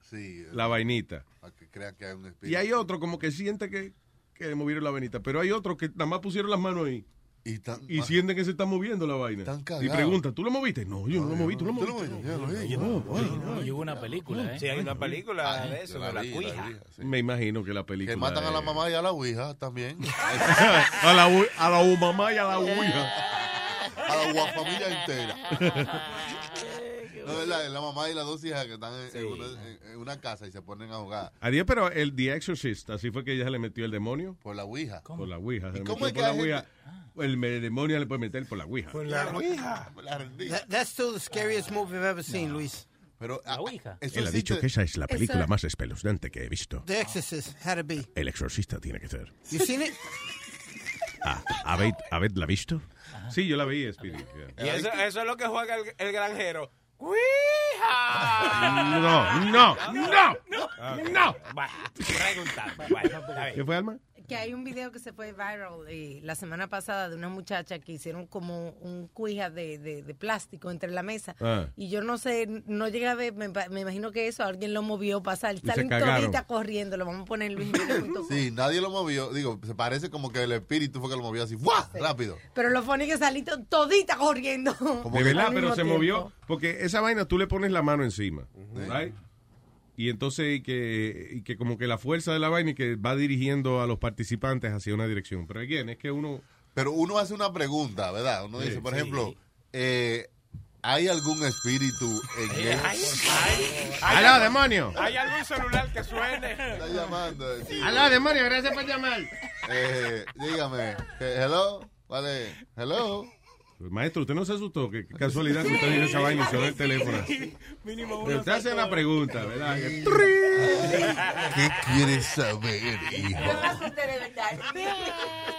[SPEAKER 6] Sí, eh,
[SPEAKER 1] la vainita.
[SPEAKER 6] para que crean que hay un espíritu.
[SPEAKER 1] Y hay otro como que siente que, que le movieron la venita. Pero hay otros que nada más pusieron las manos ahí.
[SPEAKER 6] Y,
[SPEAKER 1] sienten que se está moviendo la vaina. y preguntan, ¿tú lo moviste? No, yo no, lo moví, tú lo moviste.
[SPEAKER 9] Y hubo una película, ¿eh?
[SPEAKER 24] Sí, hay una película de eso, de la cuija.
[SPEAKER 1] Me imagino que la película.
[SPEAKER 6] Que matan a la
[SPEAKER 1] es-
[SPEAKER 6] mamá y a la ouija también.
[SPEAKER 1] a la u- a la u- mamá y a la ouija.
[SPEAKER 6] a la guafamilia entera. No, es la, es la mamá y las dos hijas que están en, en una, en- en una casa y se ponen a jugar
[SPEAKER 1] Adiós, pero el The Exorcist, así fue que ella se le metió el demonio.
[SPEAKER 6] por la ouija.
[SPEAKER 1] Por la ouija. se le
[SPEAKER 6] cómo
[SPEAKER 1] metió
[SPEAKER 6] es que
[SPEAKER 1] por la
[SPEAKER 6] hay
[SPEAKER 1] ouija. El, me- demonio le puede meter por la ouija.
[SPEAKER 6] ouija. La rendija.
[SPEAKER 2] That- that's still the
[SPEAKER 1] Ah.
[SPEAKER 2] scariest movie I've ever seen, Luis.
[SPEAKER 6] Pero, la
[SPEAKER 2] ouija.
[SPEAKER 1] Él ha dicho que esa es la
[SPEAKER 2] Esa-
[SPEAKER 1] película más espeluznante que he visto.
[SPEAKER 2] The Exorcist had to be.
[SPEAKER 1] El exorcista tiene que ser.
[SPEAKER 2] You seen it?
[SPEAKER 1] Ah, ¿habéis, habéis la visto? Sí, yo la vi, Spirit. yeah.
[SPEAKER 24] Y eso, eso es lo que juega el, el granjero. ¡Cuija!
[SPEAKER 1] No,
[SPEAKER 35] Ah,
[SPEAKER 1] no,
[SPEAKER 24] Ah.
[SPEAKER 1] no, no.
[SPEAKER 24] Bueno, pregunta. Bueno, está bien.
[SPEAKER 1] ¿Qué fue, Alma?
[SPEAKER 32] Que hay un video que se fue viral eh, la semana pasada de una muchacha que hicieron como un cuija de, de- de plástico entre la mesa.
[SPEAKER 1] Ah.
[SPEAKER 32] Y yo no sé, no llegué a ver, me, pa- me imagino que eso alguien lo movió pasar. Salen
[SPEAKER 6] cagaron.
[SPEAKER 32] toditas corriendo, lo vamos a poner en Luis.
[SPEAKER 6] Sí, nadie lo movió. Digo, se parece como que el espíritu fue que lo movió así. ¡Fua! Rápido.
[SPEAKER 32] Pero lo funny es que salí to- todita corriendo.
[SPEAKER 1] De verdad,
[SPEAKER 32] Al
[SPEAKER 1] pero
[SPEAKER 32] mismo
[SPEAKER 1] se
[SPEAKER 32] tiempo.
[SPEAKER 1] movió. Porque esa vaina tú le pones la mano encima. right? Y entonces y que, y que como que la fuerza de la vaina y que va dirigiendo a los participantes hacia una dirección. Pero again, es que uno...
[SPEAKER 6] Pero uno hace una pregunta, ¿verdad? Uno dice,
[SPEAKER 1] Sí,
[SPEAKER 6] por
[SPEAKER 1] sí.
[SPEAKER 6] ejemplo, eh, ¿hay algún espíritu en él?
[SPEAKER 1] ¡Aló, demonio!
[SPEAKER 24] ¿Hay algún celular que suene? Está
[SPEAKER 6] llamando.
[SPEAKER 8] Aló, demonio, gracias por llamar.
[SPEAKER 6] Eh, dígame, eh, hello, ¿cuál es? Hello.
[SPEAKER 1] Maestro, usted no se asustó. Qué qué casualidad que usted dijo esa vaina y sonó el teléfono.
[SPEAKER 24] Mínimo
[SPEAKER 1] Pero usted hace la pregunta, ¿verdad? Que-
[SPEAKER 6] ¿Qué quieres saber, hijo?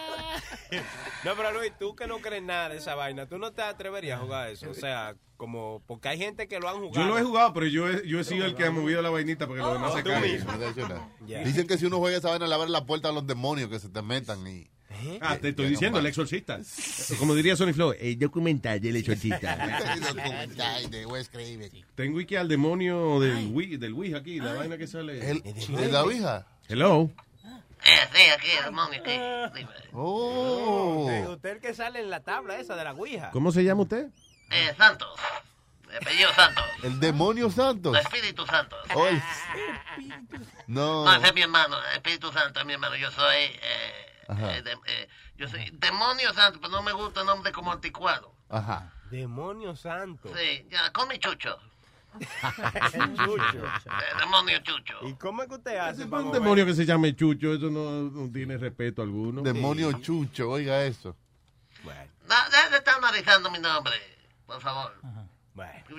[SPEAKER 24] No, pero Luis, tú que no crees nada de esa vaina, tú no te atreverías a jugar eso. O sea, como, porque hay gente que lo han jugado.
[SPEAKER 1] Yo lo he jugado, pero yo he, yo he sido el que ha movido la vainita para que los demás se
[SPEAKER 6] Oh, Tú
[SPEAKER 1] caigan.
[SPEAKER 6] mismo. Dicen que si uno juega esa vaina le abre la puerta a los demonios que se te metan y...
[SPEAKER 24] ¿Eh?
[SPEAKER 6] Eh,
[SPEAKER 1] Ah, te estoy
[SPEAKER 6] Que no
[SPEAKER 1] diciendo,
[SPEAKER 6] va.
[SPEAKER 1] el exorcista. Como diría Sony Flow, el documental del exorcista.
[SPEAKER 6] Documental de Wes Craven.
[SPEAKER 1] Tengo que al demonio del Wii, del Wii aquí, la vaina que sale.
[SPEAKER 6] El, de la Ouija.
[SPEAKER 1] Hello.
[SPEAKER 5] Eh, sí, aquí, demonio, sí. Dime.
[SPEAKER 6] Oh.
[SPEAKER 24] Usted, usted el que sale en la tabla esa de la Ouija.
[SPEAKER 1] ¿Cómo se llama usted?
[SPEAKER 5] Eh, Santos. Me apellido Santos.
[SPEAKER 6] El demonio Santos.
[SPEAKER 5] Espíritu Santos.
[SPEAKER 6] Oh, el- No.
[SPEAKER 5] No, ese es mi hermano, Espíritu Santo es mi hermano. Yo soy, eh,
[SPEAKER 6] Ajá.
[SPEAKER 5] eh, de- eh, yo soy Demonio Santo, pero no me gusta el nombre como anticuado.
[SPEAKER 6] Ajá.
[SPEAKER 24] Demonio santo.
[SPEAKER 5] Sí, ya, come chucho.
[SPEAKER 24] Chucho.
[SPEAKER 5] Eh, demonio chucho.
[SPEAKER 24] ¿Y cómo es que usted hace? para
[SPEAKER 1] Un
[SPEAKER 24] mover?
[SPEAKER 1] demonio que se llame Chucho, eso no, no tiene respeto alguno.
[SPEAKER 6] Demonio Chucho, oiga eso.
[SPEAKER 5] No, deje de estar analizando mi nombre, por favor.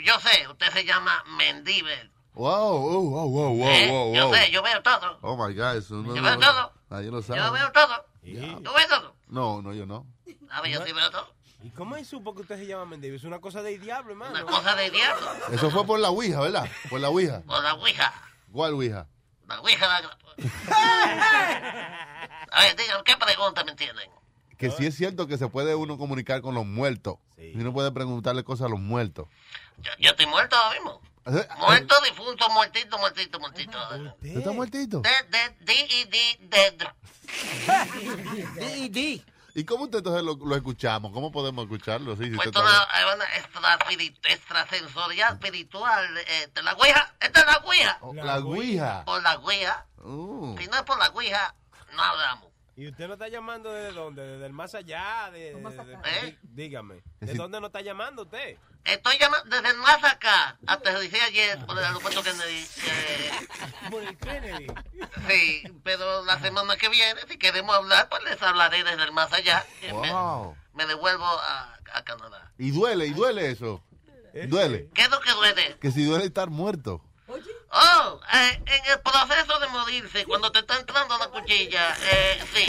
[SPEAKER 5] Yo sé, usted se llama Mendíbel.
[SPEAKER 6] Wow, oh, wow, wow, wow,
[SPEAKER 5] ¿eh?
[SPEAKER 6] wow,
[SPEAKER 5] Yo
[SPEAKER 6] wow.
[SPEAKER 5] sé, yo veo todo.
[SPEAKER 6] Oh my God, eso no
[SPEAKER 5] Yo veo
[SPEAKER 6] no-
[SPEAKER 5] todo.
[SPEAKER 6] Nadie lo
[SPEAKER 5] Yo
[SPEAKER 6] sabe.
[SPEAKER 5] veo todo. ¿Tú ves todo?
[SPEAKER 6] No, no, yo no.
[SPEAKER 5] A ver, Ah, yo sí veo todo.
[SPEAKER 24] ¿Y cómo es supo que usted se llama Mendigo? Es una cosa del diablo, hermano.
[SPEAKER 5] Una cosa de diablo.
[SPEAKER 6] Eso fue por la Ouija, ¿verdad? Por la Ouija.
[SPEAKER 5] O la ouija.
[SPEAKER 6] ¿Cuál Ouija?
[SPEAKER 5] La ouija la... A ver, díganme, ¿qué pregunta me entienden?
[SPEAKER 6] Que sí es cierto que se puede uno comunicar con los muertos. Y uno puede preguntarle cosas a los muertos. eh,
[SPEAKER 5] Yo, yo estoy muerto ahora mismo. Muerto, difunto, muertito, muertito, muertito.
[SPEAKER 6] ¿Usted está muertito?
[SPEAKER 5] D, D, D, I, D, D, D.
[SPEAKER 2] D, E, D.
[SPEAKER 6] ¿Y cómo usted entonces lo, lo escuchamos? ¿Cómo podemos escucharlo? Sí, si
[SPEAKER 5] Pues
[SPEAKER 6] usted
[SPEAKER 5] toda
[SPEAKER 6] está-
[SPEAKER 5] hay una extraspiri- extrasensorial espiritual eh, de la Ouija. Esta es la Ouija.
[SPEAKER 6] La La ouija. ouija.
[SPEAKER 5] Por la Ouija.
[SPEAKER 6] Uh.
[SPEAKER 5] Si no es por la Ouija, no hablamos.
[SPEAKER 24] ¿Y usted lo está llamando desde dónde? ¿Desde el más allá? De, de-
[SPEAKER 5] ¿Eh?
[SPEAKER 24] de- dí- Dígame. ¿De dónde lo está llamando usted?
[SPEAKER 5] Estoy llamando desde más acá. Aterricé ayer por el aeropuerto Kennedy. eh,
[SPEAKER 24] Por el Kennedy.
[SPEAKER 5] sí, pero la semana que viene, si queremos hablar, pues les hablaré desde el más allá. Eh, me-
[SPEAKER 6] Wow.
[SPEAKER 5] Me, devuelvo a, a Canadá.
[SPEAKER 6] Y duele, y duele eso. Duele.
[SPEAKER 5] ¿Qué es lo que duele?
[SPEAKER 6] Que si duele estar muerto.
[SPEAKER 5] Oh, eh, en el proceso de morirse, cuando te está entrando la cuchilla, eh, sí.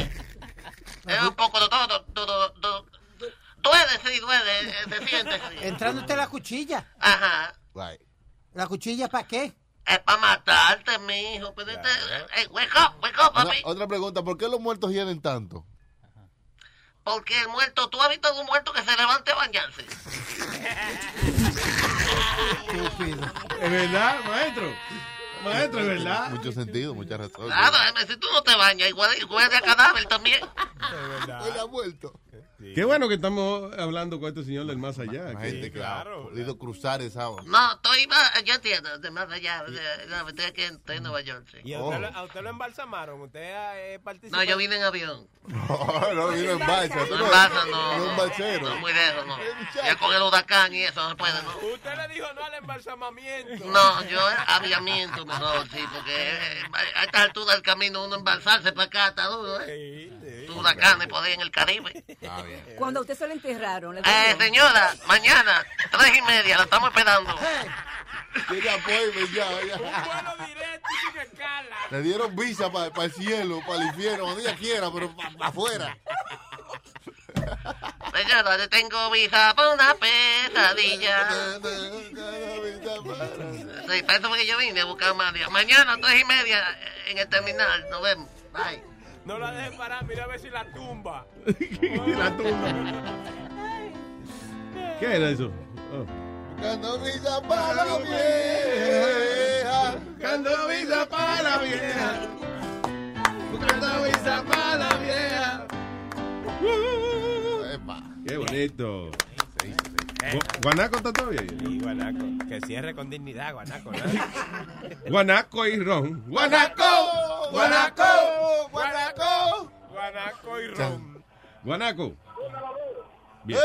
[SPEAKER 5] Es un poco de todo, todo, todo. Duele, sí, duele, eh, se siente, sí.
[SPEAKER 2] Entrándote la cuchilla.
[SPEAKER 5] Ajá.
[SPEAKER 2] ¿La cuchilla para qué?
[SPEAKER 5] Es para matarte, mi hijo. Pero este, eh, wake up, wake up,
[SPEAKER 6] Otra,
[SPEAKER 5] papi.
[SPEAKER 6] otra pregunta, ¿por qué los muertos hieren tanto?
[SPEAKER 5] Porque el muerto, tú has visto un muerto que se levante a bañarse.
[SPEAKER 1] Es verdad, maestro. Maestro, es verdad.
[SPEAKER 6] Mucho sentido, mucha razón.
[SPEAKER 5] Claro, eh, si tú no te bañas, igual, igual de a cadáver también.
[SPEAKER 6] Él ha muerto.
[SPEAKER 1] Qué bueno que estamos hablando con este señor del más allá.
[SPEAKER 6] gente que ha podido cruzar esa...
[SPEAKER 5] No, estoy más, yo entiendo, de más allá, de- no, me tengo que estoy en Nueva York, sí.
[SPEAKER 24] ¿Y a usted, lo, a usted lo embalsamaron? ¿Usted eh, participó?
[SPEAKER 5] No, yo vine en avión.
[SPEAKER 6] No, no vino en balsa.
[SPEAKER 5] No
[SPEAKER 6] tú
[SPEAKER 5] en balsa,
[SPEAKER 6] eres-
[SPEAKER 5] no.
[SPEAKER 6] No en balsero.
[SPEAKER 5] No, muy lejos, no. Ya con el huracán y eso no se puede, ¿no?
[SPEAKER 24] Usted le dijo no al embalsamamiento.
[SPEAKER 5] No, yo aviamiento mejor, sí, porque eh, a esta altura del camino uno embalsarse para acá está duro, ¿eh? Tus huracanes por ahí en el Caribe.
[SPEAKER 39] Cuando a usted se lo enterraron. le
[SPEAKER 1] Ah.
[SPEAKER 5] Eh,
[SPEAKER 39] dijeron,
[SPEAKER 5] señora, mañana, tres y media, la estamos esperando.
[SPEAKER 6] Tiene apoyo ya, ya. Le dieron visa para el cielo, para el infierno, donde ella quiera, pero para afuera.
[SPEAKER 5] Señora, le tengo visa para una pesadilla. Sí, para eso fue que yo vine a buscar a María. Mañana, tres y media, eh, en el terminal, nos vemos. Bye.
[SPEAKER 24] No la dejes parar, mira a ver si la tumba.
[SPEAKER 1] la tumba. ¿Qué era eso? Oh.
[SPEAKER 6] Buscando visa para la vieja.
[SPEAKER 1] Buscando visa para la vieja.
[SPEAKER 6] Buscando visa para la vieja.
[SPEAKER 1] Qué bonito. Gu- Guanaco está todavía ahí.
[SPEAKER 24] Y Guanaco, que cierre con dignidad, Guanaco. ¿no?
[SPEAKER 1] Guanaco y Ron. Guanaco.
[SPEAKER 6] Guanaco, guanaco.
[SPEAKER 24] Guanaco y
[SPEAKER 1] Guanaco. Bien.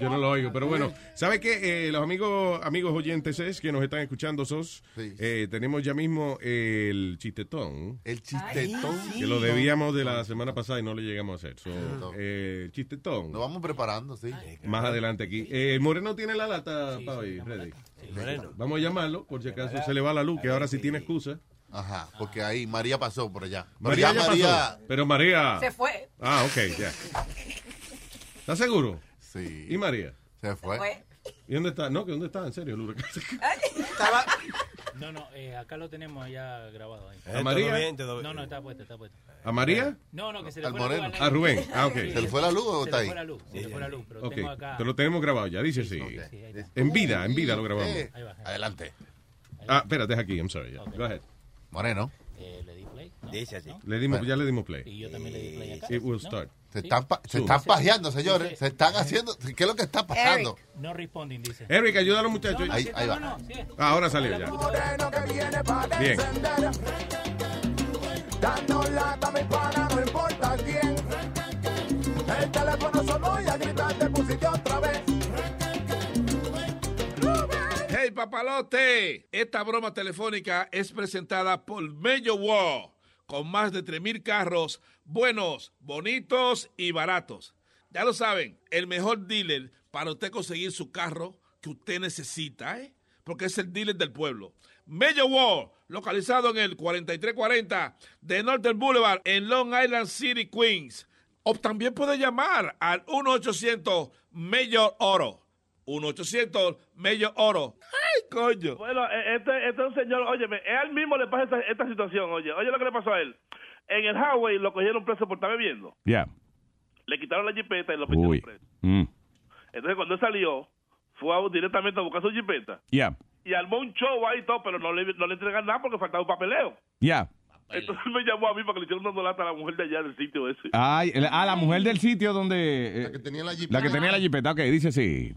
[SPEAKER 1] Yo no lo oigo, pero bueno. ¿Sabe qué? Eh, los amigos amigos oyentes es que nos están escuchando, SOS, eh, tenemos ya mismo el chistetón.
[SPEAKER 6] El
[SPEAKER 1] chistetón. Que lo debíamos de la semana pasada y no lo llegamos a hacer. So, eh, el chistetón.
[SPEAKER 6] Nos vamos preparando, sí.
[SPEAKER 1] Más adelante aquí. Eh, el Moreno tiene la lata, Pavi, ready. Vamos a llamarlo, por si acaso se le va la luz, que ahora sí tiene excusa.
[SPEAKER 6] Ajá, porque ahí María pasó por allá. Pero
[SPEAKER 1] María
[SPEAKER 6] ya
[SPEAKER 1] ya
[SPEAKER 6] María.
[SPEAKER 1] pasó, Pero María.
[SPEAKER 39] Se fue.
[SPEAKER 1] Ah, ok, ya. ¿Estás seguro?
[SPEAKER 6] Sí.
[SPEAKER 1] ¿Y María?
[SPEAKER 6] Se fue.
[SPEAKER 39] fue.
[SPEAKER 1] ¿Y dónde está? No, que dónde está, en serio, el huracán.
[SPEAKER 33] No, no, eh, acá lo tenemos ya grabado. Ahí.
[SPEAKER 1] ¿A Eh, María? todo bien,
[SPEAKER 33] No, no, está puesto, está puesto.
[SPEAKER 1] ¿A María?
[SPEAKER 33] No, no, que se
[SPEAKER 6] Eh,
[SPEAKER 33] le
[SPEAKER 6] Al
[SPEAKER 33] fue la luz.
[SPEAKER 6] Moreno.
[SPEAKER 33] la-
[SPEAKER 1] A Rubén. Ah, ok.
[SPEAKER 33] Sí,
[SPEAKER 1] ¿Se le fue la luz o
[SPEAKER 33] se
[SPEAKER 1] está
[SPEAKER 33] le
[SPEAKER 1] ahí?
[SPEAKER 33] fue la luz, se le fue la luz, pero
[SPEAKER 1] Ok,
[SPEAKER 33] tengo acá.
[SPEAKER 1] te lo tenemos grabado ya, dice sí. En vida, en vida lo grabamos.
[SPEAKER 6] Eh, Adelante.
[SPEAKER 1] Ah, espérate, es aquí, I'm sorry. ya. Go ahead.
[SPEAKER 6] Moreno.
[SPEAKER 24] Dice así.
[SPEAKER 1] Le dimos, ya le dimos play.
[SPEAKER 33] Y yo también le di play acá.
[SPEAKER 1] It will start.
[SPEAKER 6] Se están, pa- se
[SPEAKER 1] Soon.
[SPEAKER 6] están pajeando, señores. Se están haciendo. ¿Qué es lo que está pasando?
[SPEAKER 33] No responding, dice.
[SPEAKER 1] Eric, ayuda a los muchachos.
[SPEAKER 6] Ahí- ahí va.
[SPEAKER 33] No, no, sí.
[SPEAKER 1] Ah, ahora salió ya. Bien.
[SPEAKER 3] Dando lata, mi pana, no importa quién. El teléfono sonó y a gritar te pusiste otra vez.
[SPEAKER 40] Hey papalote, esta broma telefónica es presentada por Mello Wow, con más de 3.000 carros buenos, bonitos y baratos. Ya lo saben, el mejor dealer para usted conseguir su carro que usted necesita, ¿eh? porque es el dealer del pueblo. Mello Wow, localizado en el 4340 de Northern Boulevard en Long Island City, Queens. O también puede llamar al 1-800 Mello Oro. 1-800 Mello Oro. ¡Ay, coño!
[SPEAKER 36] Bueno, eh, este, este es un señor, oye, a él mismo le pasa esta, esta situación, oye, oye lo que le pasó a él. En el highway lo cogieron preso por estar bebiendo.
[SPEAKER 40] Ya. Mm.
[SPEAKER 36] Le quitaron la jipeta y lo metieron
[SPEAKER 40] Uy.
[SPEAKER 36] preso. Entonces cuando él salió, fue a- directamente a buscar su jipeta
[SPEAKER 40] Ya,
[SPEAKER 36] y armó un show ahí y todo, pero no le, no le entregan nada porque faltaba un papeleo.
[SPEAKER 40] ya.
[SPEAKER 41] Entonces me llamó a mí para que le hicieran dando lata a la mujer de allá del sitio ese.
[SPEAKER 1] Ay, el- ah, la mujer del sitio donde... la que tenía la jipeta. La que tenía la jipeta, ok, dice sí.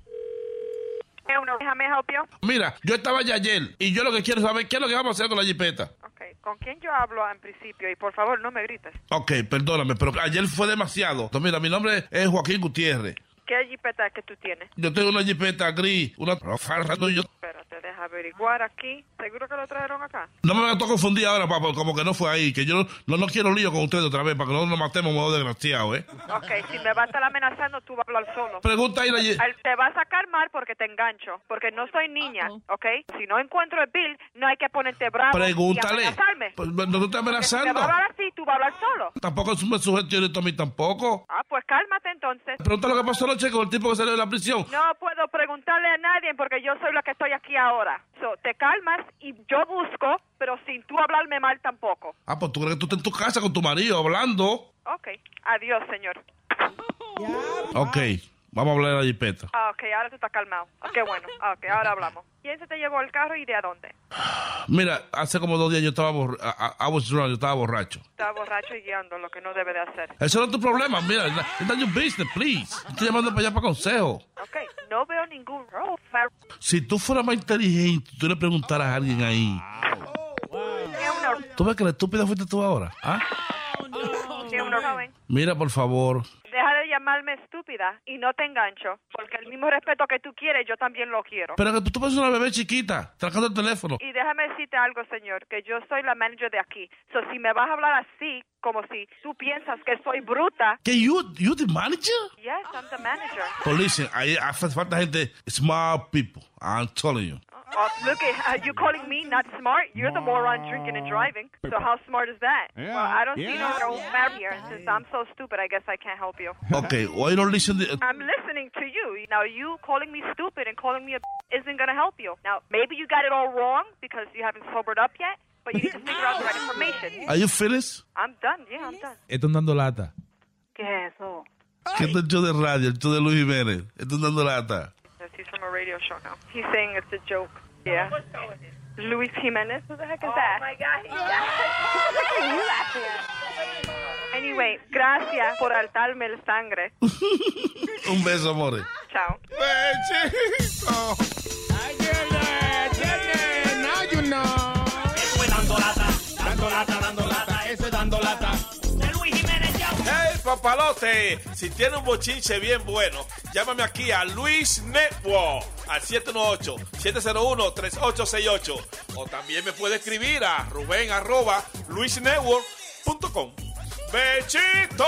[SPEAKER 42] Déjame help you.
[SPEAKER 40] Mira, yo estaba allá ayer y yo lo que quiero saber qué es lo que vamos a hacer con la jipeta.
[SPEAKER 42] Ok, Eh, ¿Con quién yo hablo en principio? Y por favor, no me grites.
[SPEAKER 40] Ok, perdóname, pero ayer fue demasiado. Entonces, mira, mi nombre es Joaquín Gutiérrez.
[SPEAKER 42] ¿Qué jipeta que tú tienes?
[SPEAKER 40] Yo tengo una jipeta gris, una farra tuya.
[SPEAKER 42] Espérate, deja averiguar aquí. ¿Seguro que lo trajeron acá?
[SPEAKER 40] No me meto confundida ahora, papá, como que no fue ahí, que yo no, no quiero lío con ustedes otra vez, para que no nos matemos modo desgraciado, ¿eh?
[SPEAKER 42] Ok, si me vas a estar amenazando, tú vas a hablar solo.
[SPEAKER 40] Pregunta ahí la ye-
[SPEAKER 42] Al- Te vas a calmar porque te engancho, porque no soy niña, ¿ok? Si no encuentro el bill, no hay que ponerte bravo
[SPEAKER 40] Pregúntale.
[SPEAKER 42] Ah, y amenazarme.
[SPEAKER 40] Pues, no te estoy
[SPEAKER 42] Porque si te
[SPEAKER 40] amenazando.
[SPEAKER 42] va a hablar así, tú vas a hablar solo.
[SPEAKER 40] Tampoco es- me sugestiones tú a mí tampoco.
[SPEAKER 42] Ah, pues cálmate entonces.
[SPEAKER 40] Pregunta lo que pasó anoche con el tipo que salió de la prisión.
[SPEAKER 42] No puedo preguntarle a nadie porque yo soy la que estoy aquí ahora. So, te calmas y yo busco, pero sin tú hablarme mal tampoco.
[SPEAKER 40] Ah, pues tú crees que tú estás en tu casa con tu marido hablando.
[SPEAKER 42] Ok, adiós, señor.
[SPEAKER 40] Ok, vamos a hablar de la jipeta.
[SPEAKER 42] Ah, ok, ahora tú estás calmado. Ah, Qué bueno. Ah, ok, ahora hablamos. ¿Quién se te llevó el carro y de a dónde?
[SPEAKER 40] Mira, hace como dos días yo estaba, borr- I- I- I was drunk, yo estaba borracho.
[SPEAKER 42] Está borracho y guiando, lo que no debe de hacer.
[SPEAKER 40] Eso no es tu problema, mira, it's not your business, please. Estoy llamando para allá para consejo.
[SPEAKER 42] Ok, no veo ningún road flag.
[SPEAKER 40] Si tú fueras más inteligente, tú le preguntaras a alguien ahí. ¿Tú ves que la estúpida fuiste tú ahora? ¿Ah?
[SPEAKER 42] Ni uno joven.
[SPEAKER 40] Mira, por favor.
[SPEAKER 42] Deja de llamarme estúpida y no te engancho, porque el mismo respeto que tú quieres, yo también lo quiero.
[SPEAKER 40] Pero que tú- tú pareces una bebé chiquita, tracando el teléfono.
[SPEAKER 42] Y déjame decirte algo, señor, que yo soy la manager de aquí. So, si me vas a hablar así, como si tú piensas que soy bruta.
[SPEAKER 40] ¿Que you, you the manager?
[SPEAKER 42] Yes, I'm the manager.
[SPEAKER 40] But listen, ahí hace falta gente smart people. I'm telling you.
[SPEAKER 42] Oh, look, at, are you calling me not smart? You're the moron drinking and driving. So how smart is that?
[SPEAKER 40] Yeah.
[SPEAKER 42] Well, I don't see no
[SPEAKER 40] Yeah.
[SPEAKER 42] road flag here. Since I'm so stupid, I guess I can't help you.
[SPEAKER 40] Okay, why don't listen to-
[SPEAKER 42] I'm listening to you. Now, you calling me stupid and calling me a b- isn't going to help you. Now, maybe you got it all wrong because you haven't sobered up yet, but you need to figure out the right information.
[SPEAKER 40] Are you finished?
[SPEAKER 42] I'm done. Yeah, I'm done.
[SPEAKER 40] Están dando lata.
[SPEAKER 42] ¿Qué es eso?
[SPEAKER 40] ¿Qué es el show de radio? El show de Luis Jiménez. Están dando lata.
[SPEAKER 42] He's from a radio show now. He's saying it's a joke. Yeah. Luis Jimenez? Who the heck is that? Oh, my God. Look at you laughing at. Anyway, gracias por altarme el sangre.
[SPEAKER 40] Un beso, amores.
[SPEAKER 42] Chao.
[SPEAKER 3] Now you know. Eso es dando lata, dando lata, dando lata. Eso es dando lata.
[SPEAKER 43] ¡Hey, papalote! Si tiene un bochinche bien bueno, llámame aquí a Luis Network al 718-701-3868. O también me puede escribir a ruben arroba luisnetwork.com. ¡Bechito!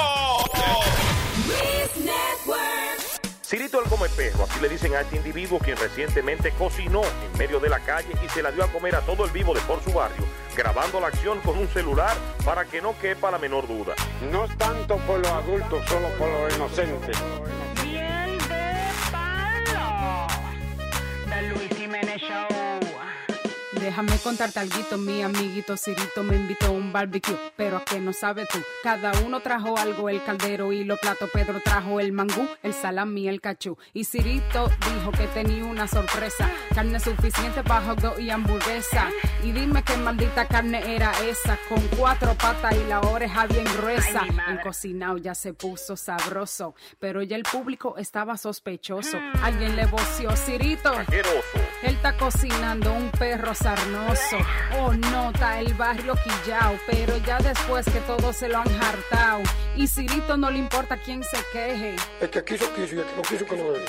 [SPEAKER 44] Cirito el Come Espejo, así le dicen a este individuo quien recientemente cocinó en medio de la calle y se la dio a comer a todo el vivo de por su barrio, grabando la acción con un celular para que no quepa la menor duda.
[SPEAKER 25] No es tanto por los adultos, solo por los inocentes.
[SPEAKER 13] Déjame contarte algo, mi amiguito Cirito me invitó a un barbecue, pero a que no sabes tú. Cada uno trajo algo, el caldero y los platos. Pedro trajo el mangú, el salami, el cachú. Y Cirito dijo que tenía una sorpresa, carne suficiente para hot dog y hamburguesa. Y dime qué maldita carne era esa, con cuatro patas y la oreja bien gruesa.
[SPEAKER 45] Ay, mi madre.
[SPEAKER 13] El cocinado ya se puso sabroso, pero ya el público estaba sospechoso.
[SPEAKER 45] Mm.
[SPEAKER 13] Alguien le voció, Cirito.
[SPEAKER 44] Asqueroso.
[SPEAKER 13] Él está cocinando un perro sarnoso. Oh, nota el barrio quillao. Pero ya después que todos se lo han hartao. Y Cirito no le importa quién se queje.
[SPEAKER 25] El que quiso, quiso y el que no quiso, que no bebe.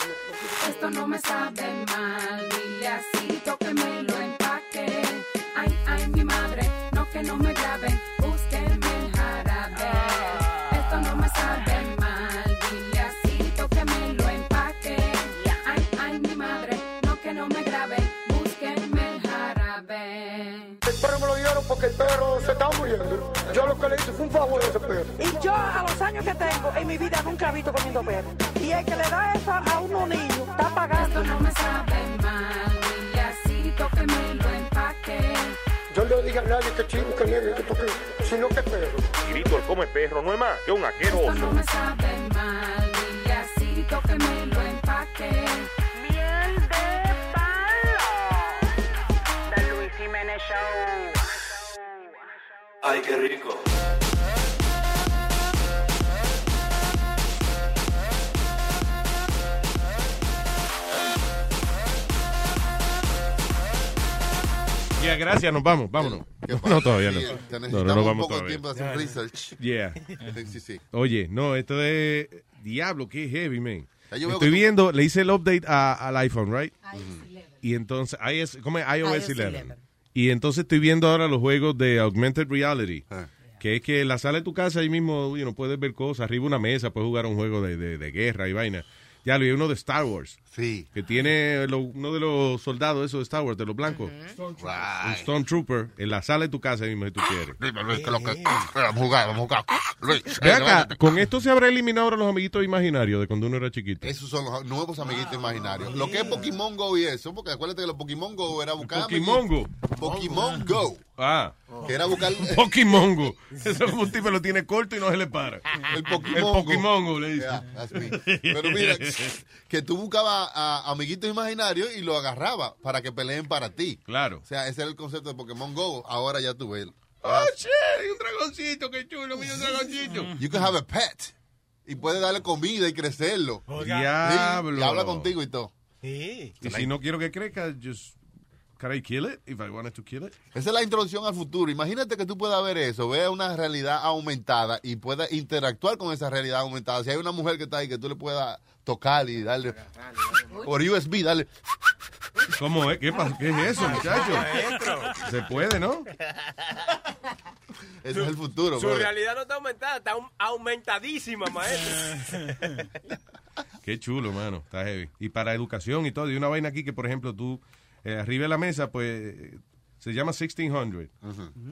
[SPEAKER 13] Esto no me sabe mal. Dile a Cirito que me lo empaque. Ay, ay, mi madre. No que no me graben. Búsquenme el jarabe. Esto no me sabe mal. Dile a Cirito que me lo empaque. Ay, ay, mi madre. No que no me graben. Búsquenme el jarabe.
[SPEAKER 25] El perro me lo dieron porque el perro se estaba muriendo. Yo lo que le hice fue un favor a ese perro.
[SPEAKER 10] Y yo a los años que tengo en mi vida nunca he visto comiendo perro. Y el que le da eso a unos niños está pagando.
[SPEAKER 13] Esto no me sabe mal, y así que me lo empaque.
[SPEAKER 25] Yo no le dije a nadie que chivo, que negro, que porque, sino que perro.
[SPEAKER 44] Cirito el Come Espejo no es más que un
[SPEAKER 13] Esto
[SPEAKER 44] asqueroso.
[SPEAKER 13] no me sabe mal, y así que me lo empaque. Miel de palo.
[SPEAKER 25] The Luis Jiménez Show.
[SPEAKER 11] Ay, qué rico.
[SPEAKER 1] Yeah, gracias, nos vamos, vámonos. No, todavía no.
[SPEAKER 6] Sí, te
[SPEAKER 1] No,
[SPEAKER 6] necesitamos
[SPEAKER 1] no, no
[SPEAKER 6] un
[SPEAKER 1] vamos
[SPEAKER 6] poco de
[SPEAKER 1] todavía.
[SPEAKER 6] tiempo de hacer research.
[SPEAKER 1] Yeah.
[SPEAKER 6] Sí, sí, sí.
[SPEAKER 1] Oye, no, esto es.
[SPEAKER 6] eh.
[SPEAKER 1] Diablo, qué heavy, man.
[SPEAKER 6] Ya yo veo
[SPEAKER 1] Estoy
[SPEAKER 6] que tú-
[SPEAKER 1] viendo, le hice el update a- al iPhone, right? Y entonces, iOS, ¿cómo es? iOS,
[SPEAKER 37] iOS
[SPEAKER 1] 11.
[SPEAKER 37] 11.
[SPEAKER 1] Y entonces estoy viendo ahora los juegos de Augmented Reality.
[SPEAKER 6] Ah.
[SPEAKER 1] Que es que en la sala de tu casa ahí mismo, you know, puedes ver cosas. Arriba una mesa, puedes jugar un juego de, de- de guerra y vaina. Ya lo vi uno de Star Wars.
[SPEAKER 6] Sí.
[SPEAKER 1] Que tiene lo- uno de los soldados esos de Star Wars, de los blancos. Un Stormtrooper en la sala de tu casa ahí mismo si tú quieres.
[SPEAKER 6] Ah, Luis, que lo que. Vamos a jugar, vamos a jugar. Luis,
[SPEAKER 1] Ve
[SPEAKER 6] eh,
[SPEAKER 1] acá,
[SPEAKER 6] levántate.
[SPEAKER 1] con esto se habrá eliminado ahora los amiguitos imaginarios de cuando uno era chiquito.
[SPEAKER 6] Esos son los nuevos amiguitos imaginarios. Lo que es Pokémon Go y eso, porque acuérdate que los Pokémon Go era buscar.
[SPEAKER 1] Pokémon Go.
[SPEAKER 6] Pokémon Go.
[SPEAKER 1] Ah.
[SPEAKER 6] Que era buscar.
[SPEAKER 1] Pokémon Go. Eso es un tipo que lo tiene corto y no se le para.
[SPEAKER 6] El
[SPEAKER 1] El
[SPEAKER 6] Pokémon
[SPEAKER 1] Pokémon Go, le dice.
[SPEAKER 6] Yeah, that's me. Pero mira, que tú buscabas a amiguitos imaginarios y lo agarrabas para que peleen para ti.
[SPEAKER 1] Claro.
[SPEAKER 6] O sea, ese era el concepto de Pokémon Go. Ahora ya tú ves. Ah,
[SPEAKER 1] ¡Oh, shit! ¡Hay un dragoncito! ¡Qué chulo! ¡Mira un dragoncito!
[SPEAKER 6] You can have a pet. Y puedes darle comida y crecerlo.
[SPEAKER 1] Diablo.
[SPEAKER 6] Sí, y habla contigo y todo.
[SPEAKER 1] Y si no quiero que crezca, just, can I kill it if I wanted to kill it?
[SPEAKER 6] Esa es la introducción al futuro. Imagínate que tú puedas ver eso, veas una realidad aumentada y puedas interactuar con esa realidad aumentada. Si hay una mujer que está ahí que tú le puedas tocar y darle por USB, darle.
[SPEAKER 1] ¿Cómo es? ¿Qué, pasa? ¿Qué es eso, muchacho? Se puede, ¿no?
[SPEAKER 6] Ese es el futuro.
[SPEAKER 1] bro.
[SPEAKER 24] Su realidad no está aumentada, está au- aumentadísima, maestro.
[SPEAKER 1] Qué chulo, mano. Está heavy. Y para educación y todo. Y una vaina aquí que, por ejemplo, tú eh, arriba de la mesa, pues eh, se llama 1600.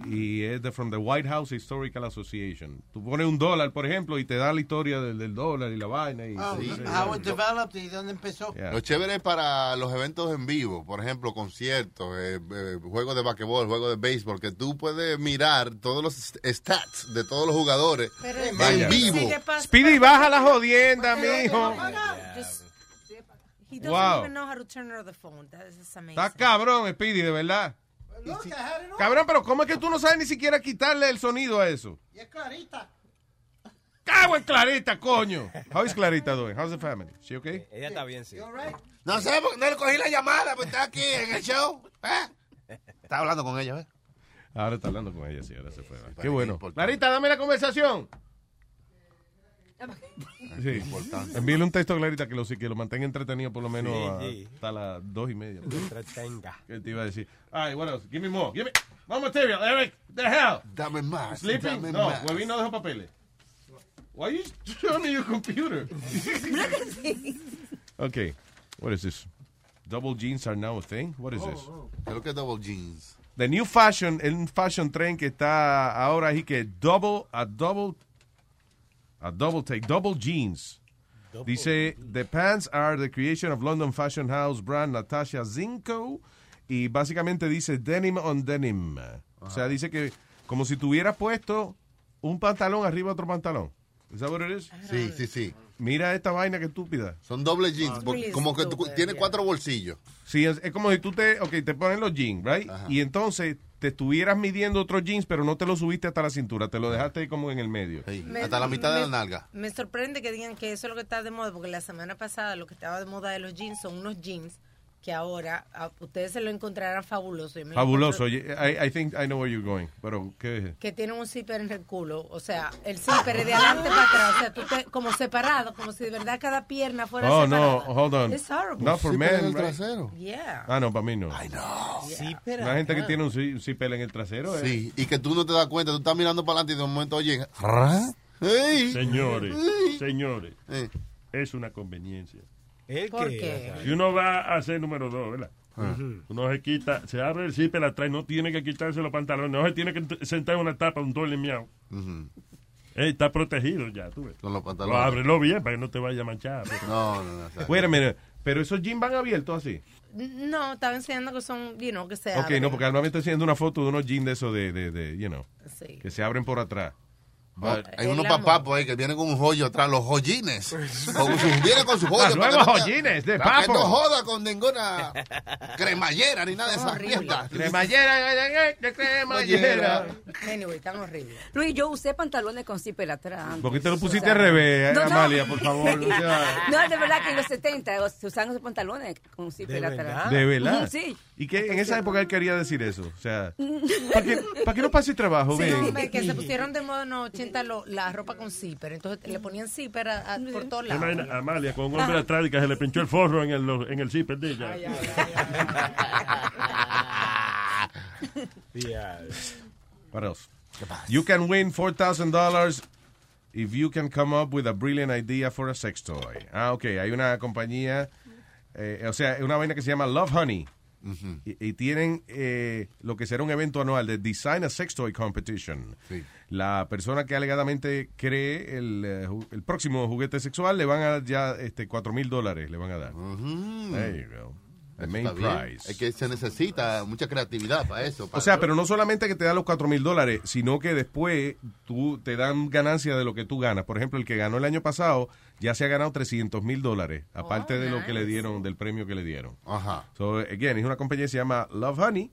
[SPEAKER 1] Y es de from the White House Historical Association. Tú pones un dólar, por ejemplo, y te da la historia del, del dólar y la vaina. Y,
[SPEAKER 2] Oh,
[SPEAKER 1] sí.
[SPEAKER 2] how it developed y dónde empezó.
[SPEAKER 6] Lo chévere es para los eventos en vivo, por ejemplo, conciertos, eh, eh, juegos de basquetbol, juegos de béisbol, que tú puedes mirar todos los stats de todos los jugadores
[SPEAKER 32] Pero
[SPEAKER 6] en
[SPEAKER 1] Vaya.
[SPEAKER 6] vivo.
[SPEAKER 1] Speedy, baja la jodienda, mijo.
[SPEAKER 32] Just- He doesn't
[SPEAKER 1] Wow.
[SPEAKER 32] even know how to turn her the phone. That is amazing.
[SPEAKER 1] Está cabrón, Speedy, de verdad. Cabrón, pero ¿cómo es que tú no sabes ni siquiera quitarle el sonido a eso?
[SPEAKER 2] Y es clarita.
[SPEAKER 1] ¡Cago en Clarita, coño! How is Clarita doing? How's the family? She okay?
[SPEAKER 24] Ella está bien, sí.
[SPEAKER 6] No sé, porque no le cogí la llamada, pues está aquí en el show. Ah. Está hablando con ¿eh? ella, ¿ves?
[SPEAKER 1] Ahora está hablando con ella, sí, ahora se fue. Qué
[SPEAKER 6] mí
[SPEAKER 1] bueno.
[SPEAKER 6] importante.
[SPEAKER 1] Clarita, dame la conversación. Sí.
[SPEAKER 6] Importante.
[SPEAKER 1] Envíale un texto a Clarita que lo, que lo mantenga entretenido por lo menos
[SPEAKER 24] Sí,
[SPEAKER 1] a-
[SPEAKER 24] sí.
[SPEAKER 1] hasta las dos y media.
[SPEAKER 24] Entretenga.
[SPEAKER 1] ¿Qué te iba a decir? All right, what else? Give me more. Give me more material, Eric. The hell.
[SPEAKER 6] Dame más.
[SPEAKER 1] Sleeping?
[SPEAKER 6] dame
[SPEAKER 1] no,
[SPEAKER 6] más.
[SPEAKER 1] huevín no dejó papeles. Why you showing me your computer? okay. What is this? Double jeans are now a thing? What is this?
[SPEAKER 6] oh, Creo que double jeans.
[SPEAKER 1] The new fashion, el fashion trend que está ahora y que double, a double, a double take, double jeans. Dice, the pants are the creation of London fashion house brand Natasha Zinko. Y básicamente dice denim on denim. O sea, dice que como si tuviera puesto un pantalón arriba de otro pantalón. ¿Is that what it is?
[SPEAKER 6] Sí, sí, sí.
[SPEAKER 1] Mira esta vaina que estúpida.
[SPEAKER 6] Son doble jeans, porque
[SPEAKER 1] really
[SPEAKER 6] como que tú,
[SPEAKER 1] stupid,
[SPEAKER 6] tiene
[SPEAKER 1] yeah.
[SPEAKER 6] cuatro bolsillos.
[SPEAKER 1] Sí, es, es como si tú te, ok, te pones los jeans, right? Y entonces te estuvieras midiendo otros jeans, pero no te lo subiste hasta la cintura, te lo dejaste ahí como en el medio.
[SPEAKER 32] Me- me- Me sorprende que digan que eso es lo que está de moda, porque la semana pasada lo que estaba de moda de los jeans son unos jeans que ahora a ustedes se lo encontrarán fabuloso. Yo me lo
[SPEAKER 1] Fabuloso.
[SPEAKER 32] encuentro-
[SPEAKER 1] Oye, I, I think I know where you're going, pero ¿qué es?
[SPEAKER 32] Que tienen un zipper en el culo, o sea, el zipper es de adelante para atrás, o sea, tú te- como separado, como si de verdad cada pierna fuera
[SPEAKER 1] Oh,
[SPEAKER 32] separada.
[SPEAKER 1] no, hold on.
[SPEAKER 32] It's horrible.
[SPEAKER 1] Not for men, right?
[SPEAKER 32] Yeah.
[SPEAKER 1] Ah, no, para mí no. Ay, no. La gente que
[SPEAKER 6] acá.
[SPEAKER 1] tiene un zi- un zipper en el trasero. eh.
[SPEAKER 6] Sí, y que tú no te das cuenta, tú estás mirando para adelante y de un momento, oye, ¡Ey!
[SPEAKER 37] Señores,
[SPEAKER 6] Ey.
[SPEAKER 37] señores, es una conveniencia.
[SPEAKER 24] ¿El
[SPEAKER 37] ¿Por
[SPEAKER 24] qué?
[SPEAKER 37] Si uno va a ser número dos, ¿verdad? Uno se quita, se abre el zipper atrás, no tiene que quitarse los pantalones, no se tiene que t- sentar en una tapa, un doble miau. Eh, está protegido ya, tú ves.
[SPEAKER 6] Con los pantalones.
[SPEAKER 37] Lo ábrelo bien para que no te vaya a manchar.
[SPEAKER 6] No, no, no.
[SPEAKER 1] Wait a minute, pero esos jeans van abiertos así.
[SPEAKER 32] No, estaba enseñando que son, you know, que se
[SPEAKER 1] Ok,
[SPEAKER 32] abren.
[SPEAKER 1] no, porque ahora me está haciendo una foto de unos jeans de esos de, de, de, you know,
[SPEAKER 32] Sí.
[SPEAKER 1] que se abren por atrás.
[SPEAKER 6] But hay unos papapos ahí que vienen con un joyo atrás, los joyines. Con sus- vienen con sus joyos.
[SPEAKER 4] Los
[SPEAKER 6] para que
[SPEAKER 4] nuevos
[SPEAKER 6] no te-
[SPEAKER 4] joyines de
[SPEAKER 6] para que
[SPEAKER 4] papo.
[SPEAKER 6] no joda con ninguna cremallera ni nada de esas mierdas.
[SPEAKER 8] Cremallera, de cremallera.
[SPEAKER 3] Anyway, están horribles. Luis, yo usé pantalones con zipper atrás.
[SPEAKER 1] ¿Por qué te lo pusiste al revés, eh,
[SPEAKER 3] No, no.
[SPEAKER 1] Amalia, por favor? O sea,
[SPEAKER 3] No, de verdad que en los 70 se usaban esos pantalones con zipper
[SPEAKER 32] Ah.
[SPEAKER 3] atrás.
[SPEAKER 1] de verdad.
[SPEAKER 3] Ujú, Sí.
[SPEAKER 1] ¿Y qué
[SPEAKER 32] Este
[SPEAKER 1] en esa época él quería decir eso? O sea, ¿para que, pa' que no pase trabajo?
[SPEAKER 32] Sí,
[SPEAKER 1] ven.
[SPEAKER 32] hombre, que se pusieron de moda en los 80 lo- la ropa con zipper. Entonces le ponían zipper a- a- por todos
[SPEAKER 37] ¿Te imaginas
[SPEAKER 32] lados.
[SPEAKER 37] a Amalia con un hombre atrás y que se le pinchó el forro en el, en el zipper de ella.
[SPEAKER 1] What else? You can win $4,000 if you can come up with a brilliant idea for a sex toy. Ah, ok. Hay una compañía, eh, o sea, una vaina que se llama Love Honey. y, y tienen eh, lo que será un evento anual de Design a Sex Toy Competition. La persona que alegadamente cree el, eh, ju- el próximo juguete sexual le van a ya este, 4 mil dólares, le van a dar. There you go. The
[SPEAKER 6] Eso
[SPEAKER 1] main
[SPEAKER 6] está bien.
[SPEAKER 1] prize.
[SPEAKER 6] Es que se necesita mucha creatividad para eso.
[SPEAKER 1] O
[SPEAKER 6] para-
[SPEAKER 1] sea, pero no solamente que te dan los 4 mil dólares, sino que después tú te dan ganancia de lo que tú ganas. Por ejemplo, el que ganó el año pasado ya se ha ganado 300 mil dólares, aparte de lo que le dieron, del premio que le dieron.
[SPEAKER 6] Ajá.
[SPEAKER 1] So, again, es una compañía que se llama Love Honey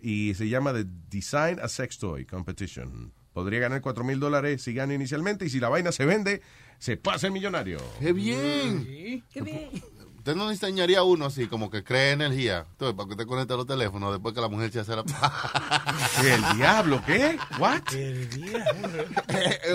[SPEAKER 1] y se llama The Design a Sex Toy Competition. Podría ganar 4 mil dólares si gana inicialmente y si la vaina se vende, se pasa el millonario.
[SPEAKER 6] ¡Qué bien!
[SPEAKER 3] Qué bien.
[SPEAKER 6] Usted no diseñaría uno así, como que cree energía. Entonces, para que usted conecte los teléfonos después que la mujer se hace la...
[SPEAKER 1] ¿El diablo qué? ¿What?
[SPEAKER 6] El diablo. eh,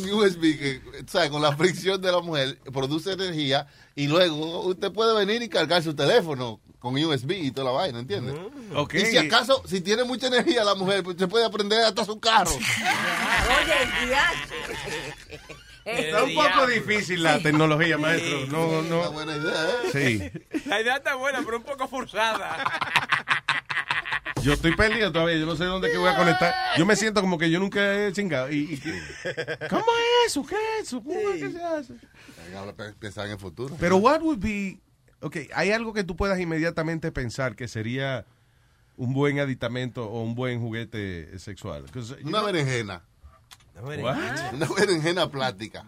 [SPEAKER 6] un USB que, ¿sabe? con la fricción de la mujer, produce energía y luego usted puede venir y cargar su teléfono con USB y toda la vaina, ¿entiendes?
[SPEAKER 1] Mm, Ok.
[SPEAKER 6] Y si acaso, si tiene mucha energía la mujer, pues usted puede aprender hasta su carro.
[SPEAKER 3] Oye, el diache.
[SPEAKER 1] Está un poco difícil la tecnología, maestro. No, no. ¿eh? Sí.
[SPEAKER 38] La idea está buena, pero un poco forzada.
[SPEAKER 1] Yo estoy perdido todavía, yo no sé dónde que voy a conectar. Yo me siento como que yo nunca he chingado. Y, y- ¿Cómo es eso? ¿Qué es eso? ¿Cómo es que se hace?
[SPEAKER 6] Ahora pe- Pensar en el futuro.
[SPEAKER 1] Pero what would be Ok, hay algo que tú puedas inmediatamente pensar que sería un buen aditamento o un buen juguete sexual. 'Cause, you
[SPEAKER 6] Una
[SPEAKER 1] know,
[SPEAKER 6] berenjena.
[SPEAKER 1] berenjena.
[SPEAKER 6] Una berenjena plástica.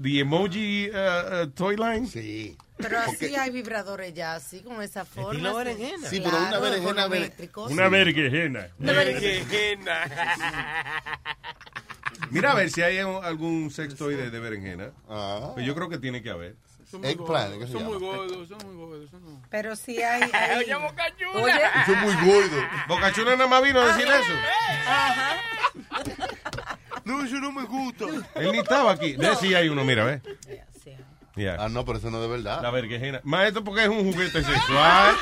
[SPEAKER 1] The emoji uh, uh, toy line.
[SPEAKER 6] Sí.
[SPEAKER 32] Pero así hay vibradores ya, así con esa forma.
[SPEAKER 38] una
[SPEAKER 32] así.
[SPEAKER 38] berenjena.
[SPEAKER 37] Sí, pero una
[SPEAKER 32] Claro,
[SPEAKER 37] berenjena,
[SPEAKER 32] con los
[SPEAKER 37] bere-
[SPEAKER 32] métricos.
[SPEAKER 37] Una vergejena.
[SPEAKER 1] Mira a ver si hay un- algún sexto de, de berenjena. Pues yo creo que tiene que haber.
[SPEAKER 6] Son muy Ah. Eggplant, gordos, ¿qué se
[SPEAKER 38] Son muy
[SPEAKER 1] llama?
[SPEAKER 38] gordos, son muy gordos. son muy-
[SPEAKER 32] Pero sí hay. hay-
[SPEAKER 38] Oye, Bocachula.
[SPEAKER 32] Oye.
[SPEAKER 1] Son muy gordos. Bocachula nada más vino a decir eso.
[SPEAKER 6] No, yo no me gusta.
[SPEAKER 1] Él ni estaba aquí. Ve si hay uno, mira, ve.
[SPEAKER 6] Ah, no, pero eso no es de verdad.
[SPEAKER 1] La vergejena. Maestro, porque es un juguete sexual.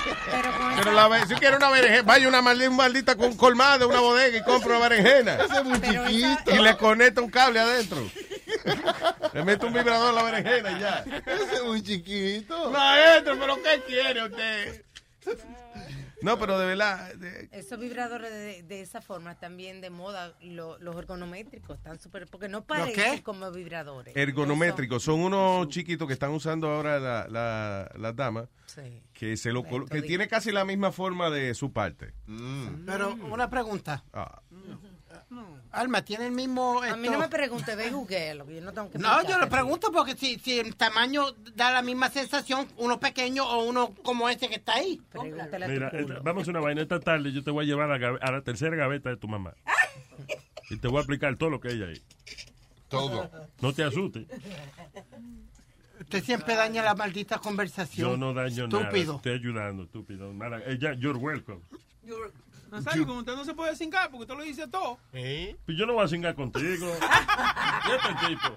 [SPEAKER 1] Pero la ver- si quiere una berenjena, vaya una maldi- un maldita con colmada, una bodega y compra una berenjena.
[SPEAKER 6] es muy chiquito.
[SPEAKER 1] Y le conecta un cable adentro. Le mete un vibrador a la berenjena y ya.
[SPEAKER 6] Ese es muy chiquito.
[SPEAKER 1] Maestro, pero ¿qué quiere usted? No, pero de verdad. de-
[SPEAKER 32] Esos vibradores de, de esa forma también de moda, lo- los ergonométricos están súper. Porque no parecen
[SPEAKER 1] qué? Er
[SPEAKER 32] como vibradores.
[SPEAKER 1] Ergonométricos. Son unos chiquitos que están usando ahora la- la- las damas.
[SPEAKER 32] Sí.
[SPEAKER 1] Que, se lo, colo- que tiene casi la misma forma de su parte.
[SPEAKER 6] Mm.
[SPEAKER 2] Pero una pregunta.
[SPEAKER 1] Ah.
[SPEAKER 2] Alma, ¿tiene el mismo...
[SPEAKER 32] A mí
[SPEAKER 2] esto?
[SPEAKER 32] no me pregunte, ve y google, yo no tengo que
[SPEAKER 2] No, yo
[SPEAKER 32] explicarte.
[SPEAKER 2] le pregunto porque si, si el tamaño da la misma sensación, uno pequeño o uno como este que está ahí.
[SPEAKER 37] Mira, eh, vamos a una vaina. Esta tarde yo te voy a llevar a la, gabe- a la tercera gaveta de tu mamá. Y te voy a explicar todo lo que hay ahí.
[SPEAKER 6] Todo.
[SPEAKER 37] No te asustes.
[SPEAKER 2] Usted siempre daña la maldita conversación.
[SPEAKER 37] Yo no daño nada.
[SPEAKER 2] Estúpido.
[SPEAKER 37] Estoy ayudando, estúpido. Mala- eh, ya, you're welcome.
[SPEAKER 38] Nazario, como usted no se puede cingar porque usted lo dice todo. ¿Eh?
[SPEAKER 37] Pues yo no voy a cingar contigo. este tipo.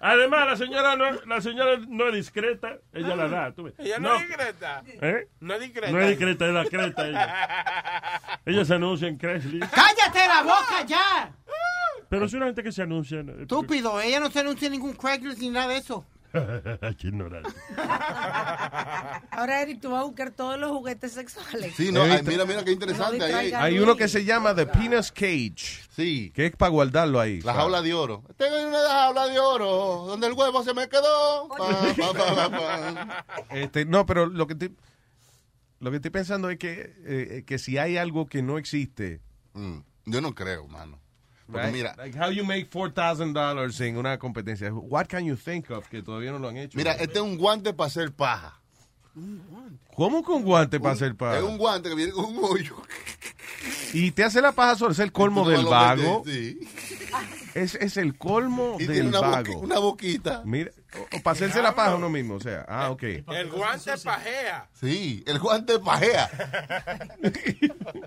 [SPEAKER 37] Además, la señora no, la señora no es discreta. Ella la da. Tú ves.
[SPEAKER 38] Ah. Ella no, es discreta.
[SPEAKER 37] ¿Eh?
[SPEAKER 38] No es discreta.
[SPEAKER 37] No es discreta, es la creta ella. Ella se anuncia en Craigslist.
[SPEAKER 2] ¡Cállate la boca ya!
[SPEAKER 37] Pero es una gente que se anuncia. eh, ¿no?
[SPEAKER 2] Estúpido, ella no se anuncia en ningún Craigslist ni nada de eso.
[SPEAKER 37] Qué ignorante.
[SPEAKER 32] Ahora, Eric, tú vas a buscar todos los juguetes sexuales.
[SPEAKER 6] Sí, no, ay,
[SPEAKER 1] Evita.
[SPEAKER 6] mira, mira qué interesante.
[SPEAKER 32] No
[SPEAKER 6] ahí.
[SPEAKER 1] Hay uno que se llama The Penis Cage.
[SPEAKER 6] Sí.
[SPEAKER 1] Que es para guardarlo ahí.
[SPEAKER 6] La jaula de oro. Tengo una jaula de oro donde el huevo se me quedó. Pa, pa, pa, pa, pa.
[SPEAKER 1] Este, no, pero lo que estoy, eh, lo que estoy pensando es que, eh, que si hay algo que no existe,
[SPEAKER 6] Mm, Yo no creo, mano. Porque
[SPEAKER 1] Right?
[SPEAKER 6] mira,
[SPEAKER 1] Like how you make $4,000 en una competencia. What can you think of que todavía no lo han hecho?
[SPEAKER 6] mira, este es un guante para hacer paja.
[SPEAKER 1] ¿Cómo con guante para hacer paja?
[SPEAKER 6] Es un guante que viene con un hoyo.
[SPEAKER 1] Y te hace la paja solo. Es el colmo del
[SPEAKER 6] Lo
[SPEAKER 1] vago.
[SPEAKER 6] metes, sí.
[SPEAKER 1] Es, es el colmo
[SPEAKER 6] Y
[SPEAKER 1] del
[SPEAKER 6] tiene una, boqui-
[SPEAKER 1] vago.
[SPEAKER 6] una boquita.
[SPEAKER 1] Mira, o, o para hacerse la paja uno mismo. O sea, ah, ok.
[SPEAKER 38] El guante pajea.
[SPEAKER 6] Sí, el guante pajea.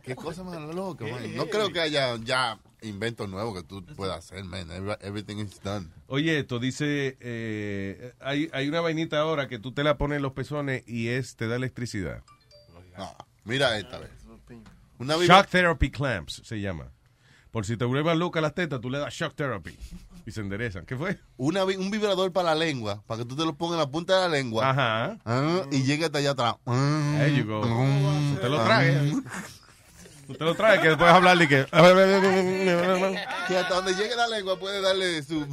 [SPEAKER 6] Qué cosa más loca, man. No creo que haya ya inventos nuevos que tú puedas hacer, man. Every- Everything is done.
[SPEAKER 1] Oye, esto dice, eh, hay, hay una vainita ahora que tú te la pones en los pezones y es te da electricidad.
[SPEAKER 6] No, mira esta vez. Una vibra-
[SPEAKER 1] Shock Therapy Clamps se llama. Por si te vuelvas loca las tetas, tú le das Shock Therapy y se enderezan. ¿Qué fue?
[SPEAKER 6] una vi- un vibrador para la lengua, para que tú te lo pongas en la punta de la lengua. Ah,
[SPEAKER 1] Ajá.
[SPEAKER 6] y llegue hasta allá atrás.
[SPEAKER 1] There you go. Te
[SPEAKER 6] Ah.
[SPEAKER 1] lo traes.
[SPEAKER 6] Usted
[SPEAKER 1] lo trae, que después hablar de
[SPEAKER 6] Que hasta donde llegue la lengua puede darle su.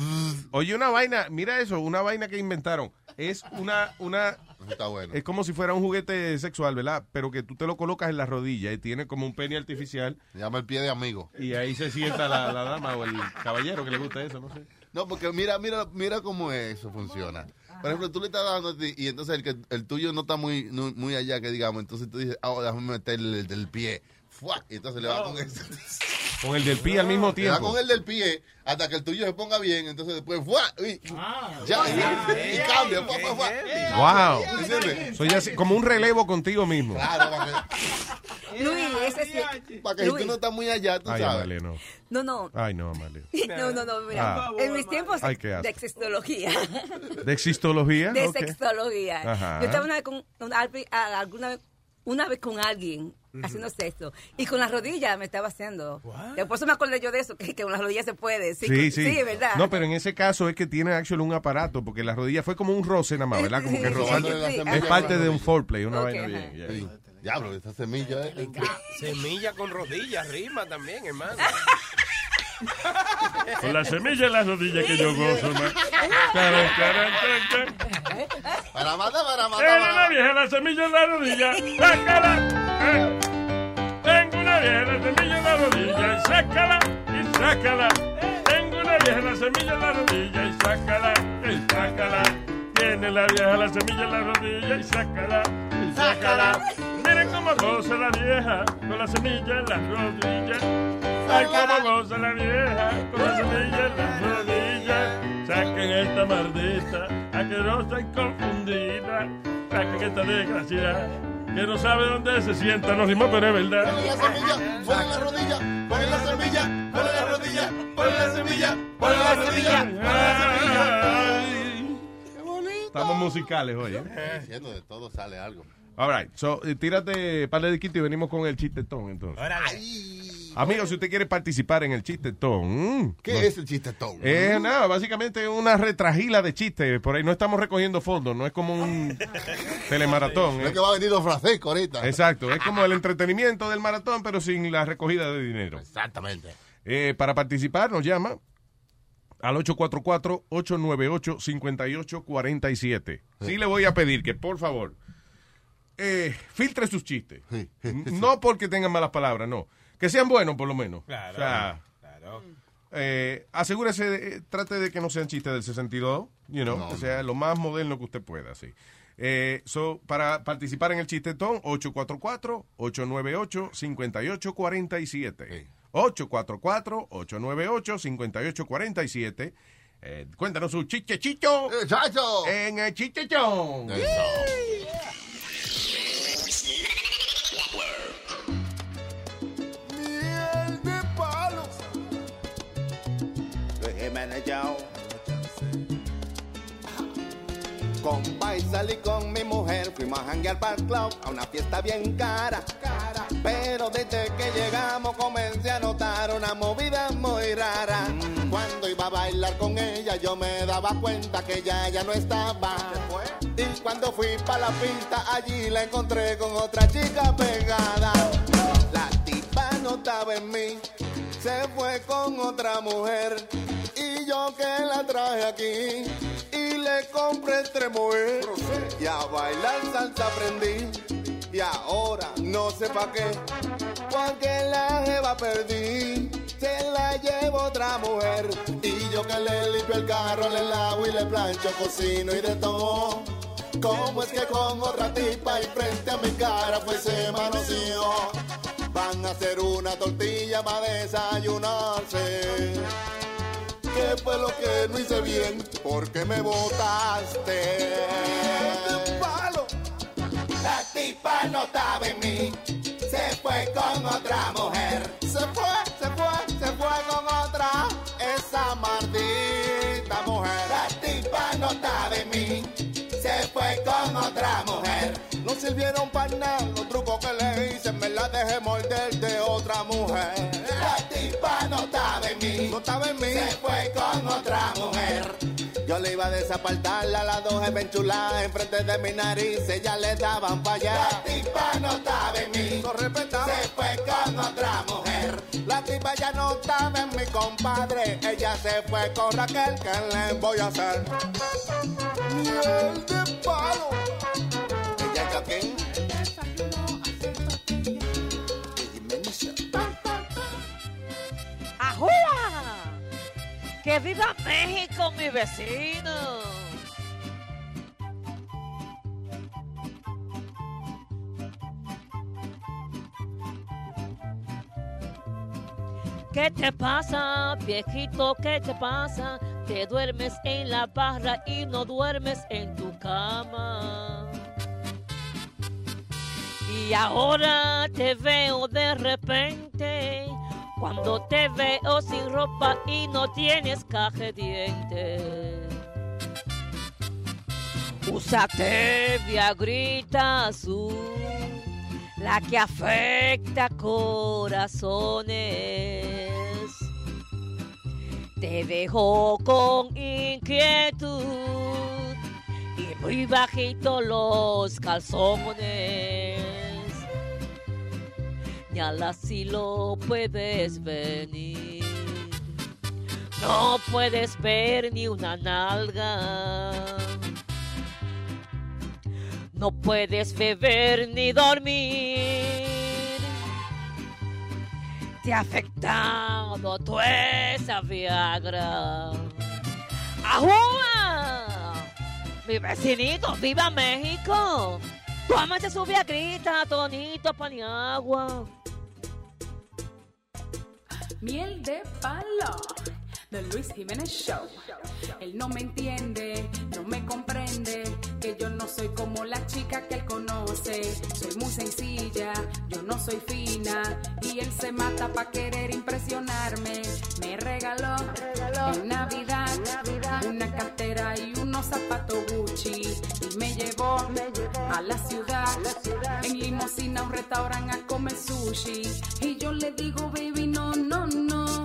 [SPEAKER 1] Oye, una vaina, mira eso, una vaina que inventaron. Es una, una,
[SPEAKER 6] Está bueno.
[SPEAKER 1] es como si fuera un juguete sexual, ¿verdad? Pero que tú te lo colocas en la rodilla y tiene como un pene artificial.
[SPEAKER 6] Llama el pie de amigo.
[SPEAKER 1] Y ahí se sienta la, la dama o el caballero que le gusta eso, no sé.
[SPEAKER 6] No, porque mira, mira, mira cómo eso funciona. Por ejemplo, tú le estás dando a ti y entonces el, que, el tuyo no está muy, no- muy allá, que digamos. Entonces tú dices, ah, déjame meterle el del pie. ¡Fua! Y entonces le va con eso.
[SPEAKER 1] Con el del pie al mismo
[SPEAKER 6] Le da
[SPEAKER 1] tiempo.
[SPEAKER 6] con el del pie hasta que el tuyo se ponga bien. Entonces después, ¡fua! Y, Ah, ya, y, y cambia. ¡fua, fua, fua!
[SPEAKER 1] Wow.
[SPEAKER 6] ¿Me entiendes?
[SPEAKER 1] Soy así, como un relevo contigo mismo.
[SPEAKER 6] Claro, para que,
[SPEAKER 3] Luis, ese sí.
[SPEAKER 6] para que si tú
[SPEAKER 3] Luis.
[SPEAKER 6] no estás muy allá, tú
[SPEAKER 1] Ay,
[SPEAKER 6] sabes.
[SPEAKER 1] Amalio, no.
[SPEAKER 3] No, no.
[SPEAKER 1] Ay, no, Amalio.
[SPEAKER 3] No, no, no, mira.
[SPEAKER 1] Ah.
[SPEAKER 3] En mis tiempos
[SPEAKER 1] Ay, qué asco.
[SPEAKER 3] de sexología.
[SPEAKER 1] ¿De existología?
[SPEAKER 3] de
[SPEAKER 1] Ok.
[SPEAKER 3] sexología.
[SPEAKER 1] Ajá.
[SPEAKER 3] Yo estaba una vez con, con alguien- a- alguna vez- una vez con alguien
[SPEAKER 1] Ujú.
[SPEAKER 3] haciendo sexo y con las rodillas me estaba haciendo. Y Por eso me acordé yo de eso, que, que con las rodillas se puede. Sí,
[SPEAKER 1] Sí,
[SPEAKER 3] con-
[SPEAKER 1] sí.
[SPEAKER 3] ¿verdad?
[SPEAKER 1] No, pero en ese caso es que tiene actual un aparato, porque la rodilla fue como un roce nada más, ¿verdad? Como que
[SPEAKER 6] Sí, sí,
[SPEAKER 1] rozando.
[SPEAKER 6] sí, Ah, sí.
[SPEAKER 1] Es parte de un foreplay, una
[SPEAKER 6] Ok,
[SPEAKER 1] vaina bien.
[SPEAKER 6] ajá.
[SPEAKER 1] yeah.
[SPEAKER 6] Sí. Diablo, esa semilla eh. es.
[SPEAKER 38] Semilla con rodillas, rima también, hermano.
[SPEAKER 37] Con la semilla en las rodillas que yo gozo, man. Caran, caran, caran, caran.
[SPEAKER 6] Para matar, para
[SPEAKER 37] Tengo
[SPEAKER 6] matar.
[SPEAKER 37] una
[SPEAKER 6] para-
[SPEAKER 37] vieja en la semilla en la rodilla. Sácala. Eh. Tengo una vieja en la semilla en la rodilla. Y sácala. Y sácala. Tengo una vieja en la semilla en la rodilla. Y sácala. Y sácala. Tiene la vieja la semilla en la rodilla. Y sácala. Y sácala. Miren cómo goza la vieja con la semilla en la rodilla. Ay, cómo goza la vieja con la semilla en la rodilla. Saquen esta maldita, asquerosa y confundida. Saquen esta desgraciada que no sabe dónde se sienta. No rimó, pero es verdad.
[SPEAKER 6] Ponle la semilla, ponle la rodilla, ponle la semilla, ponle la rodilla, ponle la semilla, ponle la rodilla, ponle la
[SPEAKER 1] Estamos musicales hoy. ¿eh?
[SPEAKER 6] semilla. Diciendo de todo sale algo.
[SPEAKER 1] All right, so eh, tírate par de disquitos y venimos con el chistetón entonces. Amigos, si usted quiere participar en el chistetón.
[SPEAKER 6] ¿Qué es el Mm. chistetón?
[SPEAKER 1] Es Eh, nada, básicamente una retragila de chistes. Por ahí no estamos recogiendo fondos, no es como un telemaratón.
[SPEAKER 6] Lo
[SPEAKER 1] ¿eh?
[SPEAKER 6] que va a venir Don Francisco ahorita.
[SPEAKER 1] Exacto, es como el entretenimiento del maratón, pero sin la recogida de dinero. Eh,
[SPEAKER 6] Exactamente.
[SPEAKER 1] para participar nos llama al 844-898-5847. Sí le voy a pedir que, por favor, eh, filtre sus chistes. No porque tengan malas palabras, no. Que sean buenos, por lo menos.
[SPEAKER 38] Claro,
[SPEAKER 1] O sea, eh, asegúrese, de- eh, trate de que no sean chistes del 62, you know,
[SPEAKER 6] No,
[SPEAKER 1] o sea, lo más moderno que usted pueda, sí. Eh, so, para participar en el chistetón, 844-898-5847. 844-898-5847. Eh, cuéntanos su chichechito. En el chistechón.
[SPEAKER 4] Miel de palos. Luis Jiménez Yao. Con Pai salí con mi mujer, fuimos a janguear para el club, a una fiesta bien cara. Pero desde que llegamos comencé a notar una movida muy rara. Cuando iba a bailar con ella yo me daba cuenta que ella ya no estaba. Y cuando fui para la pista allí la encontré con otra chica pegada. La tipa no estaba en mí, se fue con otra mujer. Y yo que la traje aquí y le compré tres mujeres. Y a bailar salsa aprendí. Y ahora no sé pa' qué. Porque la jeva la perdí, se la llevo otra mujer. Y yo que le limpio el carro, le lavo y le plancho, cocino y de todo. ¿Cómo es que con otra tipa y frente a mi cara fue ese manoseo? Van a hacer una tortilla para desayunarse. ¿Qué fue lo que no hice bien? ¿Por qué me botaste? palo!
[SPEAKER 25] La tipa no estaba en mí, se fue con otra mujer.
[SPEAKER 4] Se fue, se fue, se fue con otra, esa maldita mujer.
[SPEAKER 25] La tipa no estaba en mí, se fue con otra mujer.
[SPEAKER 4] No sirvieron para nada los trucos que le hice, me la dejé morder de otra mujer.
[SPEAKER 25] La tipa no estaba en mí,
[SPEAKER 4] No estaba en mí.
[SPEAKER 25] se fue con otra mujer.
[SPEAKER 4] Yo le iba a desapartarla a las dos enchuladas enfrente de mi nariz, ella le daban para allá.
[SPEAKER 25] La tipa no estaba en mí,
[SPEAKER 4] No respetaba.
[SPEAKER 25] se fue con otra mujer.
[SPEAKER 4] La tipa ya no estaba en mi compadre, ella se fue con Raquel, ¿qué le voy a hacer? Miel de palo. Ella está aquí.
[SPEAKER 20] ¡Ajúa! ¡Que viva México, mi vecino! ¿Qué te pasa, viejito? ¿Qué te pasa? Te duermes en la barra y no duermes en tu cama. Y ahora te veo de repente, cuando te veo sin ropa y no tienes caje dientes. Úsate Viagrita azul, la que afecta corazones. Te dejo con inquietud y muy bajito los calzones. Ya la si lo puedes venir. No puedes ver ni una nalga. No puedes beber ni dormir. Te ha afectado tu esa Viagra. ¡Ajúa! Mi vecinito, viva México. Tómate su viagrita, tonito, paniagua.
[SPEAKER 13] Miel de palo. The Luis Jiménez Show. Él no me entiende, no me comprende, que yo no soy como la chica que él conoce. Soy muy sencilla, yo no soy fina, y él se mata pa' querer impresionarme. Me regaló, en Navidad, una cartera y unos zapatos Gucci, y me llevó, a la ciudad, en limosina a un restaurante a comer sushi. Y yo le digo, baby, no, no, no.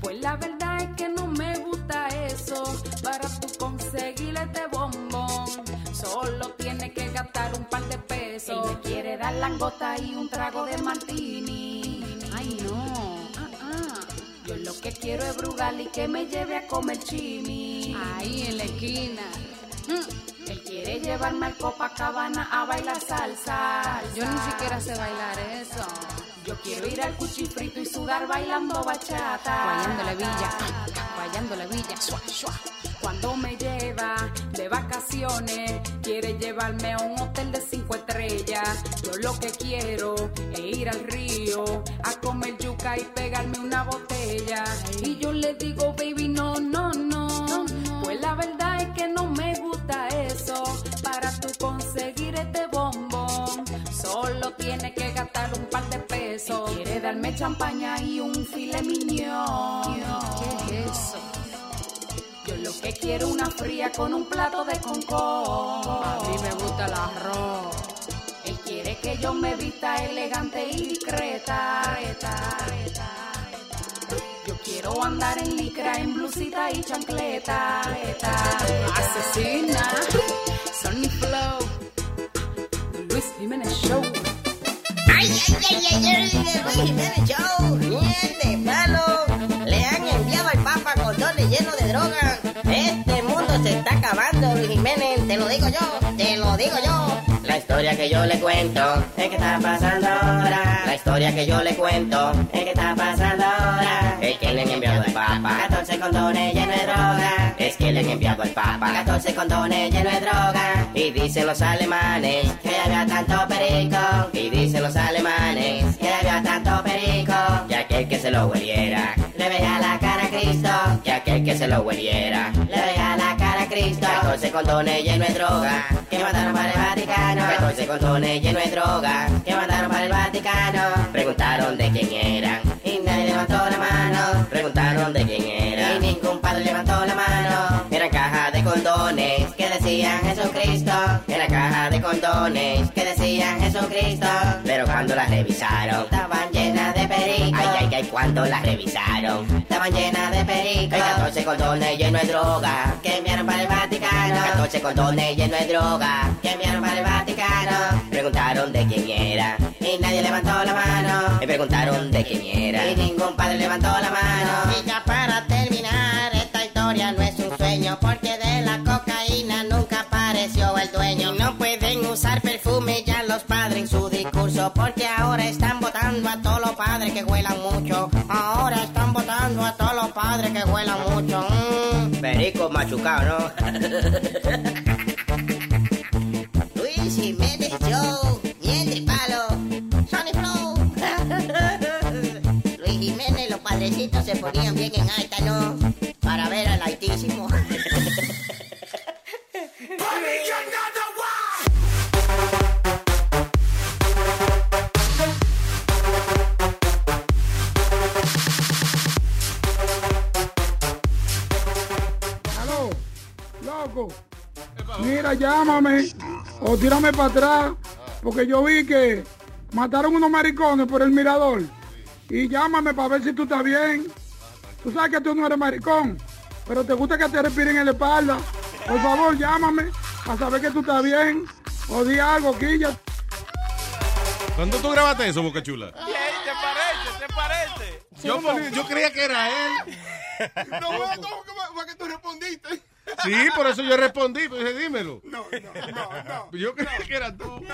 [SPEAKER 13] Pues la verdad es que no me gusta eso. Para tú conseguir este bombón, solo tienes que gastar un par de pesos. Él me quiere dar la gota y un trago de martini. Ay, no. Ah, ah. Yo lo que quiero es brugal y que me lleve a comer chimi. Ahí en la esquina. Mm. Él quiere llevarme al Copacabana a bailar salsa. Yo ni siquiera sé bailar eso. Yo quiero ir al cuchifrito y sudar bailando bachata. Guayando la villa, guayando la villa. Cuando me lleva de vacaciones, quiere llevarme a un hotel de cinco estrellas. Yo lo que quiero es ir al río a comer yuca y pegarme una botella. Y yo le digo, baby, no, no, no. Pues la verdad es que no me gusta eso. Para tú conseguir este bombón, solo tienes que gastar un par de pesos. Él quiere darme champaña y un filet mignon. ¿Qué es eso? Yo lo que quiero una fría con un plato de concón. A mí me gusta el arroz. Él quiere que yo me vista elegante y discreta. Yo quiero andar en licra, en blusita y chancleta. Asesina, Sonny Flow, Luis Jiménez Show.
[SPEAKER 11] Ay, ay, ay, ay, ay, el Luis Jiménez Show, miel de palo. Le han enviado al Papa condones llenos de droga. Este mundo se está acabando, Luis Jiménez. Te lo digo yo, te lo digo yo.
[SPEAKER 18] La historia que yo le cuento es que está pasando ahora. La historia historia que yo le cuento
[SPEAKER 46] ¿Qué está pasando ahora?
[SPEAKER 18] es que le han enviado al Papa.
[SPEAKER 46] 14 condones llenos de droga.
[SPEAKER 18] Es que le han enviado al Papa.
[SPEAKER 46] 14 condones llenos de droga.
[SPEAKER 18] Y dicen los alemanes,
[SPEAKER 46] Que había tanto perico.
[SPEAKER 18] y dicen los alemanes,
[SPEAKER 46] Que había tanto perico.
[SPEAKER 18] que aquel que se lo hueliera,
[SPEAKER 46] Le veía la cara a Cristo.
[SPEAKER 18] que aquel que se lo hueliera.
[SPEAKER 46] Le veía la cara a Cristo.
[SPEAKER 18] 14 condones llenos de droga,
[SPEAKER 46] Que mandaron para el Vaticano.
[SPEAKER 18] 14 condones llenos de droga.
[SPEAKER 46] Que mandaron para el Vaticano.
[SPEAKER 18] Preguntaron de quién eran,
[SPEAKER 46] Y nadie levantó la mano.
[SPEAKER 18] preguntaron de quién
[SPEAKER 46] Y
[SPEAKER 18] eran.
[SPEAKER 46] ningún padre levantó la mano.
[SPEAKER 18] Eran cajas de condones,
[SPEAKER 46] Que decían Jesucristo.
[SPEAKER 18] eran cajas de condones,
[SPEAKER 46] Que decían Jesucristo.
[SPEAKER 18] pero cuando las revisaron,
[SPEAKER 46] Estaban llenas de perico.
[SPEAKER 18] ay, ay, ay, cuando las revisaron.
[SPEAKER 46] Estaban llenas de perico.
[SPEAKER 18] Hay 14 condones llenos de droga,
[SPEAKER 46] Que enviaron para el Vaticano.
[SPEAKER 18] 14 condones llenos de droga.
[SPEAKER 46] Que enviaron para el Vaticano.
[SPEAKER 18] Preguntaron de quién era,
[SPEAKER 46] Y nadie levantó la mano.
[SPEAKER 18] me preguntaron de quién era.
[SPEAKER 46] Y ningún padre levantó la mano. Y ya para terminar, esta historia no es un sueño. Porque de la cocaína nunca apareció el dueño. Y no pueden usar perfume ya los padres en su discurso. Porque ahora están votando a todos los padres que huelan mucho. Ahora están votando a todos los padres que huelan mucho. Mm.
[SPEAKER 18] Perico machucado,
[SPEAKER 46] Luis Jiménez Show, Mientras Palo, Sony Flow. Luis Jiménez, los padrecitos se ponían bien en alta, ¿no? Para ver al altísimo.
[SPEAKER 25] Aló, loco. Mira, llámame o tírame para atrás, porque yo vi que mataron unos maricones por el mirador. Y llámame para ver si tú estás bien. Tú sabes que tú no eres maricón, pero te gusta que te respiren en la espalda. Por favor, llámame para saber que tú estás bien. O di algo, Quilla.
[SPEAKER 1] ¿Cuándo tú grabaste eso, Boca Chula?
[SPEAKER 47] ¿Te parece? ¿Te parece?
[SPEAKER 1] Yo, ponía- yo creía que era él.
[SPEAKER 48] No, bueno, ¿cómo que fue- fue que tú respondiste?
[SPEAKER 1] Sí, por eso yo respondí. Pues dije, dímelo.
[SPEAKER 48] No, no, no, no.
[SPEAKER 1] Yo creía que era tú.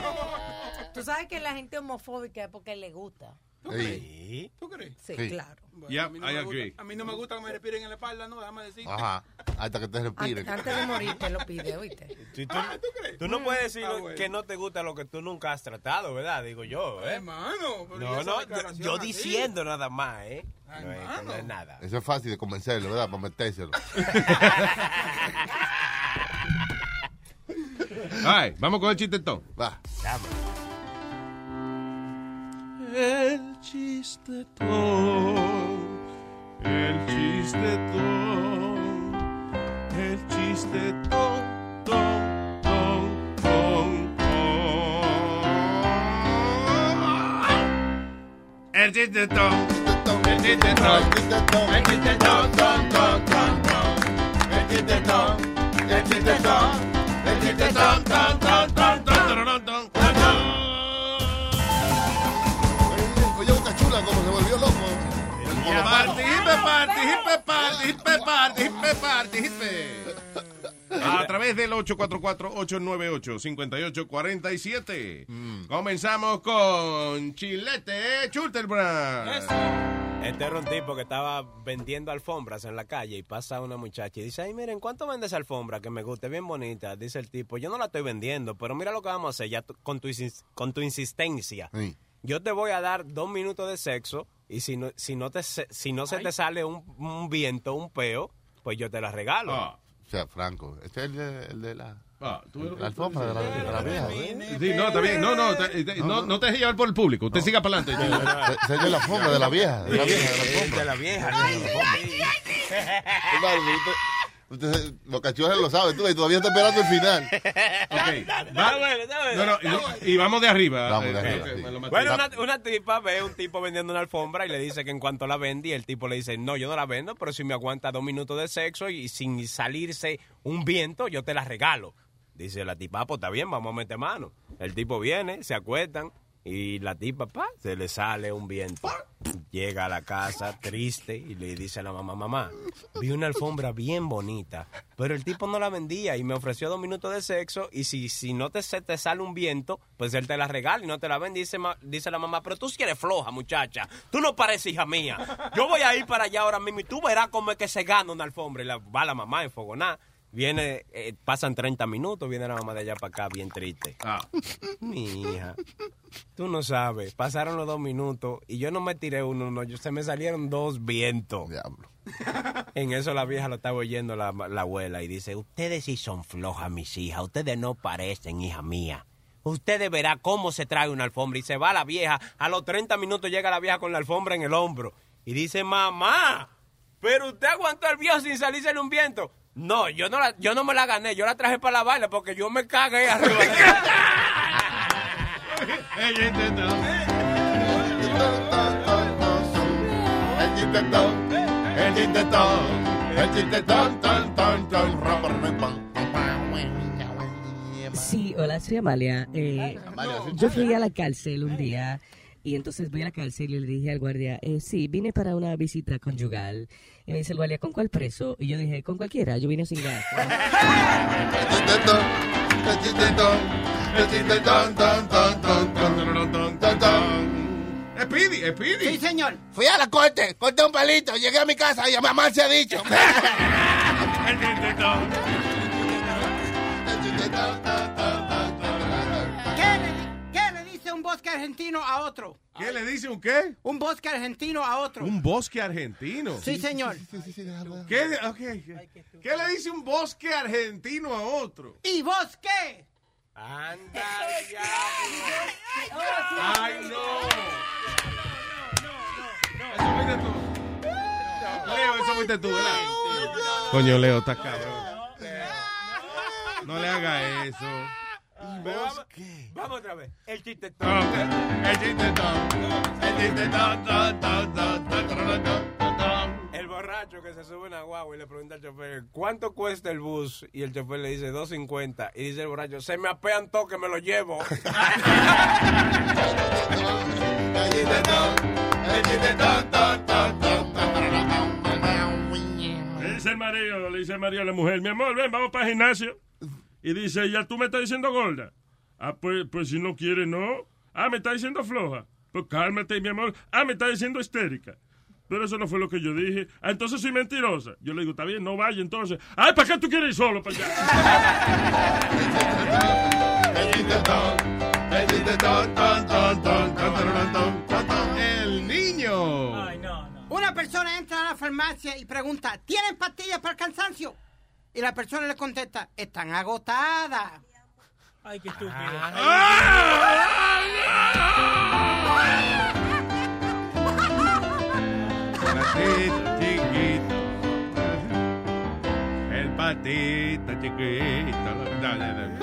[SPEAKER 32] Tú sabes que la gente homofóbica es porque le gusta.
[SPEAKER 1] Sí.
[SPEAKER 48] ¿Tú crees?
[SPEAKER 32] Sí,
[SPEAKER 6] Sí.
[SPEAKER 32] claro.
[SPEAKER 1] Yeah,
[SPEAKER 48] a, mí no
[SPEAKER 1] I
[SPEAKER 48] me gusta-
[SPEAKER 1] agree.
[SPEAKER 48] a mí no me gusta que me respiren en la espalda, no, déjame decir.
[SPEAKER 6] Ajá, hasta que te respire.
[SPEAKER 32] Antes de morir te lo pide, oíste.
[SPEAKER 36] Ah,
[SPEAKER 24] Tú, tú-
[SPEAKER 38] Ah,
[SPEAKER 24] tú no puedes decir lo- que no te gusta lo que tú nunca has tratado, ¿verdad? Digo yo, ¿eh?
[SPEAKER 48] Hermano, pero
[SPEAKER 24] no,
[SPEAKER 48] ya esa
[SPEAKER 24] no, yo,
[SPEAKER 48] declaración
[SPEAKER 24] yo
[SPEAKER 48] así.
[SPEAKER 24] diciendo nada más, ¿eh?
[SPEAKER 38] Ah,
[SPEAKER 24] No es, no es nada.
[SPEAKER 6] Eso es fácil de convencerlo, ¿verdad? Para metérselo.
[SPEAKER 1] Ay, vamos con el chiste entonces.
[SPEAKER 6] Va.
[SPEAKER 36] El chistetón, el chistetón, el chistetón, ton, ton, ton, ton. El chistetón, el chistetón, el chistetón, ton, ton, ton, ton. El chistetón, el chistetón, el chistetón, ton, ton, ton, ton, tororón, ton, ton, ton.
[SPEAKER 6] Oye, Boca Chula, como se volvió loco.
[SPEAKER 1] Participe, participe, participe, participe, participe. A través del 844-898-5847. Comenzamos con
[SPEAKER 6] Este
[SPEAKER 1] Chilete Chulterbrand.
[SPEAKER 24] Este era un tipo que estaba vendiendo alfombras en la calle y pasa una muchacha y dice, ay, miren, ¿cuánto vende esa alfombra que me gusta? Bien bonita. Dice el tipo, yo no la estoy vendiendo, pero mira lo que vamos a hacer ya tú- con tu, insis- con tu insistencia. Yo te voy a dar dos minutos de sexo y si no, si no, te, se- si no se te sale un, un viento, un peo, pues yo te la regalo.
[SPEAKER 6] O sea, Franco, este es el de, el de la...
[SPEAKER 1] Ah, tú
[SPEAKER 6] la alfombra de la, de la vieja, ¿eh?
[SPEAKER 1] Sí, no, está bien. No, no, está- está- no, no te dejes llevar por el público. Usted siga para adelante.
[SPEAKER 6] Eh, Se- se dio la alfombra de la vieja, de la vieja, de la alfombra.
[SPEAKER 24] De la vieja.
[SPEAKER 6] Claro, usted, usted, Boca Chula lo sabe, tú, y todavía está esperando el final.
[SPEAKER 1] Va- No, no, Eh, y- y, vamos de arriba.
[SPEAKER 6] Vamos de
[SPEAKER 1] Eh,
[SPEAKER 6] arriba,
[SPEAKER 1] ok,
[SPEAKER 6] sí.
[SPEAKER 1] me lo maté.
[SPEAKER 24] Bueno, una, una tipa ve un tipo vendiendo una alfombra y le dice que en cuanto la vende, y el tipo le dice, no, yo no la vendo, pero si me aguanta dos minutos de sexo y sin salirse un viento, yo te la regalo. Dice la tipa, "Ah, pues está bien, vamos a meter mano. El tipo viene, se acuestan y la tipa, pa, se le sale un viento. Llega a la casa triste y le dice a la mamá, mamá, vi una alfombra bien bonita, pero el tipo no la vendía y me ofreció dos minutos de sexo y si, si no te, se te sale un viento, pues él te la regala y no te la vende. Dice, ma- dice la mamá, pero tú sí eres floja, muchacha, tú no pareces hija mía. Yo voy a ir para allá ahora mismo y tú verás cómo es que se gana una alfombra. Y la, va la mamá enfogonada. Viene, eh, pasan 30 minutos, viene la mamá de allá para acá bien triste.
[SPEAKER 11] Ah.
[SPEAKER 24] Mi hija, tú no sabes, pasaron los dos minutos y yo no me tiré uno, no, yo, se me salieron dos vientos. En eso la vieja lo estaba oyendo la, la abuela y dice, ustedes sí son flojas, mis hijas, ustedes no parecen, hija mía. Ustedes verán cómo se trae una alfombra y se va la vieja. A los 30 minutos llega la vieja con la alfombra en el hombro y dice, mamá, pero usted aguantó el viejo sin salirse en un viento. No, yo no, la- yo no me la gané, yo la traje para la baila porque yo me cagué arriba. de ella".
[SPEAKER 6] El chistetón, el chistetón, el chistetón, ton, ton, ton, ram, ram, pam, pam, pam, wey.
[SPEAKER 9] Sí, hola, soy Amalia. Eh, yo fui a la cárcel un día y entonces voy a la cárcel y le dije al guardia, eh, sí, vine para una visita conyugal. Y me dice el guardia, ¿con cuál preso? Y yo dije, con cualquiera, yo vine sin gas.
[SPEAKER 6] El chistetón, el chistetón, ton, ton, ton, ton, ton, ton, ton, ton.
[SPEAKER 36] Speedy, Speedy.
[SPEAKER 6] Sí, señor. Fui a la corte, corté un palito, llegué a mi casa y a mamá se ha dicho.
[SPEAKER 2] ¿Qué le, qué le dice un bosque argentino a otro?
[SPEAKER 36] ¿Qué le dice un qué?
[SPEAKER 2] Un bosque argentino a otro.
[SPEAKER 36] Un bosque argentino.
[SPEAKER 2] Sí, señor.
[SPEAKER 36] ¿Qué, le- ok, ¿Qué ¿Qué le dice un bosque argentino a otro?
[SPEAKER 2] ¿Y vos qué?
[SPEAKER 24] Anda
[SPEAKER 2] ya.
[SPEAKER 36] ¡Ay, no! Eso fuiste tú. Leo, eso fuiste tú, ¿verdad? Coño, Leo, está cabrón. No le haga eso.
[SPEAKER 24] Ah. Pero vamos, vamos otra vez. El chiste.
[SPEAKER 6] El chistetón, el chistetón, ton, ton, ton, ton, ton, ton, ton, ton.
[SPEAKER 24] El borracho que se sube en una guagua y le pregunta al chofer, Eh, ¿cuánto cuesta el bus? Y el chofer le dice, 2.50. Y dice el borracho, se me apean todo que me lo llevo.
[SPEAKER 37] Le dice el marido, le dice el marido a la mujer, mi amor, ven, vamos para el gimnasio. Y dice, ya tú me estás diciendo gorda. Ah, pues, pues si no quieres, no. Ah, me estás diciendo floja. Pues cálmate, mi amor. Ah, me estás diciendo histérica. Pero eso no fue lo que yo dije. Ah, entonces soy mentirosa. Yo le digo, está bien, no vaya entonces. Ay, ¿para qué tú quieres ir solo para allá?
[SPEAKER 36] El niño.
[SPEAKER 2] Una persona entra a la farmacia y pregunta, ¿tienen pastillas para el cansancio? Y la persona le contesta, están agotadas.
[SPEAKER 33] Ay, qué estúpido.
[SPEAKER 2] Ah.
[SPEAKER 36] Patito chiquito. El patito chiquito. Dale, dale.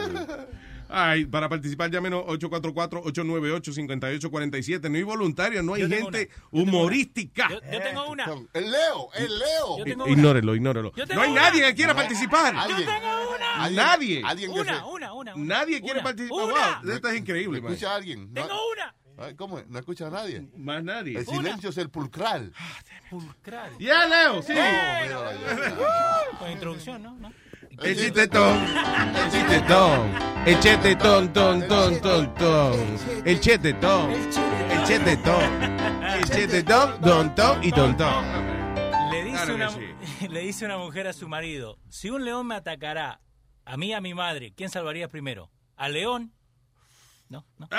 [SPEAKER 36] Ay, para participar llámenos 844-898-5847. No hay voluntarios, no hay gente humorística.
[SPEAKER 33] Yo tengo una.
[SPEAKER 6] El Leo, el Leo.
[SPEAKER 33] Yo tengo una.
[SPEAKER 36] Ignórelo, ignórelo.
[SPEAKER 33] Yo tengo
[SPEAKER 36] No hay
[SPEAKER 33] una.
[SPEAKER 36] nadie que quiera
[SPEAKER 33] No.
[SPEAKER 36] participar.
[SPEAKER 33] Yo tengo una.
[SPEAKER 36] Nadie.
[SPEAKER 33] una, una, una, una.
[SPEAKER 36] Nadie quiere
[SPEAKER 33] Una,
[SPEAKER 36] participar.
[SPEAKER 33] Una.
[SPEAKER 36] Wow, esto es increíble.
[SPEAKER 6] ¿No escucha a alguien?
[SPEAKER 33] Tengo una.
[SPEAKER 6] Ay, ¿Cómo? es? ¿No escucha a nadie?
[SPEAKER 36] Más nadie. Ah,
[SPEAKER 6] El silencio es el pulcral. Oh,
[SPEAKER 33] Pulcral.
[SPEAKER 36] Ya, Leo, sí. Uh.
[SPEAKER 33] Con introducción, ¿no? ¿No?
[SPEAKER 36] El chistetón, el chistetón, el chetetón, ton, ton, ton, ton, el chetetón, el chetetón, el chetetón, don, ton y don, ton.
[SPEAKER 33] Le dice,
[SPEAKER 36] Claro que
[SPEAKER 33] una, le dice una mujer a su marido, si un león me atacará, a mí y a mi madre, ¿quién salvaría primero? ¿Al león? No, no.
[SPEAKER 37] Pero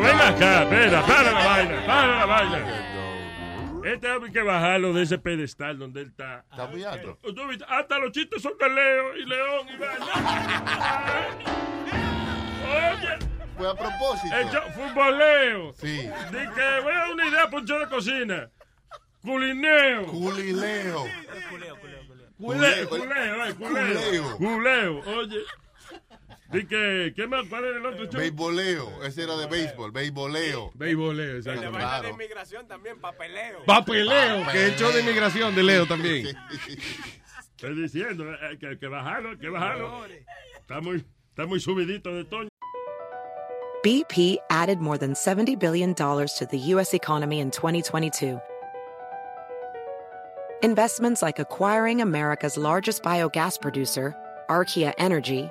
[SPEAKER 37] ven acá, espera, para la vaina, para la vaina. Este hombre hay que bajarlo de ese pedestal donde él está.
[SPEAKER 6] Está muy alto.
[SPEAKER 37] Tú viste, Hasta los chistes son de Leo y León y vaina. Oye.
[SPEAKER 6] Fue a propósito.
[SPEAKER 37] Hecho futboleo.
[SPEAKER 6] Sí.
[SPEAKER 37] De que voy a dar una idea por yo de cocina. Culineo. eh,
[SPEAKER 6] Culileo.
[SPEAKER 37] Culeo, culeo, ay, culeo.
[SPEAKER 36] Uh,
[SPEAKER 37] Culeo,
[SPEAKER 36] oh,
[SPEAKER 37] oye. De que, ¿qué más? ¿Cuál era el otro chulo?
[SPEAKER 6] Beisboleo. Ese era de béisbol. Beisboleo.
[SPEAKER 36] Beisboleo, exacto.
[SPEAKER 6] Claro.
[SPEAKER 24] Inmigración también, papeleo.
[SPEAKER 6] Ah,
[SPEAKER 36] Papeleo, que es el show de inmigración de Leo también.
[SPEAKER 37] Estoy diciendo eh, que, que bajarlo, que bajarlo. Está muy, está muy subidito de toño.
[SPEAKER 42] BP added more than $70 billion to the U.S. economy in 2022. Investments like acquiring America's largest biogas producer, Archaea Energy,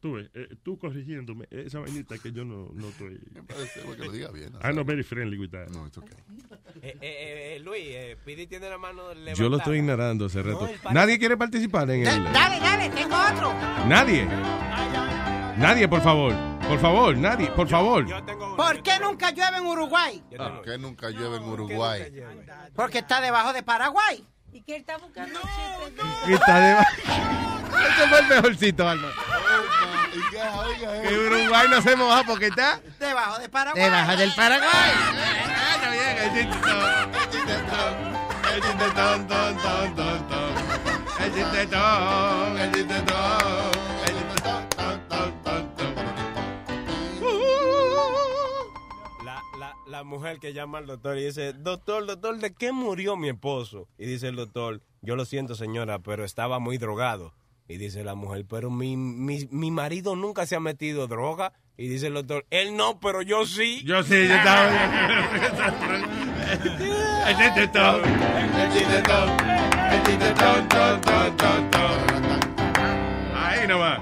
[SPEAKER 37] Tú, ves, eh, tú corrigiéndome, esa vainita que yo no, no estoy.
[SPEAKER 6] Parece que lo diga bien.
[SPEAKER 37] I'm not very friendly with that. No,
[SPEAKER 6] it's okay.
[SPEAKER 24] Eh, eh, eh, Luis, eh, Pidi tiene la mano levantada.
[SPEAKER 1] Yo lo estoy ignorando hace
[SPEAKER 24] No,
[SPEAKER 1] rato.
[SPEAKER 24] el pan-
[SPEAKER 1] Nadie quiere participar en el.
[SPEAKER 32] Dale, dale, tengo otro.
[SPEAKER 1] Nadie. Nadie, por favor. Por favor, nadie, por favor.
[SPEAKER 2] ¿Por qué nunca llueve en Uruguay?
[SPEAKER 6] ¿Por qué Ah, nunca llueve en Uruguay?
[SPEAKER 2] Porque está debajo de Paraguay.
[SPEAKER 32] ¿Y que él está buscando
[SPEAKER 1] Y está de- Ese fue el mejorcito, Alma. Que Uruguay no se moja porque está
[SPEAKER 2] Debajo de Paraguay.
[SPEAKER 1] debajo del Paraguay. El chiste ton, ton, ton, ton, ton. El chiste ton, el chiste ton, el chiste ton, ton, ton, ton,
[SPEAKER 24] La, la, la mujer que llama al doctor y dice, doctor, doctor, ¿de qué murió mi esposo? Y dice el doctor, yo lo siento señora, pero estaba muy drogado. Y dice la mujer, pero mi, mi, mi marido nunca se ha metido droga. Y dice el doctor, él no, pero yo sí.
[SPEAKER 1] Yo sí, yo estaba...
[SPEAKER 37] El
[SPEAKER 1] este
[SPEAKER 37] chiste ton. El chiste ton. El chiste ton, ton, ton, ton, ton.
[SPEAKER 1] Ahí nomás.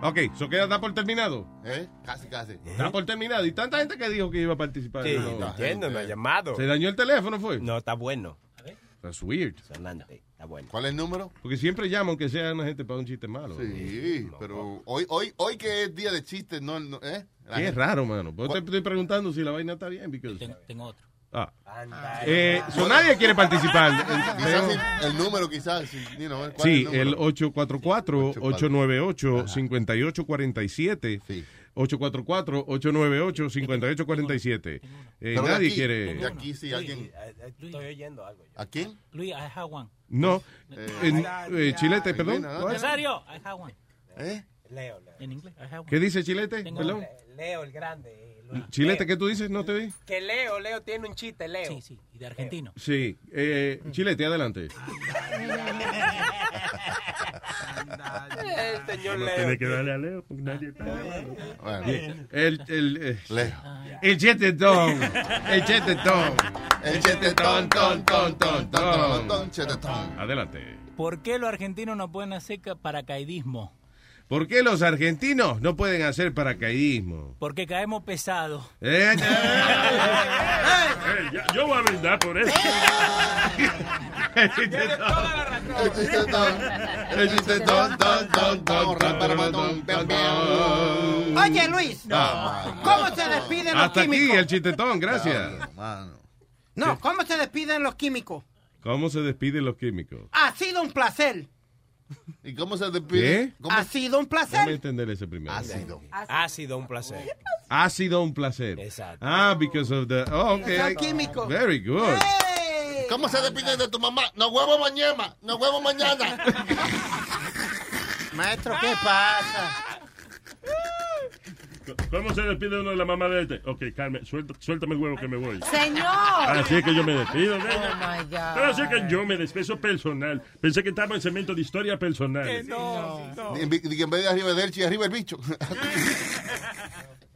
[SPEAKER 1] Ok, ¿so queda da por terminado?
[SPEAKER 6] ¿Eh? Casi, casi.
[SPEAKER 1] Da por terminado. Y tanta gente que dijo que iba a participar.
[SPEAKER 24] Sí,
[SPEAKER 1] No.
[SPEAKER 24] no entiendo, no ha llamado.
[SPEAKER 1] ¿Se dañó el teléfono, fue?
[SPEAKER 24] No, está bueno.
[SPEAKER 1] That's weird.
[SPEAKER 24] Está bueno.
[SPEAKER 6] ¿Cuál es el número?
[SPEAKER 1] Porque siempre llaman que sea una gente para un chiste malo.
[SPEAKER 6] Sí, pero hoy, hoy, hoy que es día de chistes, no, no- ¿eh? La
[SPEAKER 1] Qué
[SPEAKER 6] gente-
[SPEAKER 1] raro, mano. Pues te estoy preguntando si la vaina está bien. because-
[SPEAKER 33] Tengo otro.
[SPEAKER 1] Ah. Eh, so nadie quiere participar. Eh,
[SPEAKER 6] Quizás el, el número, quizás. si- you know, ¿cuál es
[SPEAKER 1] Sí,
[SPEAKER 6] número?
[SPEAKER 1] el 844-898-5847. 844-898-5847. Eh,
[SPEAKER 6] Pero de
[SPEAKER 1] nadie
[SPEAKER 6] aquí,
[SPEAKER 1] quiere.
[SPEAKER 6] De aquí sí, alguien.
[SPEAKER 33] Estoy oyendo algo.
[SPEAKER 6] ¿A quién?
[SPEAKER 33] Luis, I have one.
[SPEAKER 1] No. En- eh, chilete, perdón.
[SPEAKER 33] Rosario, I have one.
[SPEAKER 6] ¿Eh?
[SPEAKER 33] Leo, Leo. En inglés, I have one.
[SPEAKER 1] ¿Qué dice Chilete?
[SPEAKER 33] Tengo-
[SPEAKER 1] Perdón.
[SPEAKER 24] Leo el grande.
[SPEAKER 1] Chilete, ¿qué tú dices? No te vi.
[SPEAKER 24] Que Leo, Leo tiene un chiste, Leo. Sí, sí, y de argentino.
[SPEAKER 1] Sí. Eh, Chilete, adelante.
[SPEAKER 24] El señor
[SPEAKER 37] No
[SPEAKER 24] Leo.
[SPEAKER 37] tiene que darle a Leo pues, porque nadie está llamando.
[SPEAKER 1] Bien. El, el, eh,
[SPEAKER 6] Leo.
[SPEAKER 1] El chetetón. El chetetón.
[SPEAKER 6] El chetetón, ton, ton, ton, ton, ton, ton, chetetón.
[SPEAKER 1] Adelante.
[SPEAKER 33] ¿Por qué los argentinos no pueden hacer ca- paracaidismo?
[SPEAKER 1] ¿Por qué los argentinos no pueden hacer paracaidismo?
[SPEAKER 33] Porque caemos pesados.
[SPEAKER 1] Eh,
[SPEAKER 37] Eh, ya- Yo voy a brindar por eso.
[SPEAKER 6] El chetetón.
[SPEAKER 1] eh,
[SPEAKER 6] El chetetón, ton, ton, ton, ram, param, tom, pam, pam.
[SPEAKER 2] Oye, Luis,
[SPEAKER 1] Ah,
[SPEAKER 2] ¿cómo se despiden los
[SPEAKER 1] Hasta aquí
[SPEAKER 2] químicos?
[SPEAKER 1] el chistetón, gracias.
[SPEAKER 2] No, ¿cómo se despiden los químicos?
[SPEAKER 1] ¿Cómo se despiden los químicos?
[SPEAKER 2] Ha sido un placer.
[SPEAKER 6] ¿Y cómo se
[SPEAKER 1] ¿Qué?
[SPEAKER 2] Ha sido un
[SPEAKER 1] Déjame
[SPEAKER 2] placer.
[SPEAKER 1] entender ese primero.
[SPEAKER 6] Ha sido.
[SPEAKER 24] Ha sido Eh, un placer.
[SPEAKER 1] Ha sido un placer.
[SPEAKER 24] Exacto.
[SPEAKER 1] Ah, because of the. Oh, okay.
[SPEAKER 6] Son químicos.
[SPEAKER 1] Very good.
[SPEAKER 6] ¿Cómo se despide de tu mamá? Nos huevo mañana. Nos huevo mañana.
[SPEAKER 2] Maestro, ¿qué pasa?
[SPEAKER 37] ¿Cómo se despide uno de la mamá de este? Ok, Carmen, suelta- suéltame el huevo que me voy.
[SPEAKER 32] Señor.
[SPEAKER 37] Así Ah, es que yo me despido de ella.
[SPEAKER 32] Oh my God.
[SPEAKER 37] Pero así que yo me despeso personal. Pensé que estaba en cemento de historia personal.
[SPEAKER 6] En vi- que en vez de arriba del chi, arriba el bicho.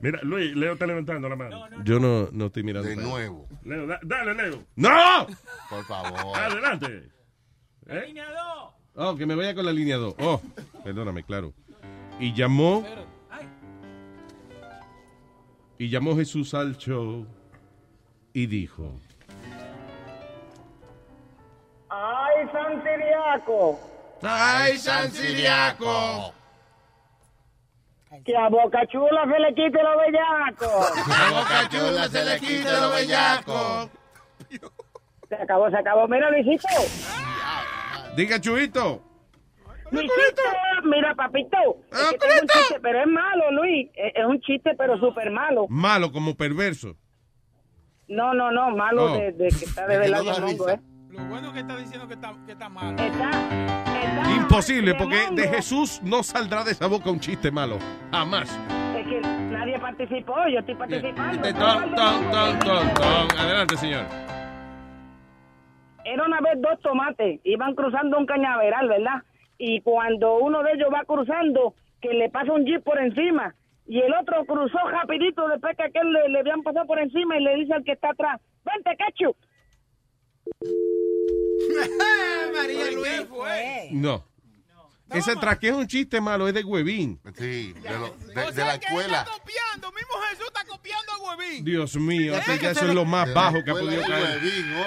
[SPEAKER 37] Mira, Luis, Leo está levantando la mano.
[SPEAKER 1] Yo no, no estoy mirando.
[SPEAKER 6] De
[SPEAKER 1] para allá.
[SPEAKER 6] nuevo.
[SPEAKER 37] Leo, da- dale, Leo.
[SPEAKER 1] ¡No!
[SPEAKER 6] Por favor.
[SPEAKER 37] Adelante. ¿Eh?
[SPEAKER 1] Oh, que me vaya con la línea 2. Oh, perdóname, claro. Y llamó. Y llamó Jesús al show y dijo:
[SPEAKER 34] ¡Ay, Santeriaco!
[SPEAKER 1] ¡Ay, San
[SPEAKER 49] Siriaco!
[SPEAKER 14] Que a Boca Chula se le quite lo bellaco.
[SPEAKER 49] A Boca Chula se le quita lo bellaco.
[SPEAKER 14] Se acabó, se acabó. Mira, Luisito.
[SPEAKER 1] ¡Ah, Diga, Chuito.
[SPEAKER 14] Luisito, mira, papito.
[SPEAKER 1] ¡Ah,
[SPEAKER 14] Es que tengo un chiste, pero es malo, Luis. Es es un chiste, pero súper malo.
[SPEAKER 1] Malo como perverso.
[SPEAKER 14] No, no, no, malo
[SPEAKER 1] No.
[SPEAKER 14] de, de que está de
[SPEAKER 1] Es que no
[SPEAKER 14] velado
[SPEAKER 1] da
[SPEAKER 14] Mongo,
[SPEAKER 1] risa.
[SPEAKER 14] ¿eh?
[SPEAKER 1] Imposible, porque de Jesús no saldrá de esa boca un chiste malo. Jamás.
[SPEAKER 14] Es que nadie participó, yo estoy participando.
[SPEAKER 1] Este, ton, ton, ton, ton, ton. Adelante, señor.
[SPEAKER 14] Era una vez dos tomates, iban cruzando un cañaveral, ¿verdad? Y cuando uno de ellos va cruzando, que le pasa un jeep por encima, y el otro cruzó rapidito después que aquel le, le habían pasado por encima y le dice al que está atrás, vente, cacho.
[SPEAKER 49] María Luis.
[SPEAKER 1] No. Ese traque es un chiste malo, es de Huevín. Sí, de, la escuela. Dios mío, este ya eso es lo más bajo que ha podido caer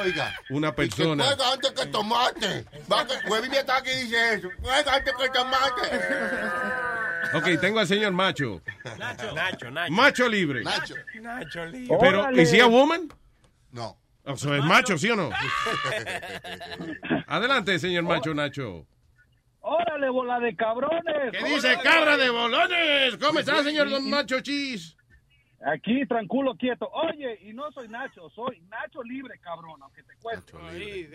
[SPEAKER 6] oiga.
[SPEAKER 1] una
[SPEAKER 6] Y que
[SPEAKER 1] persona.
[SPEAKER 6] juega antes que tomate. Va que Huevín está aquí y dice eso. Juega antes que tomate.
[SPEAKER 1] Ok, tengo al señor Macho.
[SPEAKER 50] Nacho. Nacho, Nacho.
[SPEAKER 1] Macho libre.
[SPEAKER 50] Nacho. Nacho libre.
[SPEAKER 1] Pero, ¿y si a woman?
[SPEAKER 6] No.
[SPEAKER 1] O sea, es macho, ¿sí o no? Adelante, señor
[SPEAKER 50] Oh.
[SPEAKER 1] Macho Nacho.
[SPEAKER 49] Órale, bola de cabrones. ¿Qué
[SPEAKER 1] dice cabra de bolones? ¿Cómo está, señor don Nacho Chis?
[SPEAKER 49] Aquí, tranquilo, quieto. Oye, y no soy Nacho, soy Nacho Libre, cabrón, aunque te cueste.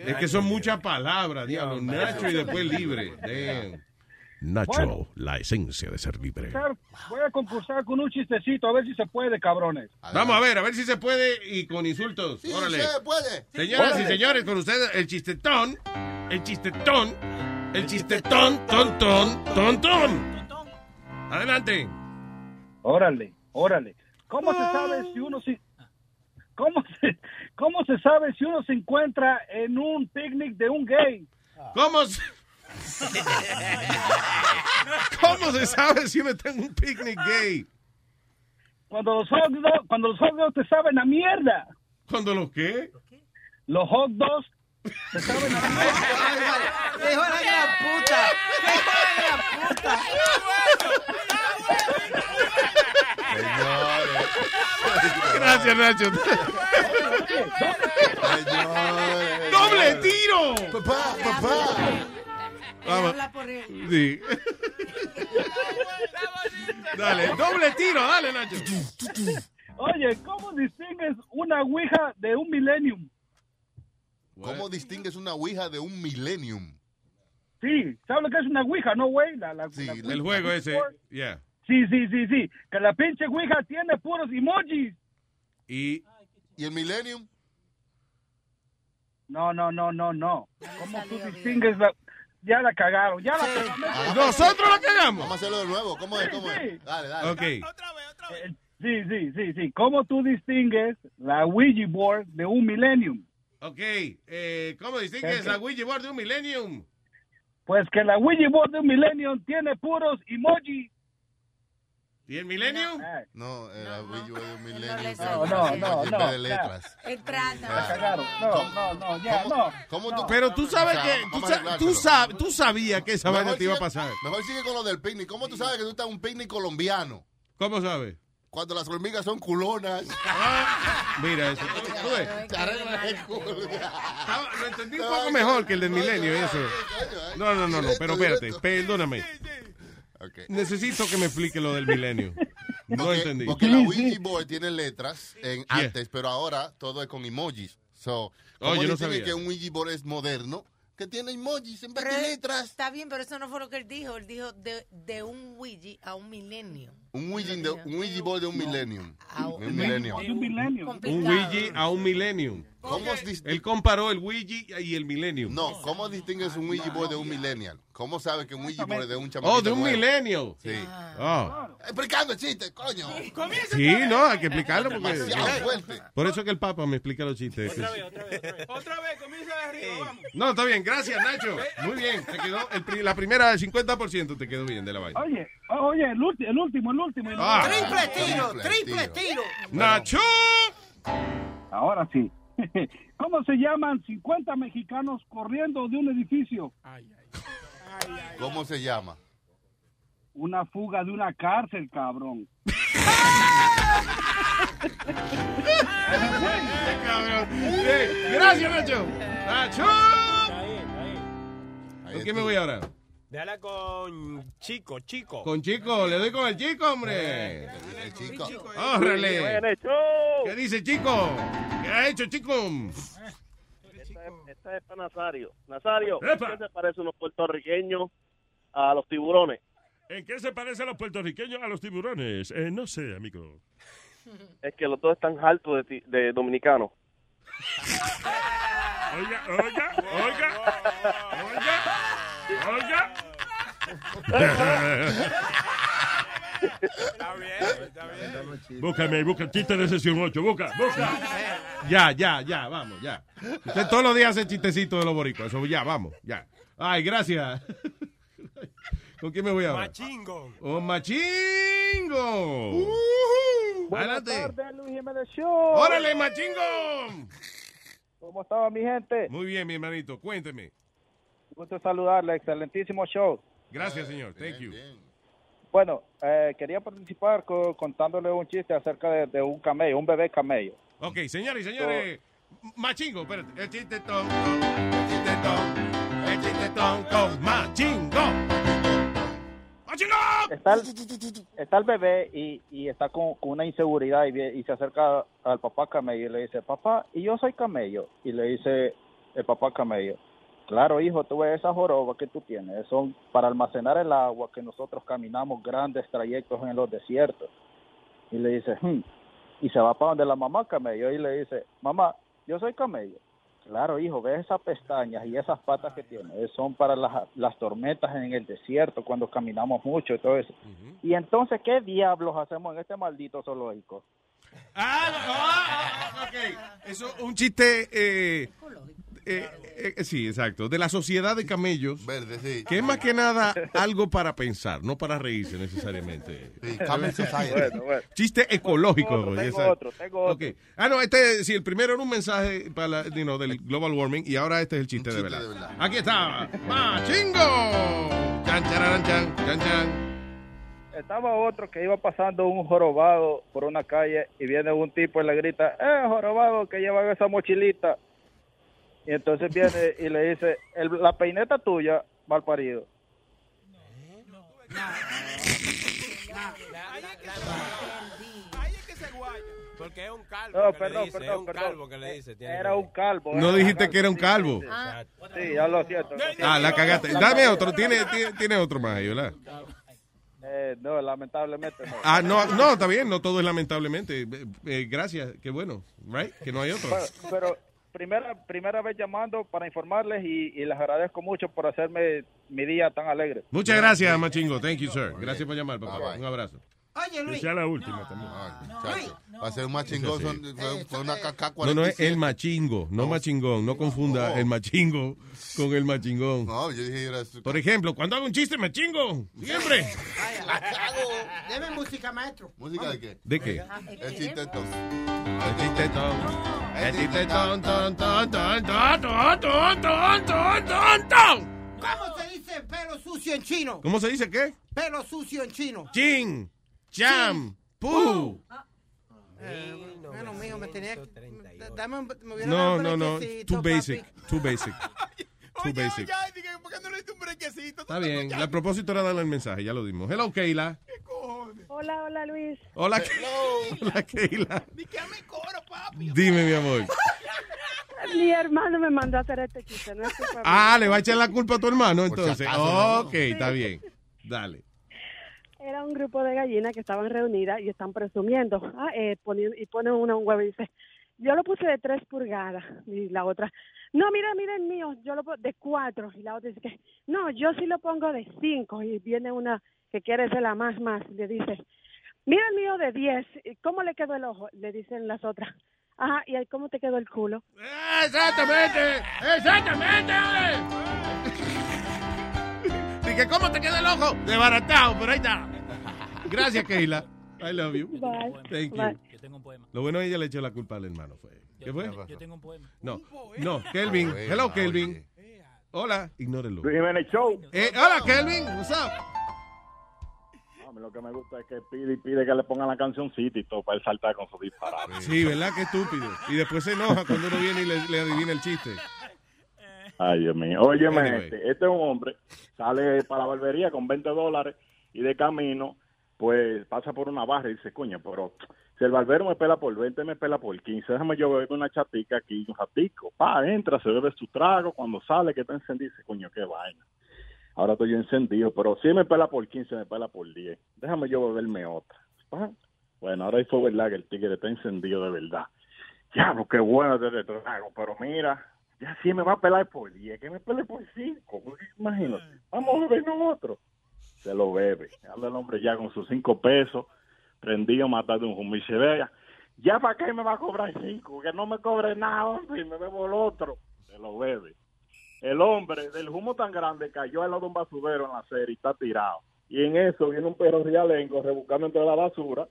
[SPEAKER 1] Es que son muchas palabras, diablo. Nacho y después libre. Damn. Nacho,
[SPEAKER 49] Bueno.
[SPEAKER 1] la esencia de ser libre.
[SPEAKER 49] Voy a concursar con un chistecito, a ver si se puede, cabrones.
[SPEAKER 1] Vamos a ver, a ver si se puede y con insultos. Órale.
[SPEAKER 6] puede.
[SPEAKER 1] Señoras y
[SPEAKER 49] Órale.
[SPEAKER 1] señores, con ustedes el chistetón, el chistetón, el chistetón, ton, ton, ton, ton. Adelante.
[SPEAKER 49] Órale, órale. ¿Cómo se sabe si uno si cómo se, cómo se sabe si uno se encuentra en un picnic de un gay?
[SPEAKER 1] ¿Cómo se, ¿Cómo se sabe si uno está en un picnic gay?
[SPEAKER 49] Cuando los hot dogs, cuando los hot dogs te saben a mierda.
[SPEAKER 1] ¿Cuando los qué?
[SPEAKER 49] Los hot dogs
[SPEAKER 10] Hijo de la gran puta. Hijo de la gran puta.
[SPEAKER 1] Gracias, Nacho. ¡Doble tiro!
[SPEAKER 6] Papá, papá.
[SPEAKER 1] Vamos. Sí. Dale, doble tiro, dale, Nacho.
[SPEAKER 49] Oye, ¿cómo distingues una ouija de un millennium?
[SPEAKER 6] ¿Cómo distingues una ouija de un millennium?
[SPEAKER 49] Sí, ¿sabes lo que es una ouija, no güey? La, la- la-
[SPEAKER 1] El juego ese. Yeah.
[SPEAKER 49] Sí, sí, sí, sí. Que la pinche ouija tiene puros emojis.
[SPEAKER 1] Y
[SPEAKER 6] ¿Y el Millennium?
[SPEAKER 49] No, no, no, no, no. ¿Cómo tú distingues la... Ya la cagaron, ya la
[SPEAKER 6] Ah,
[SPEAKER 49] cagaron.
[SPEAKER 1] ¿Nosotros la cagamos?
[SPEAKER 6] Vamos a hacerlo de nuevo. ¿Cómo es? ¿Cómo es? Dale, dale.
[SPEAKER 49] Sí, sí, sí, sí. ¿Cómo tú distingues la Ouija board de un millennium?
[SPEAKER 1] Ok, eh, ¿cómo distingues la Ouija board de un Millennium?
[SPEAKER 49] Pues que la Ouija board de un millennium tiene puros emojis.
[SPEAKER 1] ¿Y el Millennium?
[SPEAKER 6] No, eh, la ouija de un millennium.
[SPEAKER 49] No, no, no,
[SPEAKER 6] En
[SPEAKER 49] no.
[SPEAKER 6] vez
[SPEAKER 49] ya.
[SPEAKER 6] de letras.
[SPEAKER 49] La cagaron. No, no, no, ya, no. no.
[SPEAKER 1] Pero tú sabes
[SPEAKER 6] O sea,
[SPEAKER 1] que. Tú,
[SPEAKER 6] vamos a
[SPEAKER 1] sa-
[SPEAKER 6] arreglártelo.
[SPEAKER 1] tú, sab- tú sabías que esa
[SPEAKER 6] Mejor
[SPEAKER 1] vaina te iba a
[SPEAKER 6] sigue-
[SPEAKER 1] pasar.
[SPEAKER 6] Mejor sigue con lo del picnic. ¿Cómo tú sabes que tú estás en un picnic colombiano?
[SPEAKER 1] ¿Cómo sabes? Ah,
[SPEAKER 6] Cuando las hormigas son culonas.
[SPEAKER 1] Mira eso. Tú ves,
[SPEAKER 6] Te arreglas el culo.
[SPEAKER 1] Lo entendí un poco mejor que el del Milenio, eso. No, no, no, no, pero espérate, perdóname. Necesito que me explique lo del Milenio. No
[SPEAKER 6] Porque-
[SPEAKER 1] entendí.
[SPEAKER 6] Porque la Ouija board tiene letras en
[SPEAKER 1] Yeah. Oh,
[SPEAKER 6] antes, pero ahora todo es con emojis. So, ¿cómo
[SPEAKER 1] yo no
[SPEAKER 6] distingue
[SPEAKER 1] sabía.
[SPEAKER 6] que un Ouija board es moderno? Que tiene emojis en vez
[SPEAKER 32] Pero
[SPEAKER 6] de
[SPEAKER 32] él-
[SPEAKER 6] letras.
[SPEAKER 32] Está bien, pero eso no fue lo que él dijo. Él dijo de, de un Ouija a un milenio.
[SPEAKER 6] Un Ouija, de, un Ouija board de un millennium. De un millennium.
[SPEAKER 1] Un Ouija a un Millennium.
[SPEAKER 6] ¿Cómo
[SPEAKER 1] Él comparó el Ouija y el Millennium.
[SPEAKER 6] No, ¿cómo distingues un Ouija board de un millennial? ¿Cómo sabes que un Ouija board es de un chamaquito
[SPEAKER 1] Oh, de un
[SPEAKER 6] nuevo?
[SPEAKER 1] Millennial.
[SPEAKER 6] Sí. Ah.
[SPEAKER 1] Oh.
[SPEAKER 6] Explicando el chiste, coño.
[SPEAKER 1] Sí, no, hay que explicarlo porque. eh,
[SPEAKER 6] Demasiado fuerte.
[SPEAKER 1] Por eso que el Papa me explica los chistes.
[SPEAKER 36] Otra vez, comienza de arriba, vamos.
[SPEAKER 1] No, está bien, gracias, Nacho. Muy bien, te quedó el pri- la primera del 50% te quedó bien de la vaina.
[SPEAKER 49] Oye, o- oye, el, ulti- el último, el último. el
[SPEAKER 1] Ah.
[SPEAKER 49] último.
[SPEAKER 1] Triple tiro,
[SPEAKER 10] Triple tiro.
[SPEAKER 1] Nacho.
[SPEAKER 49] Ahora sí. ¿Cómo se llaman 50 mexicanos corriendo de un edificio?
[SPEAKER 6] ¿Cómo se llama?
[SPEAKER 3] Una fuga de una cárcel, cabrón.
[SPEAKER 1] Gracias, Nacho. Nacho. ¿Con quién me voy ahora?
[SPEAKER 24] Déjala con Chico, Chico.
[SPEAKER 1] Con Chico, le doy con el Chico,
[SPEAKER 24] Eh.
[SPEAKER 1] hombre.
[SPEAKER 6] El chico.
[SPEAKER 1] ¡Órale! ¿Qué dice Chico? ¿Qué ha hecho Chico?
[SPEAKER 4] Esta es, esta es para Nazario. Nazario, ¿qué
[SPEAKER 37] ¡Epa!
[SPEAKER 4] te parece unos puertorriqueños a los tiburones?
[SPEAKER 37] ¿En qué se parecen los puertorriqueños a los tiburones? Eh, no sé, amigo.
[SPEAKER 4] Es que los dos están hartos de, ti- de dominicanos.
[SPEAKER 37] Oiga, oiga, oiga, oiga, oiga. Búscame, busca el chiste de sesión 8, busca, busca.
[SPEAKER 1] Ya, ya, ya, vamos, ya. Usted todos los días hace chistecito de los boricos. Eso ya, vamos, ya. Ay, gracias. ¿Con quién me voy ahora?
[SPEAKER 37] Machingo.
[SPEAKER 1] ¡Oh, machingo!
[SPEAKER 34] Buenas
[SPEAKER 1] Adelante.
[SPEAKER 34] tardes, Luis Jiménez Show.
[SPEAKER 1] ¡Órale, machingo!
[SPEAKER 34] ¿Cómo estaba mi gente?
[SPEAKER 1] Muy bien, mi hermanito, cuénteme.
[SPEAKER 34] Gusto saludarle, excelentísimo show.
[SPEAKER 1] Gracias, señor. Thank you.
[SPEAKER 34] Bueno, eh, quería participar co- contándole un chiste acerca de, de un camello, un bebé camello.
[SPEAKER 1] Ok, señores y señores. Machingo, espérate. El chiste tonto. El chiste tonto. El chiste tonto. Machingo.
[SPEAKER 34] Está el, está el bebé y, y está con, con una inseguridad y, vie- y se acerca al papá camello y le dice, papá, ¿y yo soy camello? Y le dice el papá camello, claro hijo, tú ves esa joroba que tú tienes, son para almacenar el agua que nosotros caminamos grandes trayectos en los desiertos. Y le dice, "Hmm". y se va para donde la mamá camello y le dice, mamá, yo soy camello. Claro, hijo, ve esas pestañas y esas patas que tiene. Son para las, las tormentas en el desierto, cuando caminamos mucho y todo eso. Y entonces, ¿qué diablos hacemos en este maldito zoológico?
[SPEAKER 1] Ah, Eso es ah, un chiste. eh, eh, eh, sí, exacto. De la sociedad de camellos.
[SPEAKER 6] Verde, sí.
[SPEAKER 1] Que es más que nada algo para pensar, no para reírse necesariamente.
[SPEAKER 6] Sí, camel society.
[SPEAKER 34] Bueno, bueno.
[SPEAKER 1] Chiste ecológico.
[SPEAKER 34] Tengo otro,
[SPEAKER 1] ya
[SPEAKER 34] tengo
[SPEAKER 1] sabes.
[SPEAKER 34] otro, tengo otro.
[SPEAKER 1] Ok. Ah, no, este, si el primero era un mensaje para, la- you know, del global warming y ahora este es el chiste, de, verdad. Aquí está. ¡Machingo! Chan, chararán, chan, chan, chan.
[SPEAKER 34] Estaba otro que iba pasando un jorobado por una calle y viene un tipo y le grita, ¡eh, jorobado, que llevan esa mochilita! Y entonces viene y le dice, "El- la peineta tuya, mal parido.
[SPEAKER 18] Ahí es que se guaya. Porque es un calvo.
[SPEAKER 34] No,
[SPEAKER 18] que
[SPEAKER 34] perdón,
[SPEAKER 18] le dice,
[SPEAKER 34] perdón,
[SPEAKER 18] es un
[SPEAKER 34] perdón.
[SPEAKER 18] calvo que le dice. tiene
[SPEAKER 34] Era
[SPEAKER 18] que-
[SPEAKER 34] un calvo.
[SPEAKER 1] No dijiste que era un calvo.
[SPEAKER 34] Ah. Sí, ya lo siento.
[SPEAKER 1] Ah, la cagaste. Dame otro. Tiene, tiene, tiene otro más ahí, ¿verdad?
[SPEAKER 34] Eh, no, lamentablemente no.
[SPEAKER 1] Ah, no, no, está bien. No todo es lamentablemente. Eh, eh, gracias. Qué bueno. Right? Que no hay otro.
[SPEAKER 34] Bueno, pero primera, primera vez llamando para informarles y, y les agradezco mucho por hacerme mi día tan alegre.
[SPEAKER 1] Muchas gracias, Machingo. Thank you, sir. Gracias por llamar, papá. Un abrazo.
[SPEAKER 34] Oye,
[SPEAKER 1] Luis.
[SPEAKER 34] la
[SPEAKER 6] última también. Va a ser un machingo,
[SPEAKER 1] Sí,
[SPEAKER 6] son- fue, fue una caca
[SPEAKER 1] No, no, es el machingo, no machingón. No confunda el machingo con el machingón.
[SPEAKER 6] No, yo dije era
[SPEAKER 1] Por ejemplo, cuando hago un chiste, me chingo. Siempre.
[SPEAKER 2] Debe música, maestro.
[SPEAKER 6] ¿Música de qué?
[SPEAKER 1] Ah, ¿De qué?
[SPEAKER 6] El chiste tonto.
[SPEAKER 1] El chiste tonto. El chiste tonto, tonto, tonto, tonto, tonto, tonto.
[SPEAKER 2] ¿Cómo se dice pelo sucio en chino?
[SPEAKER 1] ¿Cómo se dice qué?
[SPEAKER 2] Pelo sucio en chino.
[SPEAKER 1] Chin, cham, pu.
[SPEAKER 2] Bueno, mijo, me tenía que... Dame un... Me hubiera dado
[SPEAKER 1] No,
[SPEAKER 2] un
[SPEAKER 1] no, no.
[SPEAKER 2] brequecito,
[SPEAKER 1] Too
[SPEAKER 2] papi.
[SPEAKER 1] basic. Too basic. Too basic. Está bien. La propósito era darle el mensaje, ya lo dimos. Hello, Keila.
[SPEAKER 16] Hola, hola Luis.
[SPEAKER 1] Hola, Ke- Hola, Keila. Dime, mi amor.
[SPEAKER 16] Mi hermano me mandó a hacer este chiste, no es culpa mía.
[SPEAKER 1] Ah, le va a echar la culpa a tu hermano,
[SPEAKER 6] si
[SPEAKER 1] entonces.
[SPEAKER 6] acaso, ¿no?
[SPEAKER 1] ok, está bien. Dale.
[SPEAKER 16] Era un grupo de gallinas que estaban reunidas y están presumiendo. Ah, eh, poniendo, y ponen una un huevo y dice, yo lo puse de tres pulgadas. Y la otra, no, mira, mira el mío, yo lo pongo de cuatro. Y la otra dice, que, no, yo sí lo pongo de cinco. Y viene una que quiere ser la más más. Le dice, mira el mío de diez. ¿Y ¿Cómo le quedó el ojo? Le dicen las otras. Ajá, ¿y ahí cómo te quedó el culo?
[SPEAKER 1] Exactamente, exactamente. Dije, ¿cómo te queda el ojo? Desbaratado, pero ahí está. Gracias, Keila. I love you.
[SPEAKER 16] Bye.
[SPEAKER 1] Thank
[SPEAKER 16] Bye.
[SPEAKER 1] you. Lo bueno es que ella le echó la culpa al hermano. Fue. ¿Qué fue?
[SPEAKER 33] Yo tengo un poema.
[SPEAKER 6] Ah,
[SPEAKER 1] No, no, Kelvin. Hello, Kelvin.
[SPEAKER 36] Hola, ignórelo.
[SPEAKER 44] Luis Jiménez Show.
[SPEAKER 36] Eh, hola, Kelvin. What's up?
[SPEAKER 44] A mí lo que me gusta es que pide y pide que le pongan la cancioncita y todo para él saltar con su disparate.
[SPEAKER 36] Sí, ¿verdad? Qué estúpido. Y después se enoja cuando uno viene y le, le adivina el chiste.
[SPEAKER 44] Ay, Dios mío. Óyeme,
[SPEAKER 36] Anyway.
[SPEAKER 44] este, este es un hombre, sale para la barbería con 20 dólares y de camino, pues pasa por una barra y dice, coño, pero si el barbero me pela por 20, me pela por 15, déjame yo beberme una chatica aquí, un ratico. Pa, entra, se bebe su trago, cuando sale, que está encendido, dice, coño, qué vaina. Ahora estoy yo encendido, pero si me pela por 15, me pela por 10. Déjame yo beberme otra. Pa. Bueno, ahora ahí fue verdad que el tigre está encendido de verdad. Ya, qué bueno te trago, pero mira, ya sí me va a pelar por 10, que me pele por 5. Imagínate, vamos a bebernos otro. Se lo bebe. Habla el hombre ya con sus 5 pesos, prendido, matando un humo y se vea. Ya para qué me va a cobrar 5, que no me cobre nada, hombre, y me bebo el otro. Se lo bebe. El hombre del humo tan grande cayó al lado de un basurero en la serie y está tirado. Y en eso viene un perro rialengo rebuscando entre la basura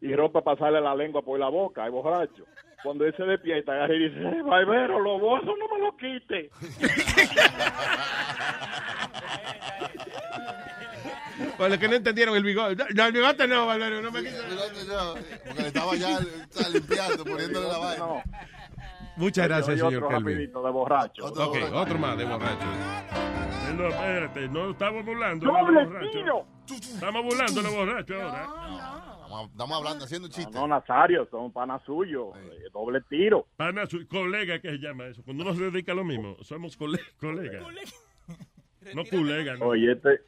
[SPEAKER 44] y rompe pasarle la lengua por la boca, el borracho. Cuando él se despierta, agarra y dice, "Eh, barbero, lo bozo, no me lo quite.
[SPEAKER 36] Para los que no entendieron el bigote. No, el bigote no, Valerio, no me quiso.
[SPEAKER 6] Porque le estaba ya está limpiando, poniéndole la vaina.
[SPEAKER 36] Muchas
[SPEAKER 6] Yo-
[SPEAKER 36] gracias,
[SPEAKER 6] yo
[SPEAKER 36] señor
[SPEAKER 6] otro
[SPEAKER 36] Kelvin.
[SPEAKER 44] rapidito de borracho.
[SPEAKER 36] Otro, ok, otro más de borracho.
[SPEAKER 37] Eh, No, espérate, no estamos burlando.
[SPEAKER 44] ¡Doble
[SPEAKER 37] tiro! Estamos burlando a los borrachos ahora.
[SPEAKER 6] Estamos, estamos hablando, haciendo chistes.
[SPEAKER 44] No, Nazario, son panas suyos, eh, doble tiro.
[SPEAKER 37] Pana, su colega que se llama eso. Cuando uno se dedica a lo mismo, somos cole- colegas. No colegas. no.
[SPEAKER 44] Oye, este,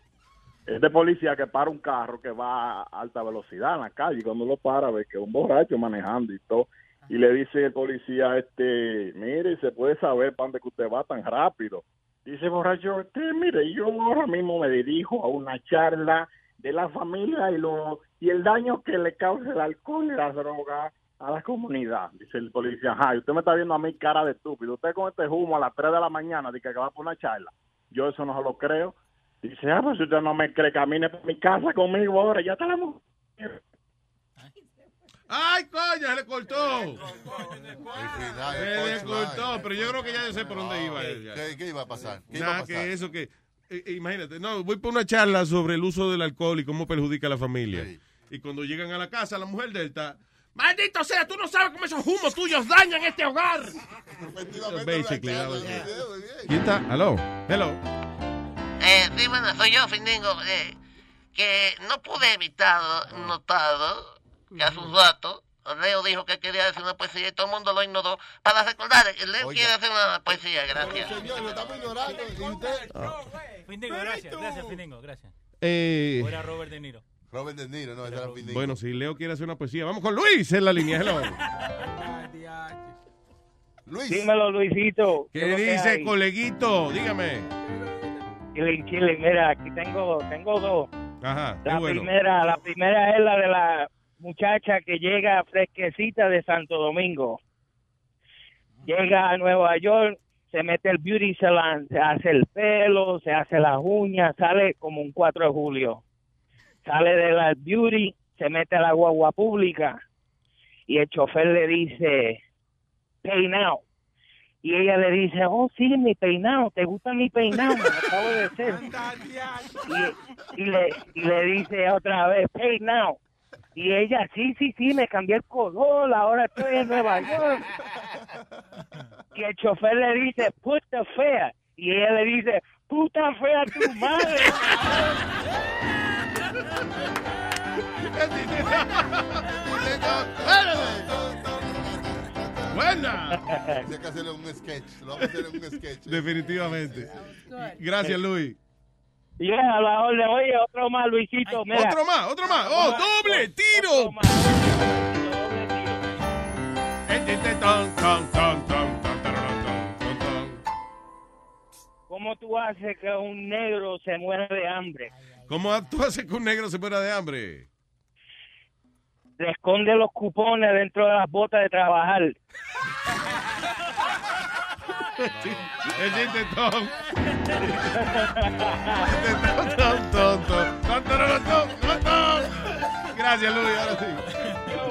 [SPEAKER 44] este policía que para un carro que va a alta velocidad en la calle, y cuando lo para, ve que es un borracho manejando y todo. Y le dice el policía, este, mire, se puede saber para dónde que usted va tan rápido. Dice borracho, este, mire, yo ahora mismo me dirijo a una charla de la familia y lo y el daño que le causa el alcohol y las drogas a la comunidad. Dice el policía, ajá, y usted me está viendo a mí cara de estúpido. Usted con este humo a las 3 de la mañana dice que va por una charla. Yo eso no se lo creo. Dice, ah, pues usted no me cree, camine por mi casa conmigo ahora, ya está la mujer.
[SPEAKER 36] ¡Ay, coño! Se le cortó. Se le cortó, pero yo creo que ya yo sé por dónde iba. él, ya.
[SPEAKER 6] ¿Qué, qué iba a pasar? ¿Qué iba a
[SPEAKER 36] Nada,
[SPEAKER 6] pasar?
[SPEAKER 36] que eso que. eh, eh, imagínate, no, voy por una charla sobre el uso del alcohol y cómo perjudica a la familia. Y cuando llegan a la casa, la mujer de él está.
[SPEAKER 3] Maldito sea, tú no sabes cómo esos humos tuyos dañan este hogar.
[SPEAKER 36] Basically, that was it. ¿Quién está? Hello. Hello.
[SPEAKER 5] Eh, sí, bueno, soy yo, Findingo, eh, que no pude evitar notado que hace un rato Leo dijo que quería hacer una poesía y todo el mundo lo ignoró. Para recordar, Leo quiere hacer una poesía, gracias.
[SPEAKER 1] Ah.
[SPEAKER 33] Findingo, gracias, gracias, Findingo, gracias.
[SPEAKER 36] Eh,
[SPEAKER 33] O era Robert De Niro.
[SPEAKER 6] Robert De Niro, no, esa era Pindico.
[SPEAKER 36] bueno, si Leo quiere hacer una poesía, vamos con Luis en la línea. Hello.
[SPEAKER 6] Luis.
[SPEAKER 14] Dímelo, Luisito.
[SPEAKER 36] ¿Qué
[SPEAKER 14] es lo que
[SPEAKER 36] dice,
[SPEAKER 14] hay?
[SPEAKER 36] coleguito? Dígame.
[SPEAKER 14] Chile, chile, mira, aquí tengo, tengo dos.
[SPEAKER 36] Ajá, qué
[SPEAKER 14] La
[SPEAKER 36] bueno.
[SPEAKER 14] primera, la primera es la de la muchacha que llega fresquecita de Santo Domingo. Llega a Nueva York, se mete el beauty salon, se hace el pelo, se hace las uñas, sale como un 4 de julio. Sale de la beauty, se mete a la guagua pública y el chofer le dice, peinado. Y ella le dice, oh, sí, mi peinado, ¿te gusta mi peinado? Me lo acabo de hacer. Y, y le, y le dice otra vez, peinado. Y ella, sí, sí, sí, me cambié el color, ahora estoy en Nueva York. Y el chofer le dice, puta fea. Y ella le dice, puta fea tu madre.
[SPEAKER 6] Buena. Hay que hacerle un sketch. Lo vamos a hacer en un sketch.
[SPEAKER 36] Definitivamente. Gracias, Luis.
[SPEAKER 14] Y a la orden, oye, otro más, Luisito, mira.
[SPEAKER 36] Otro más, otro más. ¡Oh, doble tiro!
[SPEAKER 14] ¿Cómo tú haces que un negro se muera de hambre?
[SPEAKER 36] ¿Cómo tú haces que un negro se muera de hambre?
[SPEAKER 14] Le esconde los cupones dentro de las botas de trabajar.
[SPEAKER 36] El chiste Tom. Tom, tom, tom. Tom, tom, tom, tom, tom. Gracias, Luis. Ahora sí.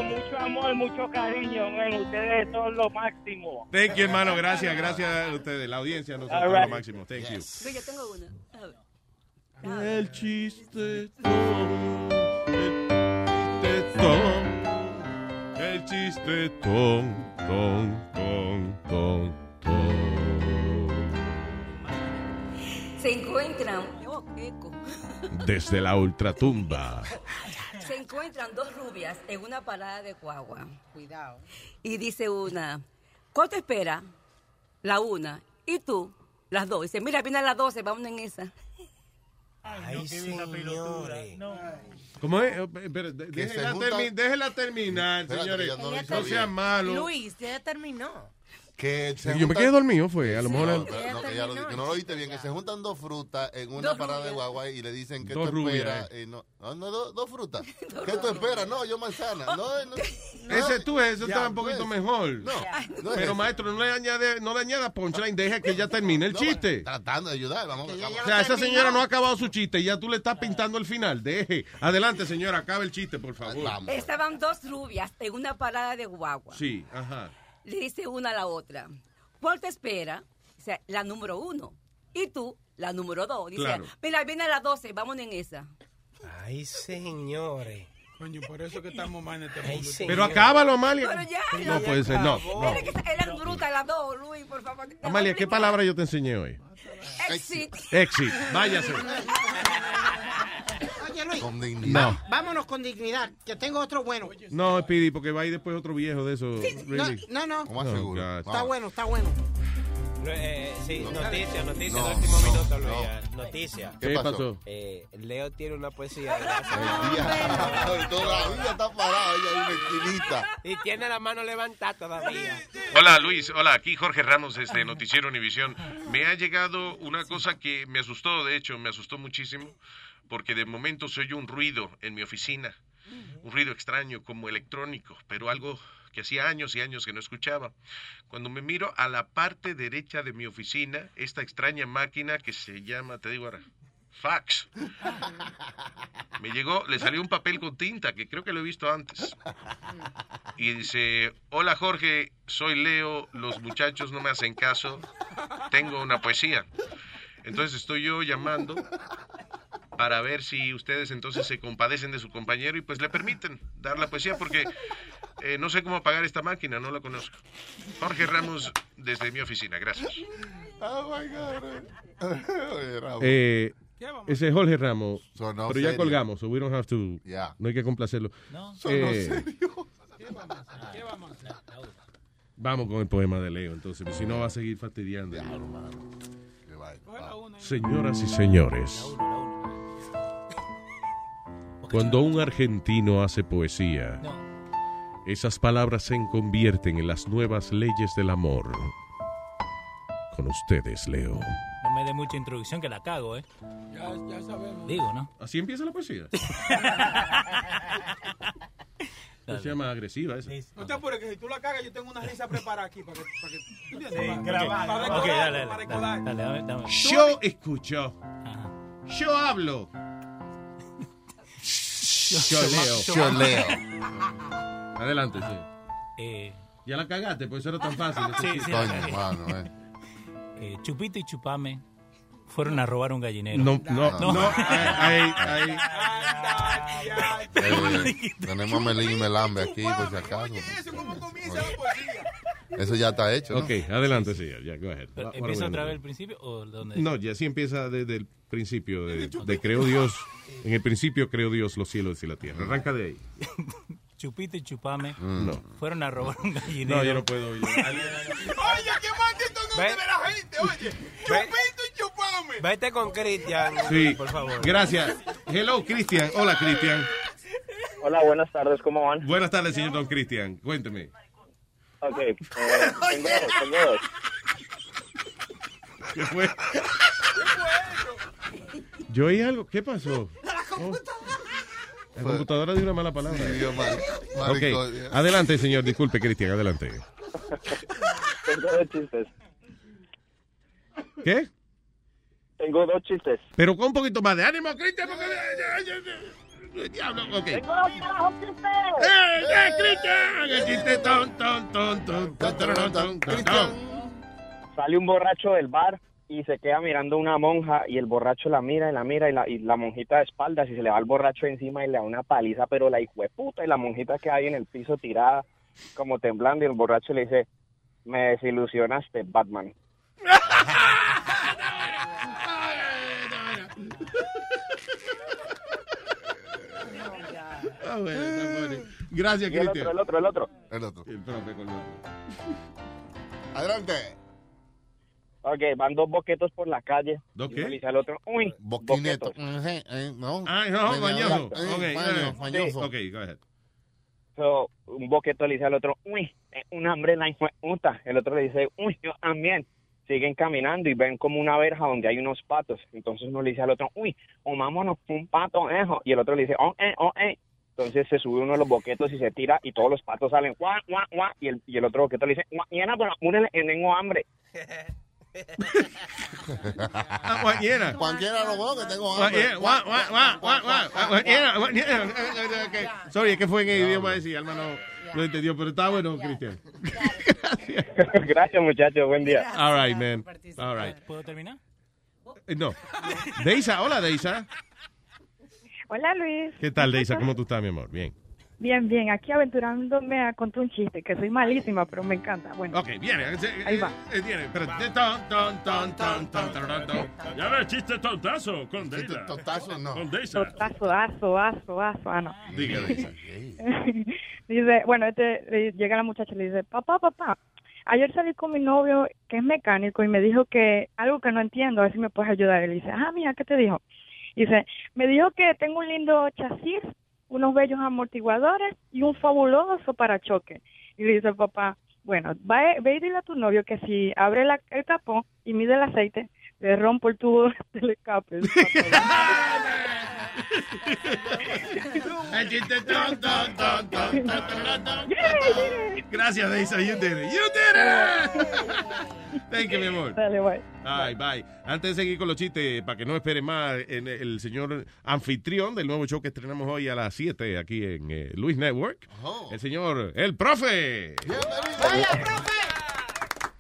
[SPEAKER 14] Mucho amor,
[SPEAKER 10] amor, mucho cariño, men. Ustedes son lo máximo.
[SPEAKER 1] Thank you, hermano. Gracias, gracias a ustedes. La audiencia nos
[SPEAKER 10] All
[SPEAKER 1] está
[SPEAKER 10] right.
[SPEAKER 1] lo máximo. Thank you.
[SPEAKER 39] Ve, yo tengo una. A ver.
[SPEAKER 1] El chiste El chiste ton, ton, ton, ton,
[SPEAKER 39] Se encuentran, oh, eco.
[SPEAKER 1] Desde la ultratumba.
[SPEAKER 39] Se encuentran dos rubias en una parada de guagua.
[SPEAKER 32] Cuidado.
[SPEAKER 39] Y dice una, ¿cuál te espera? La una. ¿Y tú? Las dos. Dice, mira, viene a las doce, vamos en esa.
[SPEAKER 10] Ay, señores.
[SPEAKER 1] ¿Cómo es? Eh, Pero, de- déjela,
[SPEAKER 6] se juntan-
[SPEAKER 1] termi- déjela terminar,
[SPEAKER 6] Espérate,
[SPEAKER 1] señores.
[SPEAKER 6] que ya no lo hizo
[SPEAKER 1] No
[SPEAKER 6] bien.
[SPEAKER 1] sean malos.
[SPEAKER 32] Luis, ya terminó.
[SPEAKER 6] Que se
[SPEAKER 1] Yo me
[SPEAKER 6] juntan-
[SPEAKER 1] quedé dormido, fue. A lo mejor.
[SPEAKER 6] No, pero- no, que ya lo di- que no lo oíste bien, que se juntan dos frutas en una Dos parada de rubias. guagua y le dicen que
[SPEAKER 1] Dos
[SPEAKER 6] tú
[SPEAKER 1] rubias,
[SPEAKER 6] esperas. Eh, no, no, no, dos, dos frutas. ¿Qué tú esperas? No, yo manzana. No, no.
[SPEAKER 1] Ese tú, eso
[SPEAKER 6] Ya,
[SPEAKER 1] estaba un
[SPEAKER 6] no
[SPEAKER 1] poquito
[SPEAKER 6] es.
[SPEAKER 1] mejor.
[SPEAKER 6] no es
[SPEAKER 1] Pero
[SPEAKER 6] eso.
[SPEAKER 1] maestro, no le añade, no le añada punchline, deja que ya termine el chiste.
[SPEAKER 6] Tratando de ayudar, vamos a
[SPEAKER 1] O sea, esa señora no ha acabado su chiste y ya tú le estás pintando el final. Deje. Adelante, señora, acaba el chiste, por favor.
[SPEAKER 39] Estaban dos rubias en una parada de guagua.
[SPEAKER 1] Sí, ajá.
[SPEAKER 39] Le dice una a la otra, ¿cuál te espera? Dice, la número uno. ¿Y tú? La número dos. Dice,
[SPEAKER 24] Claro.
[SPEAKER 39] mira, viene a las doce, vamos en esa.
[SPEAKER 24] Ay, señores. Coño, por eso que estamos mal en este mundo.
[SPEAKER 1] Pero acábalo, Amalia.
[SPEAKER 39] Pero ya,
[SPEAKER 1] no
[SPEAKER 39] ya
[SPEAKER 1] puede ser, no.
[SPEAKER 39] acabó.
[SPEAKER 1] no.
[SPEAKER 39] Mira que esa- eran brutas las dos, Luis, por favor.
[SPEAKER 1] Amalia, ¿qué palabra yo te enseñé hoy?
[SPEAKER 39] Exit.
[SPEAKER 1] Exit. Váyase.
[SPEAKER 2] Oye, Luis.
[SPEAKER 6] Con
[SPEAKER 1] dignidad.
[SPEAKER 2] Vámonos con dignidad, que tengo otro bueno.
[SPEAKER 1] No, Speedy, porque va a ir después otro viejo de eso.
[SPEAKER 2] No,
[SPEAKER 1] Oh,
[SPEAKER 2] no, no. Está
[SPEAKER 1] bueno.
[SPEAKER 2] bueno, está bueno.
[SPEAKER 24] Eh, sí, noticia, noticia,
[SPEAKER 1] No,
[SPEAKER 24] el último
[SPEAKER 1] no,
[SPEAKER 24] minuto, Luis.
[SPEAKER 1] no.
[SPEAKER 24] ah, Noticia.
[SPEAKER 1] ¿Qué ¿Qué pasó? pasó?
[SPEAKER 24] Eh, Leo tiene una poesía.
[SPEAKER 6] Todavía está parada ella en una esquinita.
[SPEAKER 24] Y tiene la mano levantada todavía.
[SPEAKER 1] Hola Luis, hola, aquí Jorge Ramos desde Noticiero Univisión. Me ha llegado una cosa que me asustó, de hecho, me asustó muchísimo, porque de momento se oye un ruido en mi oficina, un ruido extraño como electrónico, pero algo que hacía años y años que no escuchaba. Cuando me miro a la parte derecha de mi oficina, esta extraña máquina que se llama, te digo ahora, fax. Me llegó, le salió un papel con tinta, que creo que lo he visto antes. Y dice, hola Jorge, soy Leo, los muchachos no me hacen caso, tengo una poesía. Entonces estoy yo llamando para ver si ustedes entonces se compadecen de su compañero y pues le permiten dar la poesía porque eh, no sé cómo apagar esta máquina, no la conozco. Jorge Ramos desde mi oficina, gracias.
[SPEAKER 6] Oh my God. eh. Oye, Raúl.
[SPEAKER 1] Eh, ese es Jorge Ramos,
[SPEAKER 6] Sonó pero ya serio. colgamos,
[SPEAKER 1] so we don't have to,
[SPEAKER 6] Yeah.
[SPEAKER 1] no hay que complacerlo.
[SPEAKER 6] No. Sonó Eh, serio.
[SPEAKER 1] Vamos con el poema de Leo, entonces, si no va a seguir fastidiando. Señoras y señores, cuando un argentino hace poesía, esas palabras se convierten en las nuevas leyes del amor. Con ustedes, Leo.
[SPEAKER 33] No me dé mucha introducción que la cago, ¿eh?
[SPEAKER 3] Ya, ya sabemos.
[SPEAKER 33] Digo, ¿no?
[SPEAKER 1] ¿Así empieza la poesía? Se llama agresiva esa.
[SPEAKER 3] No te apures, que si tú la cagas, yo tengo una risa preparada aquí para que. Para que ¿tú entiendes? Para-
[SPEAKER 33] grabada.
[SPEAKER 3] para
[SPEAKER 33] Ok,
[SPEAKER 3] recordar,
[SPEAKER 33] dale, dale,
[SPEAKER 3] para
[SPEAKER 33] dale,
[SPEAKER 3] recordar.
[SPEAKER 33] dale, dame, dame.
[SPEAKER 1] Yo escucho. Yo hablo. Yo leo.
[SPEAKER 6] Yo leo.
[SPEAKER 1] Adelante, sí. Ya la cagaste, pues eso era tan fácil.
[SPEAKER 33] Eh, Sí, sí, la cagué.
[SPEAKER 6] eh.
[SPEAKER 33] Chupito y Chupame fueron a robar un gallinero. Ah,
[SPEAKER 1] No, no, no. Ay, ay,
[SPEAKER 6] Eh, tenemos a Melín y Melambe aquí, por si acaso.
[SPEAKER 33] Pues,
[SPEAKER 6] Eso ya está hecho. ¿no?
[SPEAKER 1] Ok, adelante, señor. Ya, go ahead.
[SPEAKER 33] Pero,
[SPEAKER 1] What- what
[SPEAKER 33] ¿Empieza
[SPEAKER 1] are we
[SPEAKER 33] otra
[SPEAKER 1] gonna do?
[SPEAKER 33] vez el principio o dónde?
[SPEAKER 1] No, ya sí empieza desde el principio de, de creó Dios. En el principio creó Dios los cielos y la tierra. Arranca de ahí.
[SPEAKER 33] Chupito y Chupame
[SPEAKER 1] Mm. No.
[SPEAKER 33] fueron a robar un gallinero.
[SPEAKER 1] No, yo no puedo oírlo.
[SPEAKER 3] Oye, qué maldito nombre de la gente, oye. Chupito y chupame.
[SPEAKER 24] Vete con Cristian,
[SPEAKER 1] Sí,
[SPEAKER 24] por favor.
[SPEAKER 1] Gracias. Hello, Cristian. Hola, Cristian.
[SPEAKER 36] Hola, buenas tardes, ¿cómo van?
[SPEAKER 1] Buenas tardes, señor Don Cristian. Cuénteme.
[SPEAKER 36] Ok, eh, tengo dos, tengo dos.
[SPEAKER 1] ¿Qué fue? Yo oí algo. ¿Qué pasó? La computadora dio una mala palabra. Ok,
[SPEAKER 6] mariconia.
[SPEAKER 1] adelante, señor. Disculpe, Cristian, adelante.
[SPEAKER 36] Tengo dos chistes.
[SPEAKER 1] ¿Qué?
[SPEAKER 36] Tengo dos chistes.
[SPEAKER 1] Pero con un poquito más de ánimo, Cristian, porque... Diablo, ok.
[SPEAKER 36] Tengo
[SPEAKER 1] ¡Eh, eh, Cristian! El chiste ton, ton, ton, ton, ton, ton, ton, ton, ton.
[SPEAKER 51] Sale un borracho del bar y se queda mirando a una monja y el borracho la mira y la mira y la, y la monjita de espaldas y se le va el borracho encima y le da una paliza, pero la hijo puta y la monjita que hay en el piso tirada como temblando y el borracho le dice, me desilusionaste, Batman.
[SPEAKER 1] Ah, bueno,
[SPEAKER 6] Eh.
[SPEAKER 1] está bueno. Gracias,
[SPEAKER 51] Y el
[SPEAKER 1] Cristian.
[SPEAKER 51] otro, el otro, el otro.
[SPEAKER 6] El otro.
[SPEAKER 1] El profe con el otro.
[SPEAKER 51] Adelante. Ok, van dos boquetos por la calle.
[SPEAKER 1] ¿Dos
[SPEAKER 51] Y uno le dice al otro, uy, boquetos.
[SPEAKER 6] No.
[SPEAKER 1] Ah,
[SPEAKER 51] Ay, no, bañoso.
[SPEAKER 6] Eh,
[SPEAKER 51] Ok,
[SPEAKER 6] baño,
[SPEAKER 51] eh,
[SPEAKER 6] bañoso.
[SPEAKER 51] sí.
[SPEAKER 1] Ok, go ahead.
[SPEAKER 51] So, un boqueto le dice al otro, uy, eh, un hambre en la hijo de puta. El otro le dice, uy, yo también. Siguen caminando y ven como una verja donde hay unos patos. Entonces uno le dice al otro, uy, comámonos un pato, ejo. Y el otro le dice, oh, eh, oh, eh. Entonces se sube uno de los boquetos y se tira y todos los patos salen, guau, guau, guau. Y el, y el otro boqueto le dice, guau, llena, pero múrele, eh, tengo hambre.
[SPEAKER 1] Ah, Guañera.
[SPEAKER 6] Cualquiera lo veo que tengo hambre.
[SPEAKER 1] Guañera, guá, guá, guá, guá, guá, guá, guañera, guañera. Eh, eh, eh, ok. Sorry, es que fue en el idioma ese y Alma no lo entendió, pero está bueno, Cristian.
[SPEAKER 51] Gracias, muchachos. Buen día.
[SPEAKER 1] All right, man. All right.
[SPEAKER 33] ¿Puedo terminar?
[SPEAKER 1] Eh, No. Deisa, hola, Deisa.
[SPEAKER 16] Hola Luis.
[SPEAKER 1] ¿Qué tal, Deisa? ¿Cómo tú estás, mi amor? Bien.
[SPEAKER 16] Bien, bien. Aquí aventurándome a contar un chiste que soy malísima, pero me encanta. Bueno.
[SPEAKER 1] Ok, viene.
[SPEAKER 16] Ahí va.
[SPEAKER 1] Eh, Viene, espérate. Ton, ton, ton, ton, ton, ton, ton.
[SPEAKER 37] Ya ve, chiste tontazo con Deisa.
[SPEAKER 6] Chiste tontazo, no.
[SPEAKER 37] Con Deisa.
[SPEAKER 16] Aso, aso, aso, aso. Ah, no.
[SPEAKER 1] Diga, Deisa.
[SPEAKER 16] dice, bueno, este le llega la muchacha y le dice, papá, papá, ayer salí con mi novio que es mecánico y me dijo que algo que no entiendo, a ver si me puedes ayudar. Y le dice, ah, mira, ¿qué te dijo? Dice, me dijo que tengo un lindo chasis, unos bellos amortiguadores y un fabuloso parachoque. Y le dice el papá, bueno, va, ve y dile a tu novio que si abre la- el capó y mide el aceite, le rompo el tubo del escape.
[SPEAKER 1] El chiste ton, ton, ton, ton, ton, ton, ton. Gracias, Deisa. You did it. You did it. Thank you, mi amor.
[SPEAKER 16] Dale, bye.
[SPEAKER 1] Ay, bye. Antes de seguir con los chistes, para que no esperen más, en el señor anfitrión del nuevo show que estrenamos hoy a las 7 aquí en eh, Luis Network, el señor, el profe.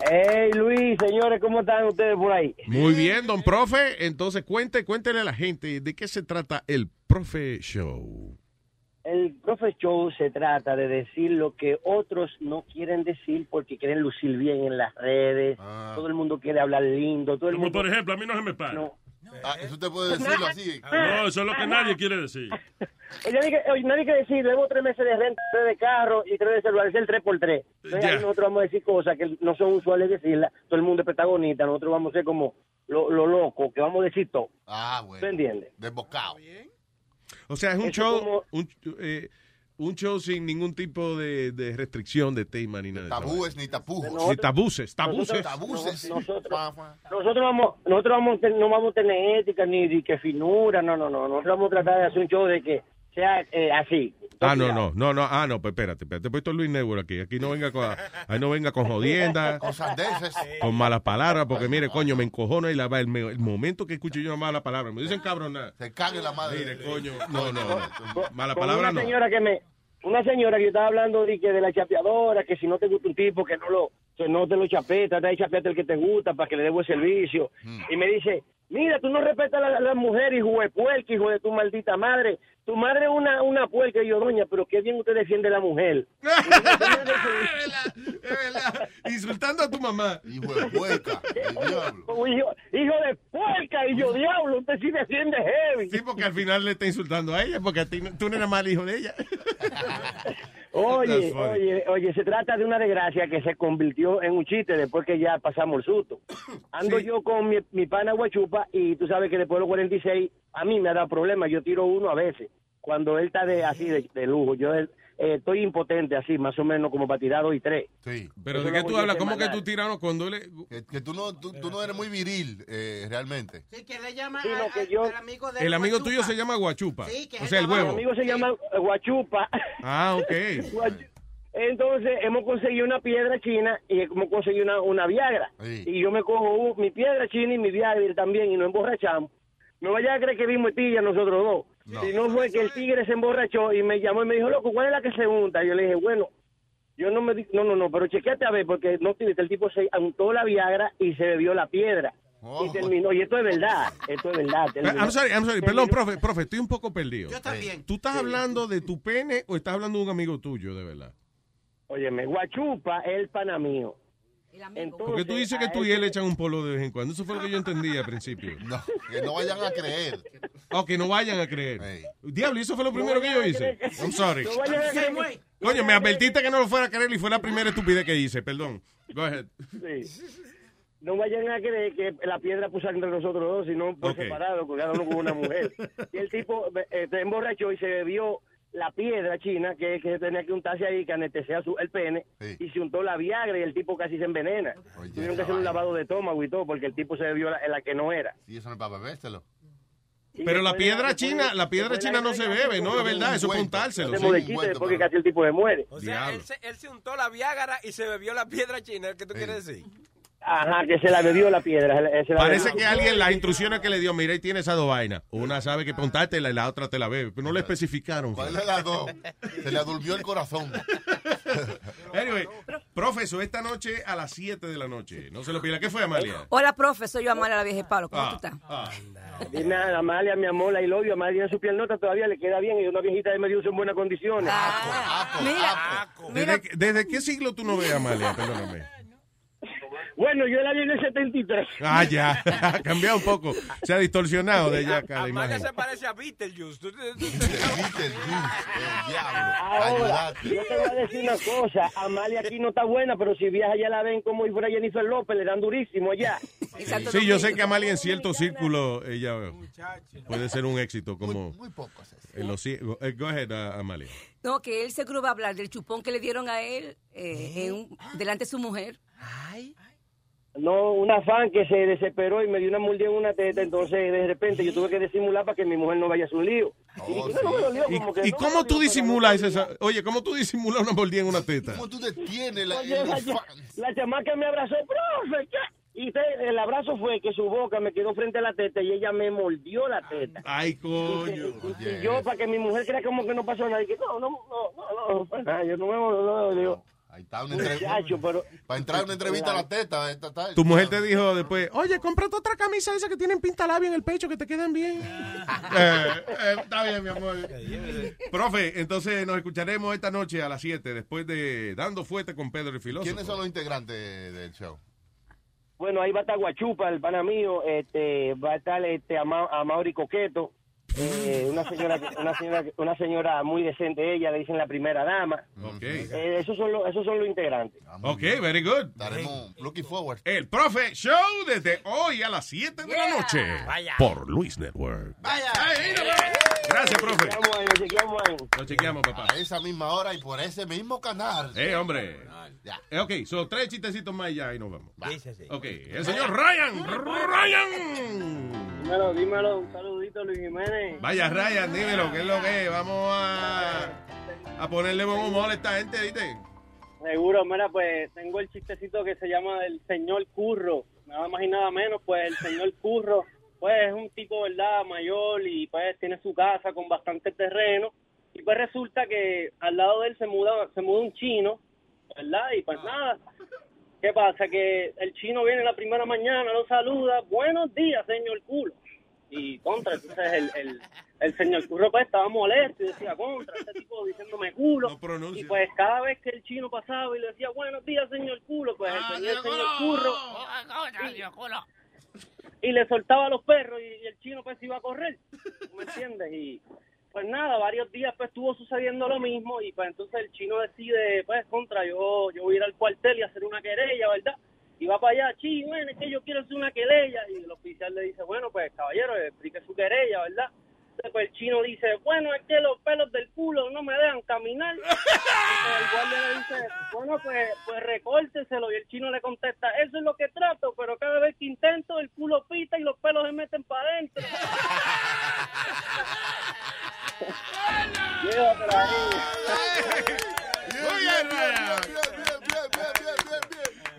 [SPEAKER 38] Hey Luis, señores, ¿cómo están ustedes por ahí?
[SPEAKER 1] Muy bien, don profe. Entonces, cuente, cuéntele a la gente de qué se trata el profe show.
[SPEAKER 38] El Profe Show se trata de decir lo que otros no quieren decir porque quieren lucir bien en las redes. Todo el mundo quiere hablar lindo. Todo el
[SPEAKER 37] Como
[SPEAKER 38] mundo.
[SPEAKER 37] por ejemplo, a mí no se me para.
[SPEAKER 38] No.
[SPEAKER 6] Ah, eso te puede decirlo así.
[SPEAKER 37] No, eso es lo que nadie quiere decir.
[SPEAKER 38] Eh, Nadie que, oye, nadie que decir, debo tres meses de renta, tres de carro y tres de celular, es el tres por tres. Entonces ahí
[SPEAKER 37] Ya.
[SPEAKER 38] nosotros vamos a decir cosas que no son usuales decirlas. Todo el mundo es protagonista, nosotros vamos a ser como lo, lo loco, que vamos a decir todo.
[SPEAKER 6] Ah,
[SPEAKER 38] ¿Tú entiendes?
[SPEAKER 6] Desbocado.
[SPEAKER 1] O sea, es un
[SPEAKER 38] Eso
[SPEAKER 1] show,
[SPEAKER 38] como-
[SPEAKER 1] un, eh, un show sin ningún tipo de, de restricción de tema ni nada. de esa
[SPEAKER 6] Tabúes ni tapujos.
[SPEAKER 1] vaina. Ni tabuces, tabuces.
[SPEAKER 6] Tabuces.
[SPEAKER 38] Nosotros vamos, nosotros vamos, a ten- no vamos a tener ética ni de que finura, no, no, no. Nosotros vamos a tratar de hacer un show de que sea eh, así.
[SPEAKER 1] Ah, no, no, no, no, ah, no, pues espérate, espérate, pues esto es Luis Network aquí, aquí no venga con, ahí no venga con jodienda,
[SPEAKER 6] Cosas de esas.
[SPEAKER 1] con malas palabras, porque mire, coño, me encojona y la va, el, me- el momento que escucho yo una mala palabra, me dicen cabronar.
[SPEAKER 6] Se cague la madre.
[SPEAKER 1] Mire, coño, no, no, no, mala
[SPEAKER 38] Con
[SPEAKER 1] palabra
[SPEAKER 38] una
[SPEAKER 1] no.
[SPEAKER 38] señora que me, una señora que yo estaba hablando de que de la chapeadora, que si no te gusta un tipo que no lo, que no te lo chapea, trata de chapearte el que te gusta para que le dé buen servicio.
[SPEAKER 1] Mm.
[SPEAKER 38] Y me dice, mira, tú no respetas a la- a las mujeres, hijo de puerca, hijo de tu maldita madre. Tu madre es una, una puerca. Y yo, doña, pero qué bien usted defiende a la mujer.
[SPEAKER 1] Insultando a tu mamá.
[SPEAKER 6] Hijo de puerca.
[SPEAKER 38] hijo, hijo de puerca. Y yo, diablo, usted sí defiende heavy.
[SPEAKER 1] Sí, porque al final le está insultando a ella, porque a ti no- tú no eras mal hijo de ella. That's
[SPEAKER 38] Oye,
[SPEAKER 1] funny.
[SPEAKER 38] oye, oye, se trata de una desgracia que se convirtió en un chiste después que ya pasamos el susto. Ando yo con mi, mi pana Guachupa y tú sabes que después de los 46 a mí me ha dado problemas, yo tiro uno a veces. Cuando él está de, así de, de lujo, yo eh, estoy impotente así, más o menos como para tirar dos y tres.
[SPEAKER 6] Sí.
[SPEAKER 1] Pero de qué tú hablas, ¿cómo que tú tirano cuando le...
[SPEAKER 6] Que, que tú, no, tú, tú no eres muy viril, eh, realmente.
[SPEAKER 2] Sí, que le llama
[SPEAKER 38] Sí,
[SPEAKER 2] al-
[SPEAKER 38] lo que
[SPEAKER 2] al-
[SPEAKER 38] yo-
[SPEAKER 2] al amigo de
[SPEAKER 1] El amigo
[SPEAKER 2] Guachuca.
[SPEAKER 1] tuyo se llama Guachupa,
[SPEAKER 2] Sí, que es
[SPEAKER 1] o sea, el
[SPEAKER 38] Mi
[SPEAKER 1] huevo.
[SPEAKER 38] amigo se llama eh, Guachupa.
[SPEAKER 1] Ah, ok.
[SPEAKER 38] Guachu- Entonces hemos conseguido una piedra china y hemos conseguido una, una Viagra.
[SPEAKER 1] Sí.
[SPEAKER 38] Y yo me cojo uh, un- mi piedra china y mi Viagra también y nos emborrachamos. No vaya a creer que vimos tilla nosotros dos. Si no fue que el tigre se emborrachó y me llamó y me dijo, loco, ¿cuál es la que se junta? Yo le dije, bueno, yo no me di- no, no, no, pero chequeate a ver, porque no tienes, el tipo se untó la Viagra y se bebió la piedra. Y terminó, y esto es verdad, esto es verdad. terminó.
[SPEAKER 1] Eh, I'm sorry, I'm sorry.
[SPEAKER 38] Terminó-
[SPEAKER 1] Perdón, profe, profe, estoy un poco perdido. Yo
[SPEAKER 38] también.
[SPEAKER 1] ¿Tú estás hablando de tu pene o estás hablando de un amigo tuyo, de verdad?
[SPEAKER 38] Óyeme, Guachupa es el pana mío. Entonces,
[SPEAKER 1] Porque tú dices que
[SPEAKER 38] a
[SPEAKER 1] tú
[SPEAKER 38] él
[SPEAKER 1] y él echan un polo de vez en cuando. Eso fue lo que yo entendí al principio. No,
[SPEAKER 6] Que no vayan a creer.
[SPEAKER 1] Oh, que no vayan a creer. Diablo, eso fue lo primero que yo hice. I'm sorry.
[SPEAKER 6] No vayan a creer.
[SPEAKER 1] Coño, me advertiste que no lo fuera a creer y fue la primera estupidez que hice. Perdón. Go ahead.
[SPEAKER 38] Sí. No vayan a creer que la piedra puso entre nosotros dos, sino por
[SPEAKER 1] Ok.
[SPEAKER 38] separado, con cada uno con una mujer. Y el tipo eh, se emborrachó y se bebió la piedra china que, que tenía que untarse ahí, que anestesia su, el pene, y se untó la Viagra y el tipo casi se envenena. Tuvieron que hacer un lavado de estómago y todo, porque el tipo se bebió la, la que no era.
[SPEAKER 6] Y eso no es para bebérselo.
[SPEAKER 38] Y
[SPEAKER 1] Pero la
[SPEAKER 38] después
[SPEAKER 1] piedra
[SPEAKER 38] después-
[SPEAKER 1] china- la piedra
[SPEAKER 38] después
[SPEAKER 1] china no se bebe, ¿no? Es verdad, eso es
[SPEAKER 38] Cuento.
[SPEAKER 1] untárselo,
[SPEAKER 38] Hacemos
[SPEAKER 1] sí.
[SPEAKER 38] de chiste después que casi el tipo se muere.
[SPEAKER 1] O sea, Diablo. él
[SPEAKER 24] se- él se untó la Viagra y se bebió la piedra china, ¿qué tú quieres decir?
[SPEAKER 38] Ajá, que se la bebió la piedra. se- se la
[SPEAKER 1] Parece
[SPEAKER 38] bebió.
[SPEAKER 1] que alguien las instrucciones que le dio, mira, ahí tiene esas dos vainas. Una sabe que puntártela y la otra te la bebe. Pero no le especificaron.
[SPEAKER 6] ¿Cuál de las dos? Se le adulmió el corazón.
[SPEAKER 1] Anyway, profesor, esta noche a las 7 de la noche. No se lo pida. ¿Qué fue, Amalia?
[SPEAKER 9] Hola, profe, soy yo, Amalia la Vieja de Palo. ¿Cómo
[SPEAKER 1] Ah,
[SPEAKER 9] tú estás?
[SPEAKER 38] Y nada, Amalia, mi amor, la I love you. Amalia tiene su piel nota, todavía le queda bien. Y una viejita de medio uso en buenas condiciones.
[SPEAKER 1] ¿Desde, desde qué siglo tú no ves, Amalia? Perdóname.
[SPEAKER 38] Bueno, yo la vi en el 73.
[SPEAKER 1] Ah, ya. Ha cambiado un poco. Se ha distorsionado de ya acá la
[SPEAKER 24] Amalia
[SPEAKER 1] imagen.
[SPEAKER 24] se parece a Beetlejuice. Tú- tú- tú-
[SPEAKER 38] Ahora, yo te voy a decir una cosa. Amalia aquí no está buena, pero si viaja ya la ven como si fuera Jennifer López, le dan durísimo allá.
[SPEAKER 1] Sí, yo sé que Amalia en cierto círculo ella puede ser un éxito como en los cí- go- eh, go ahead, ah, Amalia.
[SPEAKER 9] No, que él se cruzó a hablar del chupón que le dieron a él eh, en un- delante de su mujer.
[SPEAKER 38] No, una fan que se desesperó y me dio una mordida en una teta, entonces de repente yo tuve que disimular para que mi mujer no vaya a su lío. y dije, no, no me dolió,
[SPEAKER 1] ¿Y,
[SPEAKER 38] como que
[SPEAKER 1] y
[SPEAKER 38] no me
[SPEAKER 1] cómo tú disimulas esa... Oye, ¿cómo tú disimulas una mordida en una teta?
[SPEAKER 6] tú detienes la,
[SPEAKER 38] Oye, la, lla- la chamaca me abrazó, profe, ¿qué? Y te- el abrazo fue que su boca me quedó frente a la teta y ella me mordió la teta.
[SPEAKER 1] Ay, coño.
[SPEAKER 38] Y yo, para que mi mujer crea como que no pasó nada, y que no, no, no, no, no, para nada, yo no me no, digo,
[SPEAKER 6] Ahí está una entrevista.
[SPEAKER 38] Muchacho, pero...
[SPEAKER 6] Para entrar a una entrevista a la teta. Esta tarde.
[SPEAKER 1] Tu mujer te dijo después, oye, cómprate otra camisa esa que tienen pintalabia en el pecho que te quedan bien. Eh, eh, está bien, mi amor. Profe, entonces nos escucharemos esta noche a las 7 después de Dando Fuerte con Pedro el Filósofo.
[SPEAKER 6] ¿Quiénes son los integrantes del show?
[SPEAKER 38] Bueno, ahí va a estar Guachupa, el pana mío, este, va a estar este, a, Ma- a Mauri Coqueto, eh,
[SPEAKER 6] Mm.
[SPEAKER 38] una, señora, que- una, señora, que- una señora muy decente ella, le dicen la primera dama.
[SPEAKER 1] Ok.
[SPEAKER 38] Eh, esos, son los, esos son los integrantes.
[SPEAKER 1] Ah, Ok, very good.
[SPEAKER 6] Estaremos looking forward.
[SPEAKER 1] El Profe Show desde hoy a las 7 de la noche por Luis Network. Gracias, profe. Nos chequeamos, papá.
[SPEAKER 6] A esa misma hora y por ese mismo canal.
[SPEAKER 1] Eh, hombre.
[SPEAKER 6] Ya.
[SPEAKER 1] Eh, ok, son tres chistecitos más y ya y nos vamos.
[SPEAKER 6] Dice
[SPEAKER 1] Ok, el señor Ryan. Ryan.
[SPEAKER 42] Dímelo, dímelo, un saludito Luis Jiménez.
[SPEAKER 1] Vaya, Ryan, dímelo, ¿qué es lo que es? Vamos a, a ponerle buen humor a esta gente, ¿viste?
[SPEAKER 42] Seguro, mira, pues tengo el chistecito que se llama el señor Curro. Nada más y nada menos, pues el señor Curro, pues es un tipo, ¿verdad? Mayor y pues tiene su casa con bastante terreno. Y pues resulta que al lado de él se muda, se muda un chino, ¿verdad? Y pues nada, ¿qué pasa? Que el chino viene la primera mañana, lo saluda, buenos días, señor Curro. Y contra, entonces el, el, el señor Curro pues estaba molesto y decía, contra, este tipo diciéndome culo. Y pues cada vez que el chino pasaba y le decía, buenos días, señor culo, pues
[SPEAKER 46] Ah,
[SPEAKER 42] el señor, señor curro y le soltaba a los perros y, y el chino pues se iba a correr, ¿tú ¿me entiendes? Y pues nada, varios días pues estuvo sucediendo lo mismo y pues entonces el chino decide, pues contra, yo, yo voy a ir al cuartel y hacer una querella, ¿verdad? Y va para allá, chi, bueno, es que yo quiero hacer una querella y el oficial le dice, bueno, pues caballero, explique su querella, ¿verdad? Entonces, pues el chino dice, bueno, es que los pelos del culo no me dejan caminar. Entonces, el guardia le dice, bueno, pues, pues recórteselo. Y el chino le contesta, eso es lo que trato, pero cada vez que intento, el culo pita y los pelos se meten para adentro. Llévatela ahí.
[SPEAKER 1] Muy bien, Ryan.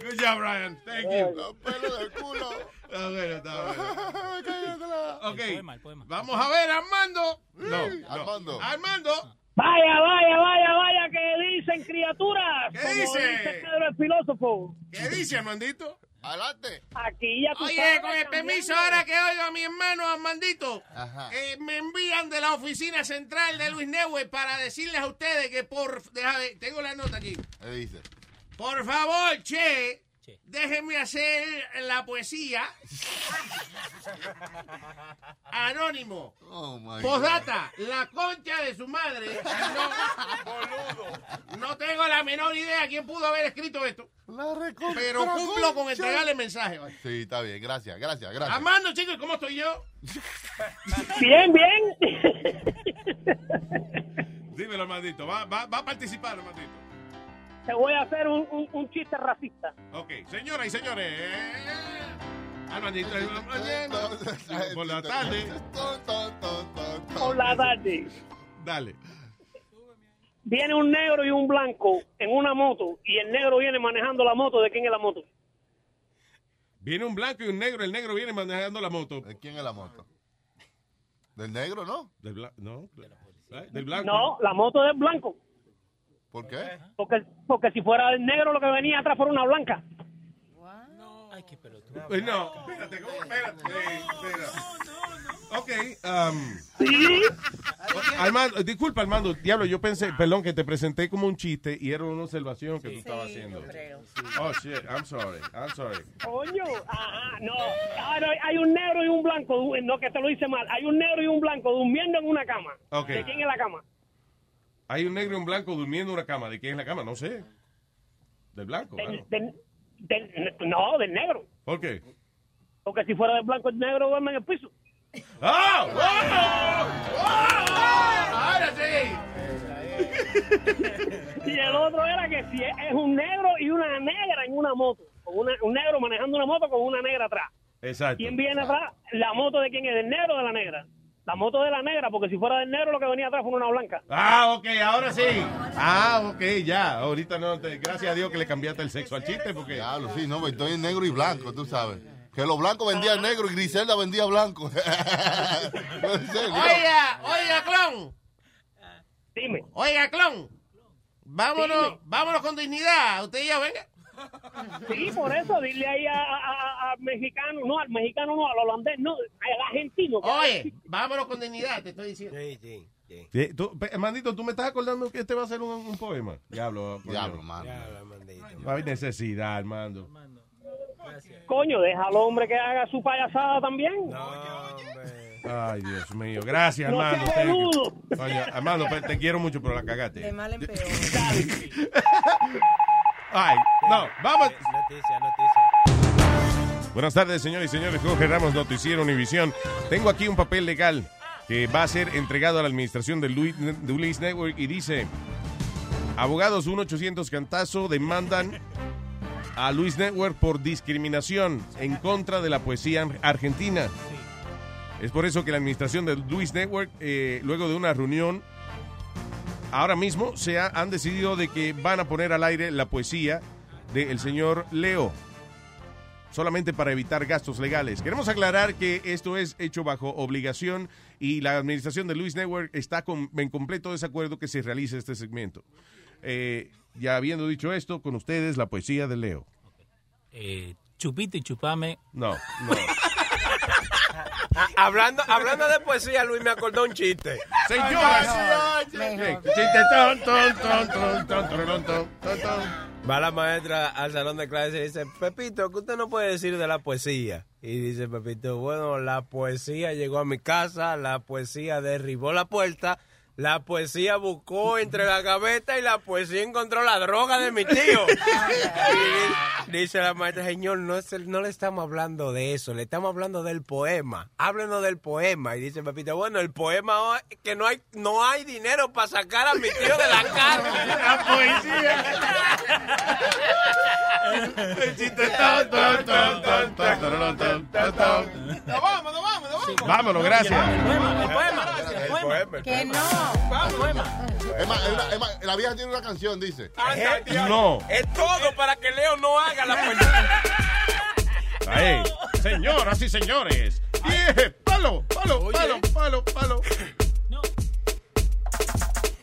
[SPEAKER 1] Good job, Ryan. Thank you.
[SPEAKER 6] Pelo del culo.
[SPEAKER 1] Está bueno, está bueno. Ok. Vamos a ver, Armando. No,
[SPEAKER 6] Armando.
[SPEAKER 1] Armando.
[SPEAKER 52] Vaya, vaya, vaya, vaya, que dicen criaturas. ¿Qué dice? Pedro el filósofo.
[SPEAKER 1] ¿Qué dice, Armandito?
[SPEAKER 6] Adelante.
[SPEAKER 52] Aquí ya tú
[SPEAKER 3] Oye,
[SPEAKER 52] sabes,
[SPEAKER 3] con el
[SPEAKER 52] cambiando.
[SPEAKER 3] permiso ahora que oiga a mi hermano Armandito,
[SPEAKER 6] Ajá.
[SPEAKER 3] eh, me envían de la oficina central de Luis Neuer para decirles a ustedes que por... Déjame, tengo la nota aquí.
[SPEAKER 6] ¿Qué dice?
[SPEAKER 3] Por favor, che, déjenme hacer la poesía anónimo.
[SPEAKER 6] Oh, my
[SPEAKER 3] Posdata, la concha de su madre. No, no tengo la menor idea quién pudo haber escrito esto. Pero cumplo con entregarle el mensaje. vaya.
[SPEAKER 6] God. Sí, está bien. Gracias, gracias, gracias.
[SPEAKER 3] Armando, chicos, ¿cómo estoy yo?
[SPEAKER 52] Bien, bien.
[SPEAKER 1] Dímelo, Armandito. Va, va, va a participar, Armandito.
[SPEAKER 52] Te voy a hacer un, un- un chiste racista.
[SPEAKER 1] Ok, señoras y señores. eh, Armandito, eh, mañana, por la tarde.
[SPEAKER 52] Por la tarde.
[SPEAKER 1] Dale.
[SPEAKER 52] Viene un negro y un blanco en una moto y el negro viene manejando la moto. ¿De quién es la moto?
[SPEAKER 1] Viene un blanco y un negro. El negro viene manejando la moto.
[SPEAKER 6] ¿De quién es la moto? ¿Del negro, no?
[SPEAKER 1] Del blanco. No. ¿Eh? Del blanco.
[SPEAKER 52] No, la moto del blanco.
[SPEAKER 6] ¿Por qué?
[SPEAKER 52] Porque, porque si fuera del negro, lo que venía atrás fuera una blanca.
[SPEAKER 1] Eh, No. Espérate, ¿cómo? Espérate. espérate. Ok. um, Armando, disculpa, Armando. Diablo, yo pensé, perdón, que te presenté como un chiste y era una observación que tú estabas haciendo. Oh, shit. I'm sorry. I'm sorry.
[SPEAKER 52] Coño, ajá, no. Ahora hay un negro y un blanco, du- no que te lo hice mal. Hay un negro y un blanco durmiendo en una cama.
[SPEAKER 1] Ok.
[SPEAKER 52] ¿De quién es la cama?
[SPEAKER 1] Hay un negro y un blanco durmiendo en una cama. ¿De quién es la cama? No sé. Del blanco,
[SPEAKER 52] Del-
[SPEAKER 1] claro.
[SPEAKER 52] del- del- no, del negro.
[SPEAKER 1] ¿Por qué?
[SPEAKER 52] Porque si fuera del blanco, el negro duerme en el piso.
[SPEAKER 1] ¡Ah!
[SPEAKER 52] Ahora sí. Y el otro era que si es es un negro y una negra en una moto, con una- un negro manejando una moto con una negra atrás.
[SPEAKER 1] Exacto.
[SPEAKER 52] ¿Quién viene atrás? La moto de quién es, del negro o de la negra. La moto de la negra, porque si fuera del negro lo que venía atrás fue una blanca.
[SPEAKER 1] Ah, ok, ahora sí. Ah, ok, ya. Ahorita no te- Gracias a Dios que le cambiaste el sexo al chiste porque.
[SPEAKER 6] Diablo, sí, no, pues, estoy en negro y blanco, tú sabes. Que los blancos vendían negro y Griselda vendía blanco. En serio.
[SPEAKER 3] Oiga, oiga, clon.
[SPEAKER 52] Dime.
[SPEAKER 3] Oiga, clon. Vámonos, vámonos con dignidad. Usted y yo, venga.
[SPEAKER 52] Sí, por eso, dile ahí a- a- a- al mexicano, no, al mexicano no, al holandés no, al argentino. que-
[SPEAKER 3] Oye, vámonos con dignidad, te estoy diciendo.
[SPEAKER 1] Sí, tú- pe- Armandito, ¿tú me estás acordando que este va a ser un, un poema? Diablo, coño.
[SPEAKER 6] Diablo, mano.
[SPEAKER 1] No hay necesidad, Armando.
[SPEAKER 52] Coño, deja al hombre que haga su payasada también.
[SPEAKER 1] Ay, Dios mío. Gracias,
[SPEAKER 52] No
[SPEAKER 1] Armando.
[SPEAKER 52] seas
[SPEAKER 1] Thank you.
[SPEAKER 52] peludo.
[SPEAKER 1] Coño, Armando, pe- te quiero mucho, pero la cagaste.
[SPEAKER 36] De mal en peor.
[SPEAKER 1] Ay, no, vamos.
[SPEAKER 24] Noticia, noticia.
[SPEAKER 1] Buenas tardes, señores y señores. Jorge Ramos, Noticiero Univisión. Tengo aquí un papel legal que va a ser entregado a la administración de Luis, de Luis Network y dice: Abogados 1-800 Cantazo demandan a Luis Network por discriminación en contra de la poesía argentina. Es por eso que la administración de Luis Network, eh, luego de una reunión, ahora mismo se ha- han decidido de que van a poner al aire la poesía del señor Leo solamente para evitar gastos legales. Queremos aclarar que esto es hecho bajo obligación y la administración de Luis Network está con- en completo desacuerdo que se realice este segmento. Eh, ya habiendo dicho esto, con ustedes la poesía de Leo.
[SPEAKER 33] Eh, chupita y chupame.
[SPEAKER 1] No,
[SPEAKER 24] Ah, hablando, hablando de poesía, Luis me acordó un chiste.
[SPEAKER 1] Señoras. Chiste ton, ton, ton, ton, ton, ton, ton, ton, ton.
[SPEAKER 24] Va la maestra al salón de clases y dice, Pepito, ¿qué usted no puede decir de la poesía? Y dice Pepito, bueno, la poesía llegó a mi casa, la poesía derribó la puerta, la poesía buscó entre la gaveta y la poesía encontró la droga de mi tío. Y di- dice la maestra, señor, no, es el- no le estamos hablando de eso, le estamos hablando del poema. Háblenos del poema. Y dice Pepito, bueno, el poema hoy- que no hay, no hay dinero para sacar a mi tío de la cárcel.
[SPEAKER 52] La poesía.
[SPEAKER 1] El chiste ton, ton, ton, ton, ton, ton, ton, ton, ton.
[SPEAKER 52] Nos vamos, nos vamos, nos vamos.
[SPEAKER 1] Vámonos, gracias.
[SPEAKER 36] Que no.
[SPEAKER 6] Es más, es una- es más, la vieja tiene una canción, dice.
[SPEAKER 1] Ah,
[SPEAKER 37] Eh,
[SPEAKER 1] No.
[SPEAKER 24] Es todo para que Leo no haga la poesía.
[SPEAKER 1] Ahí. Señoras y señores, 10 palos palo, palo, palo, palo, palo.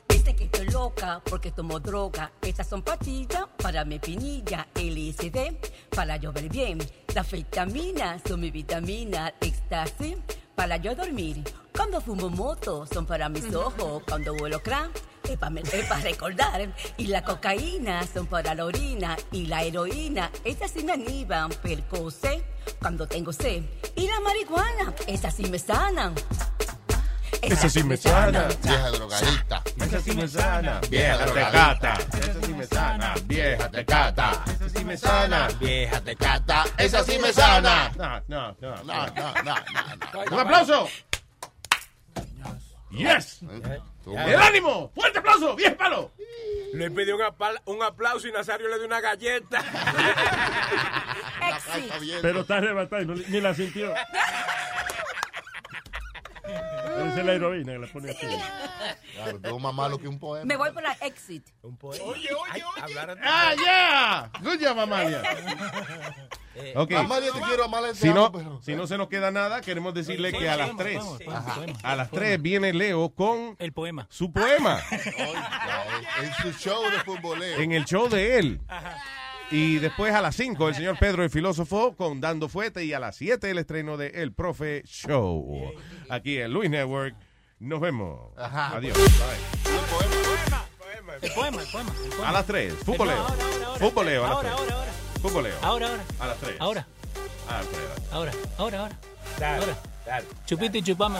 [SPEAKER 39] Dicen que estoy loca porque tomo droga. Estas son pastillas para mi pinilla, LSD, para yo ver bien. Las vitaminas son mi vitamina, éxtasis, para yo dormir. Cuando fumo moto, son para mis ojos. Cuando vuelo crack, es para recordar. Y la cocaína son para la orina. Y la heroína, estas sí me animan, percocé cuando tengo sed. Y la marihuana, estas sí me sanan.
[SPEAKER 1] Esa sí me sana.
[SPEAKER 36] Vieja drogadicta.
[SPEAKER 1] Esa sí me sana.
[SPEAKER 36] Vieja
[SPEAKER 1] tecata.
[SPEAKER 36] Esa
[SPEAKER 1] sí me sana.
[SPEAKER 36] Vieja tecata.
[SPEAKER 1] Esa sí me sana.
[SPEAKER 36] Vieja tecata. Esa sí me sana.
[SPEAKER 1] sana. No, no, no.
[SPEAKER 36] No, no, no, no, no.
[SPEAKER 1] ¡Un aplauso! ¡Yes! ¡El ánimo! ¡Fuerte aplauso! ¡Bien, palo!
[SPEAKER 24] Le pidió un, apal- un aplauso y Nazario le dio una galleta.
[SPEAKER 37] Pero está arrebatado y no le- ni la sintió. Esa es la heroína que la pone aquí.
[SPEAKER 36] Claro, todo más malo que un poema.
[SPEAKER 39] Me voy por la exit.
[SPEAKER 24] Oye, oye, oye.
[SPEAKER 1] ¡Ah, ya! ¡Good job, Amalia! Ok.
[SPEAKER 36] Amalia, te quiero, Amalia, te
[SPEAKER 1] Si no,
[SPEAKER 36] amo, pero-
[SPEAKER 1] si no se nos queda nada, queremos decirle que a las 3.
[SPEAKER 36] Vamos, vamos, vamos.
[SPEAKER 1] A las 3 viene Leo con.
[SPEAKER 33] El poema.
[SPEAKER 1] Su poema.
[SPEAKER 36] En su show de futboleo.
[SPEAKER 1] en el show de él. Y después a las 5 el señor Pedro el filósofo con Dando Fuete y a las 7 el estreno de El Profe Show. Aquí en Luis Network. Nos vemos.
[SPEAKER 33] Ajá.
[SPEAKER 1] Adiós.
[SPEAKER 33] El poema, el poema. el poema.
[SPEAKER 1] A las 3. Futboleo.
[SPEAKER 33] Ahora, ahora, ahora.
[SPEAKER 1] Futboleo a las
[SPEAKER 33] Ahora,
[SPEAKER 1] 3. Futboleo.
[SPEAKER 33] ahora, ahora. Ahora, ahora.
[SPEAKER 1] A las Ah, 3.
[SPEAKER 33] Ahora.
[SPEAKER 1] A las 3.
[SPEAKER 33] Ahora, ahora, ahora. ahora. Chupito y chupame.